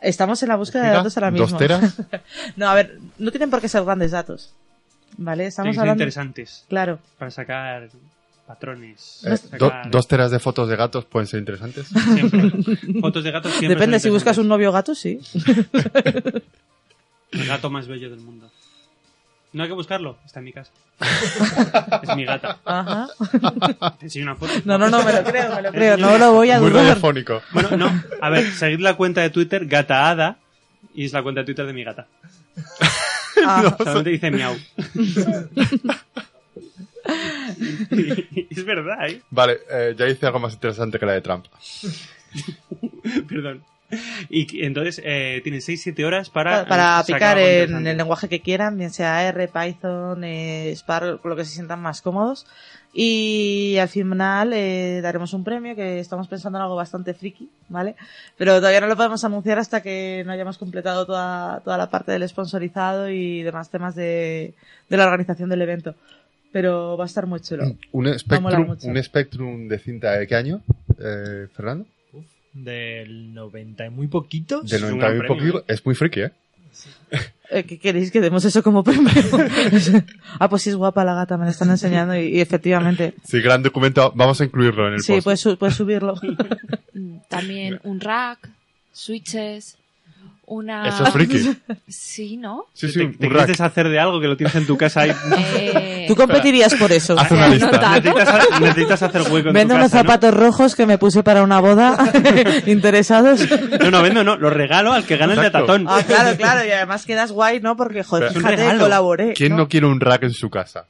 Speaker 3: Estamos en la búsqueda de
Speaker 2: ¿Tera?
Speaker 3: datos ahora mismo.
Speaker 2: ¿Dos teras?
Speaker 3: no, a ver, no tienen por qué ser grandes datos. ¿Vale? Estamos
Speaker 1: Tienen que ser
Speaker 3: hablando.
Speaker 1: interesantes.
Speaker 3: Claro.
Speaker 1: Para sacar patrones.
Speaker 2: Eh, do-
Speaker 1: sacar-
Speaker 2: ¿Dos teras de fotos de gatos pueden ser interesantes?
Speaker 1: Siempre. Fotos de gatos siempre
Speaker 3: Depende, si
Speaker 1: son
Speaker 3: buscas un novio gato, sí.
Speaker 1: El gato más bello del mundo. No hay que buscarlo, está en mi casa. es mi gata.
Speaker 3: Ajá.
Speaker 1: Te enseño una foto.
Speaker 3: No, no, no, me lo creo, me lo creo, no lo voy a Muy dudar. radiofónico.
Speaker 1: Bueno, no, a ver, seguid la cuenta de Twitter, gataada, y es la cuenta de Twitter de mi gata.
Speaker 3: Ah.
Speaker 1: Solamente dice miau. es verdad, ¿eh?
Speaker 2: Vale, eh, ya hice algo más interesante que la de Trump.
Speaker 1: Perdón. Y que- entonces eh, tienes 6-7 horas para. eh,
Speaker 3: Claro, para
Speaker 1: sacar
Speaker 3: picar
Speaker 1: algo
Speaker 3: en
Speaker 1: interesante.
Speaker 3: el lenguaje que quieran, bien sea R, Python, eh, Spark, lo que se sientan más cómodos. Y al final eh, daremos un premio que estamos pensando en algo bastante friki, ¿vale? Pero todavía no lo podemos anunciar hasta que no hayamos completado toda, toda la parte del sponsorizado y demás temas de, de la organización del evento. Pero va a estar muy chulo.
Speaker 2: ¿Un
Speaker 3: Va a molar
Speaker 2: Spectrum,
Speaker 3: mucho.
Speaker 2: un spectrum de cinta de qué año, eh, Fernando?
Speaker 6: Del 90 y muy poquitos.
Speaker 2: De 90 y poquito. Es muy friki, ¿eh?
Speaker 3: Eh, ¿Qué queréis que demos eso como premio? ah, pues sí es guapa la gata, me la están enseñando y, y efectivamente.
Speaker 2: Sí, gran documento. Vamos a incluirlo en el
Speaker 3: Sí, pues,
Speaker 2: post.
Speaker 3: puedes, su- puedes subirlo.
Speaker 7: También un rack, switches, una...
Speaker 1: Eso es friki.
Speaker 7: Sí, ¿no?
Speaker 2: Sí,
Speaker 1: te, te quieres deshacer de algo que lo tienes en tu casa. ahí.
Speaker 7: Eh,
Speaker 3: Tú competirías por eso.
Speaker 1: Haz
Speaker 3: una lista.
Speaker 1: Necesitas, necesitas hacer hueco en
Speaker 3: Vendo
Speaker 1: tu
Speaker 3: unos
Speaker 1: casa, ¿no?
Speaker 3: zapatos rojos que me puse para una boda. ¿Interesados?
Speaker 1: No, no vendo, no. Lo regalo al que gana el
Speaker 2: Exacto.
Speaker 1: datatón.
Speaker 3: Ah, claro, claro. Y además quedas guay, ¿no? Porque, joder,
Speaker 2: Pero-
Speaker 3: fíjate, colaboré.
Speaker 2: ¿Quién no quiere un rack en su casa?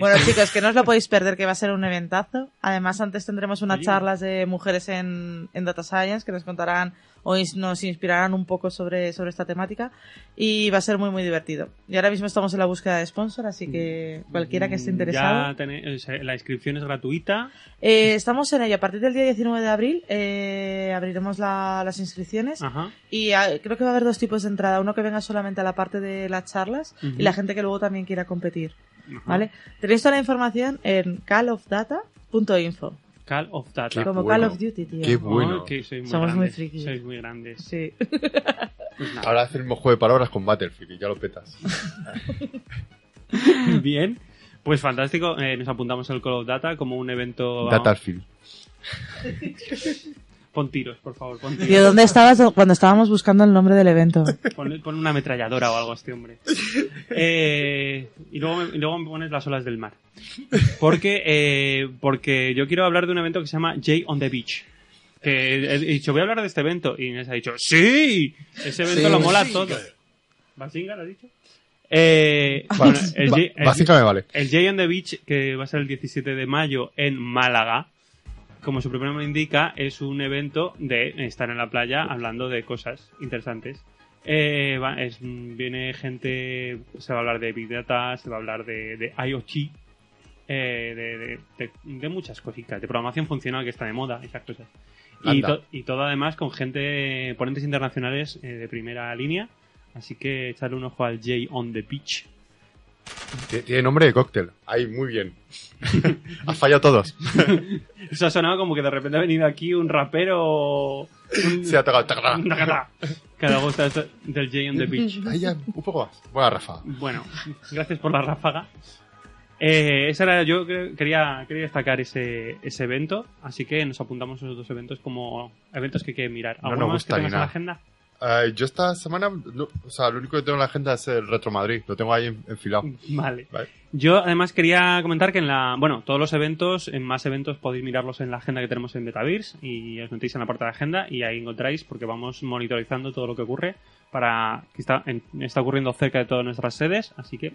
Speaker 3: Bueno, chicos, que no os lo podéis perder, que va a ser un eventazo. Además, antes tendremos unas charlas de mujeres en, en Data Science que nos contarán o ins- nos inspirarán un poco sobre, sobre esta temática. Y va a ser muy, muy divertido. Y ahora mismo estamos en la búsqueda de sponsor, así que cualquiera que esté interesado.
Speaker 1: Mm, Ya tenéis- o sea, la inscripción es gratuita.
Speaker 3: Eh, estamos en ello. A partir del día 19 de abril eh, abriremos la- las inscripciones.
Speaker 1: Ajá.
Speaker 3: Y ah, creo que va a haber dos tipos de entrada. Uno que venga solamente a la parte de las charlas
Speaker 1: Ujú.
Speaker 3: y la gente que luego también quiera competir.
Speaker 1: Ajá.
Speaker 3: ¿Vale? Tenéis toda la información en callofdata.info.
Speaker 1: Call of Data.
Speaker 3: Como Call of Duty, tío.
Speaker 2: Qué bueno.
Speaker 1: Ay, Oh, que soy muy
Speaker 3: Somos muy
Speaker 1: grandes,
Speaker 3: frikis.
Speaker 1: Sois muy grandes. Pues
Speaker 3: Sí.
Speaker 2: Ahora hacemos juego de palabras con Battlefield y ya lo petas.
Speaker 1: Bien. Pues fantástico. Eh, nos apuntamos al Call of Data como un evento.
Speaker 2: Datafield.
Speaker 1: Pon tiros, por favor. Pon tiros.
Speaker 3: Tío, ¿dónde estabas cuando estábamos buscando el nombre del evento?
Speaker 1: Pon, pon una ametralladora o algo a este hombre. Eh, y, luego me, y luego me pones las olas del mar. Porque, eh, porque yo quiero hablar de un evento que se llama Jay on the Beach. Que he dicho, voy a hablar de este evento. Y Inés ha dicho, ¡Sí! Ese evento
Speaker 2: Sí,
Speaker 1: lo mola
Speaker 2: sí,
Speaker 1: todo.
Speaker 2: claro.
Speaker 1: ¿Basinga lo ha dicho? Eh,
Speaker 2: Va-
Speaker 1: bueno, el,
Speaker 2: va-
Speaker 1: Jay- el-
Speaker 2: Basinga me vale.
Speaker 1: el Jay on the Beach, que va a ser el 17 de mayo en Málaga, como su propio nombre indica, es un evento de estar en la playa hablando de cosas interesantes. Eh, va- es- viene gente, se va a hablar de Big Data, se va a hablar de, de IoT, eh, de, de- de- de muchas cositas, de programación funcional que está de moda, esas cosas. Y,
Speaker 2: Anda.
Speaker 1: to- y todo además con gente, ponentes internacionales eh, de primera línea. Así que echarle un ojo al Jay on the Beach.
Speaker 2: T- Tiene nombre de cóctel. Ahí, muy bien. ha fallado todos.
Speaker 1: Eso ha sonado como que de repente ha venido aquí un rapero.
Speaker 2: Se ha tocado. tacra.
Speaker 1: Que le gusta esto del Jay on the Beach.
Speaker 2: Ahí ya, un poco más. Buena Rafa.
Speaker 1: Bueno, gracias por la ráfaga. Eh, esa era- yo creo- quería, quería destacar ese, ese evento, así que nos apuntamos a esos dos eventos como eventos que hay que mirar.
Speaker 2: No
Speaker 1: ¿Alguno
Speaker 2: nos
Speaker 1: más
Speaker 2: gusta
Speaker 1: que
Speaker 2: ni
Speaker 1: tengas en la
Speaker 2: nada.
Speaker 1: agenda?
Speaker 2: Eh, yo esta semana, no- o sea, lo único que tengo en la agenda es el Retro Madrid. Lo tengo ahí en- enfilado.
Speaker 1: Vale. Yo además quería comentar que en la. Bueno, todos los eventos, en más eventos podéis mirarlos en la agenda que tenemos en Betavirs y os metéis en la parte de agenda y ahí encontráis porque vamos monitorizando todo lo que ocurre para. que está, en- está ocurriendo cerca de todas nuestras sedes, así que.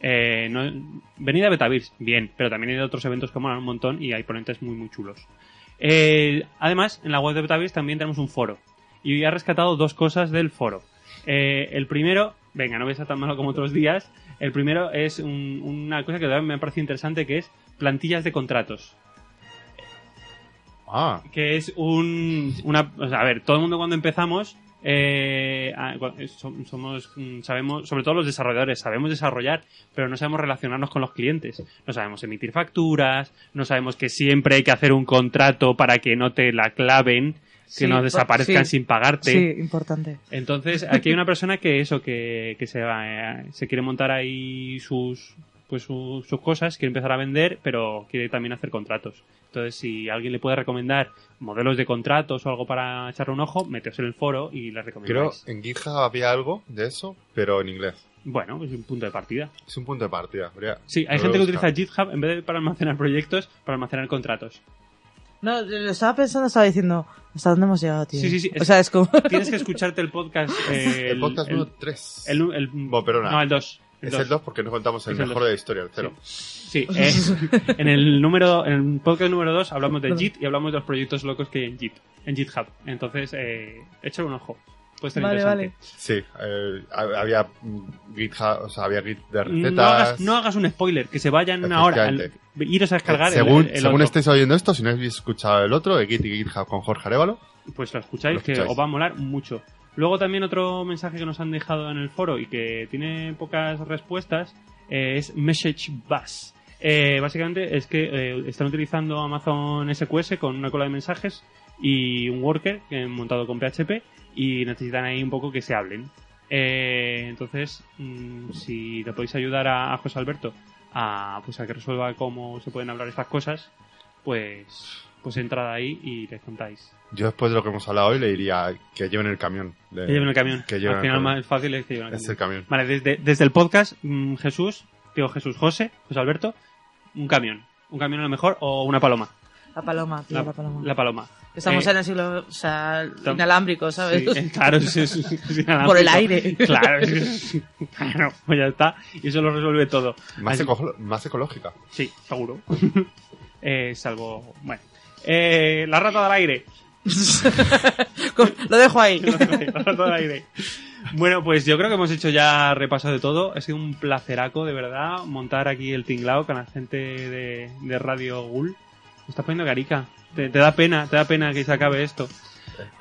Speaker 1: eh, no- venid a Betavirs, bien, pero también hay otros eventos que molan un montón y hay ponentes muy, muy chulos. Eh, además, en la web de Betavirs también tenemos un foro. Y he rescatado dos cosas del foro. Eh, el primero, venga, no voy a ser tan malo como otros días. El primero es un- una cosa que también me parece interesante, que es plantillas de contratos.
Speaker 2: Ah.
Speaker 1: Que es un. Una, o sea, a ver, todo el mundo cuando empezamos. eh, ah, cua- som- somos mm, sabemos sobre todo los desarrolladores sabemos desarrollar pero no sabemos relacionarnos con los clientes no sabemos emitir facturas no sabemos que siempre hay que hacer un contrato para que no te la claven que
Speaker 3: Sí,
Speaker 1: no
Speaker 3: por-
Speaker 1: desaparezcan
Speaker 3: sí.
Speaker 1: sin pagarte
Speaker 3: Sí, importante.
Speaker 1: entonces, aquí hay una persona que eso, que, que se, va, eh, se quiere montar ahí sus pues su- sus cosas, quiere empezar a vender, pero quiere también hacer contratos. Entonces, si alguien le puede recomendar modelos de contratos o algo para echarle un ojo, meteos en el foro y les
Speaker 2: Creo
Speaker 1: recomendáis.
Speaker 2: en GitHub había algo de eso, pero en inglés.
Speaker 1: Bueno, es un punto de partida.
Speaker 2: Es un punto de partida. habría-
Speaker 1: Sí, hay
Speaker 2: lo
Speaker 1: gente que
Speaker 2: voy a
Speaker 1: utiliza
Speaker 2: buscar.
Speaker 1: GitHub en vez de para almacenar proyectos, para almacenar contratos.
Speaker 3: No, lo estaba pensando, estaba diciendo, ¿hasta dónde hemos llegado, tío?
Speaker 1: Sí, sí, sí.
Speaker 3: O sea, es como...
Speaker 1: Tienes que escucharte el podcast. eh,
Speaker 2: El podcast número 3.
Speaker 1: El, el,
Speaker 2: Bueno, perdona.
Speaker 1: No, el 2.
Speaker 2: Es el 2 porque no contamos el
Speaker 1: Es el
Speaker 2: mejor
Speaker 1: dos.
Speaker 2: de la historia, el 0.
Speaker 1: Sí, eh, en el número, en el podcast número 2 hablamos de JIT y hablamos de los proyectos locos que hay en JIT, en GitHub. Entonces, eh, échale un ojo. Puede ser interesante.
Speaker 2: Sí, eh, ha- había mm, GitHub, o sea, había Git de recetas.
Speaker 1: No hagas, no hagas un spoiler, que se vayan ahora. al-
Speaker 2: Efectivamente.
Speaker 1: iros a descargar el-
Speaker 2: según
Speaker 1: el, el
Speaker 2: según
Speaker 1: otro.
Speaker 2: estéis oyendo esto, si no habéis escuchado el otro, de Git y GitHub con Jorge Arevalo.
Speaker 1: Pues lo escucháis,
Speaker 2: Lo
Speaker 1: que
Speaker 2: escucháis.
Speaker 1: os va a molar mucho. Luego también otro mensaje que nos han dejado en el foro y que tiene pocas respuestas eh, es Message Bus. Eh, básicamente es que eh, están utilizando Amazon SQS con una cola de mensajes y un worker eh, montado con PHP y necesitan ahí un poco que se hablen. Eh, entonces, mm, si le podéis ayudar a, a José Alberto a, pues a que resuelva cómo se pueden hablar estas cosas, pues, pues entrad ahí y les contáis.
Speaker 2: Yo después de lo que hemos hablado hoy le diría que lleven el camión. de-
Speaker 1: Que lleven el camión.
Speaker 2: Que
Speaker 1: Al
Speaker 2: lleven el
Speaker 1: final
Speaker 2: camión.
Speaker 1: más fácil es que lleven el
Speaker 2: Es el camión.
Speaker 1: Vale, desde, desde el podcast, mm, Jesús, digo Jesús, José, José Alberto, un camión. Un camión a lo mejor o una paloma.
Speaker 3: La paloma, tío, la, paloma.
Speaker 1: La paloma.
Speaker 3: Estamos
Speaker 1: Eh,
Speaker 3: en el siglo, o sea,
Speaker 1: tam-
Speaker 3: inalámbrico, ¿sabes?
Speaker 1: Sí, eh, claro, es- es- es inalámbrico.
Speaker 3: Por el aire.
Speaker 1: Claro, es- claro, pues ya está. Y eso lo resuelve todo.
Speaker 2: Más,
Speaker 1: Así-
Speaker 2: eco- más ecológica.
Speaker 1: Sí, seguro. Eh, salvo. Bueno. Eh, la rata del aire.
Speaker 3: lo dejo ahí.
Speaker 1: la rata del aire. Bueno, pues yo creo que hemos hecho ya repaso de todo. Ha sido un placeraco, de verdad, montar aquí el tinglao con la gente de, de Radio Ghoul. Me estás poniendo carica. Te, te da pena, te da pena que se acabe esto.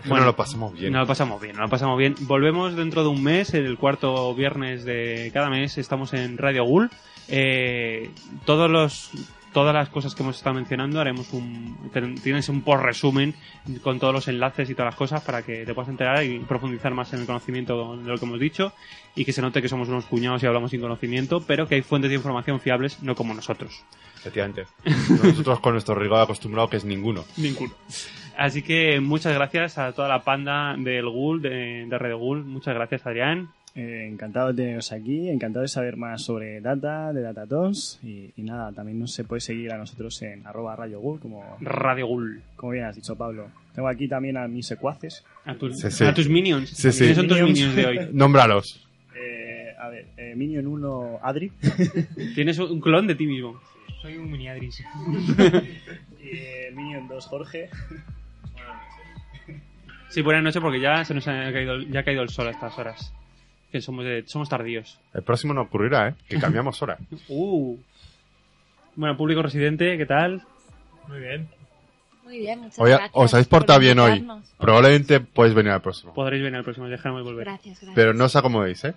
Speaker 2: que no lo pasamos bien.
Speaker 1: No lo pasamos bien, no lo pasamos bien. Volvemos dentro de un mes, el cuarto viernes de cada mes estamos en Radio Ghoul. Eh, todos los todas las cosas que hemos estado mencionando haremos un ten- tienes un post resumen con todos los enlaces y todas las cosas para que te puedas enterar y profundizar más en el conocimiento de lo que hemos dicho y que se note que somos unos cuñados y hablamos sin conocimiento pero que hay fuentes de información fiables no como nosotros
Speaker 2: Efectivamente. Nosotros con nuestro rigor acostumbrado que es ninguno.
Speaker 1: Ninguno. Así que muchas gracias a toda la panda del Ghoul, de, de Red Ghoul. Muchas gracias, Adrián.
Speaker 4: Eh, encantado de teneros aquí, encantado de saber más sobre Data, de Datatons y, y nada, también nos se puede seguir a nosotros en arroba Radio Ghoul, como,
Speaker 1: Radio Ghoul.
Speaker 4: como bien has dicho Pablo. Tengo aquí también a mis secuaces.
Speaker 1: A, tus-
Speaker 2: Sí, sí.
Speaker 1: a Ah, tus minions.
Speaker 2: Sí, sí.
Speaker 1: ¿Quiénes son tus minions de hoy?
Speaker 2: Nómbralos.
Speaker 4: Eh, a ver, eh, Minion 1 Adri.
Speaker 1: Tienes un clon de ti mismo.
Speaker 4: Soy un mini Adri. Minion 2 Jorge.
Speaker 1: Sí, buenas noches porque ya se nos ha caído, el- ya ha caído el sol a estas horas. Que somos, de- somos tardíos.
Speaker 2: El próximo no ocurrirá, ¿eh? Que cambiamos hora.
Speaker 1: Uh. Bueno, público residente, ¿qué tal?
Speaker 6: Muy bien.
Speaker 5: Muy bien, muchas
Speaker 2: Oye,
Speaker 5: gracias.
Speaker 2: os habéis
Speaker 5: por
Speaker 2: portado bien hoy.
Speaker 5: invitarnos.
Speaker 2: Probablemente podéis venir al próximo.
Speaker 1: Podréis venir al próximo, dejarme volver.
Speaker 5: Gracias, gracias.
Speaker 2: Pero no os acomodéis, ¿eh?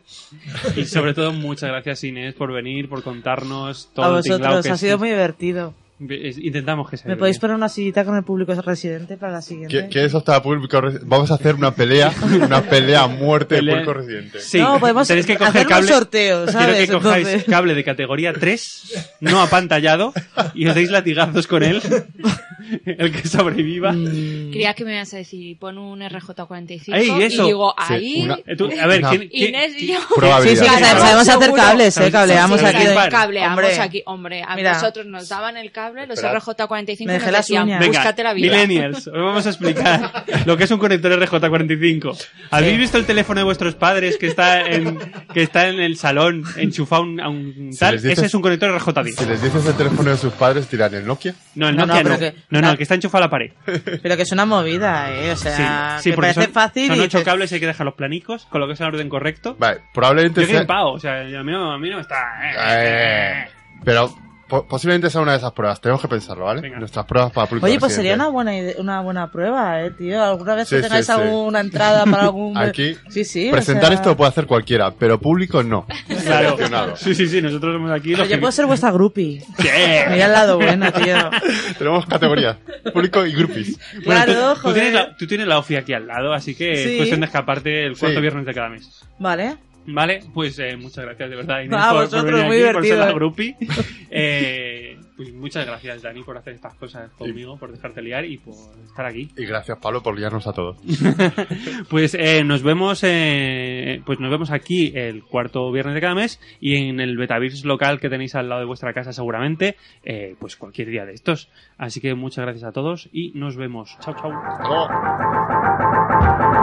Speaker 1: Y sobre todo, muchas gracias Inés por venir, por contarnos todo
Speaker 3: A
Speaker 1: el tinglao
Speaker 3: vosotros,
Speaker 1: que
Speaker 3: ha
Speaker 1: es-
Speaker 3: sido muy divertido.
Speaker 1: es- Intentamos que sea
Speaker 3: ¿Me
Speaker 1: divertido.
Speaker 3: podéis poner una sillita con el público residente para la
Speaker 2: ¿Qui-
Speaker 3: siguiente?
Speaker 2: ¿Quieres optar a público residente? Vamos a hacer una pelea, una pelea a muerte
Speaker 1: Pelea-
Speaker 2: de público residente.
Speaker 1: Sí,
Speaker 3: No, pues- podemos
Speaker 1: tenéis que
Speaker 3: hacer
Speaker 1: coger
Speaker 3: un
Speaker 1: cable.
Speaker 3: sorteo,
Speaker 1: Quiero que
Speaker 3: ¿sabes?
Speaker 1: cojáis
Speaker 3: Entonces-
Speaker 1: cable de categoría 3, no apantallado, y os deis latigazos con él. El que sobreviva.
Speaker 3: Mm,
Speaker 7: Creía que me ibas a decir, pon un RJ45
Speaker 1: Ahí, eso.
Speaker 7: y digo,
Speaker 1: Sí,
Speaker 7: ahí...
Speaker 1: una- Eh, tú, a ver,
Speaker 7: Una-
Speaker 1: ¿quién- quién-
Speaker 7: Inés y yo...
Speaker 2: Probabilidad.
Speaker 3: Sí, sí, sabe- sabemos hacer
Speaker 7: Seguro.
Speaker 3: cables,
Speaker 1: Sabemos-
Speaker 3: eh, cableamos
Speaker 1: sabemos
Speaker 3: aquí.
Speaker 1: hacer
Speaker 3: de-
Speaker 1: cables.
Speaker 7: Cableamos
Speaker 3: Hombre.
Speaker 7: aquí, hombre, a
Speaker 3: Mira.
Speaker 7: nosotros nos daban el cable, los
Speaker 1: Esperad.
Speaker 7: RJ45
Speaker 3: Me
Speaker 7: nos
Speaker 3: dejé las
Speaker 7: decían,
Speaker 3: uñas.
Speaker 1: Venga,
Speaker 7: búscate la vida.
Speaker 1: millennials, os vamos a explicar lo que es un conector RJ45. ¿Habéis visto el teléfono de vuestros padres que está en, que está en el salón enchufado a un- a un
Speaker 2: Si
Speaker 1: tal?
Speaker 2: les dices-
Speaker 1: Ese es un conector RJ10.
Speaker 2: Si les dices el teléfono de sus padres, dirán el Nokia.
Speaker 1: No, el
Speaker 3: No, no,
Speaker 1: Nokia no.
Speaker 3: pero que-
Speaker 1: No, no, el que está enchufado a la pared.
Speaker 3: Pero que es una movida, ¿eh? O sea,
Speaker 1: sí, sí,
Speaker 3: que
Speaker 1: porque
Speaker 3: parece
Speaker 1: son,
Speaker 3: fácil
Speaker 1: son
Speaker 3: y
Speaker 1: ocho
Speaker 3: te-
Speaker 1: cables y hay que dejar los planicos, con lo que es el orden correcto.
Speaker 2: Vale, probablemente
Speaker 1: Yo
Speaker 2: sea-
Speaker 1: eh,
Speaker 2: Ah,
Speaker 1: flipado, o sea, a mí, no- a mí no me está...
Speaker 2: Eh, pero po- posiblemente sea una de esas pruebas. Tenemos que pensarlo, ¿vale? Nuestras pruebas para público
Speaker 3: Oye, pues sería una
Speaker 2: residente.
Speaker 3: buena ide- una buena prueba, eh, tío. Alguna vez
Speaker 2: Sí,
Speaker 3: que
Speaker 2: sí,
Speaker 3: tengáis
Speaker 2: sí.
Speaker 3: alguna entrada para algún
Speaker 2: Aquí,
Speaker 3: Sí, sí, o
Speaker 2: presentar
Speaker 3: sea-
Speaker 2: esto lo puede hacer cualquiera, pero público no.
Speaker 1: Claro.
Speaker 2: eh, Seleccionado.
Speaker 1: Sí, sí, sí, nosotros somos aquí los
Speaker 3: Yo
Speaker 1: que-
Speaker 3: puedo ser vuestra groupie.
Speaker 1: Yeah.
Speaker 3: Mira el lado bueno, tío.
Speaker 2: Tenemos categorías. Público y groupies.
Speaker 1: Bueno, tú-
Speaker 3: Claro,
Speaker 1: tú,
Speaker 3: joder.
Speaker 1: tienes la, tú tienes la OFI aquí al lado, así que
Speaker 3: Sí.
Speaker 1: es cuestión de escaparte el cuarto
Speaker 2: Sí.
Speaker 1: viernes de cada mes.
Speaker 3: Vale.
Speaker 1: Vale, pues eh, muchas gracias de verdad, Inés,
Speaker 3: Ah,
Speaker 1: por,
Speaker 3: vosotros,
Speaker 1: por venir
Speaker 3: muy
Speaker 1: aquí, por ser
Speaker 3: divertido.
Speaker 1: la groupie. Eh, pues muchas gracias, Dani, por hacer estas cosas conmigo, por dejarte liar y por estar aquí.
Speaker 2: Y gracias, Pablo, por liarnos a todos.
Speaker 1: Pues eh, nos vemos eh, pues nos vemos aquí el cuarto viernes de cada mes y en el Betavirs local que tenéis al lado de vuestra casa seguramente, eh, pues cualquier día de estos. Así que muchas gracias a todos y nos vemos. Chao, chao.
Speaker 2: Hasta luego.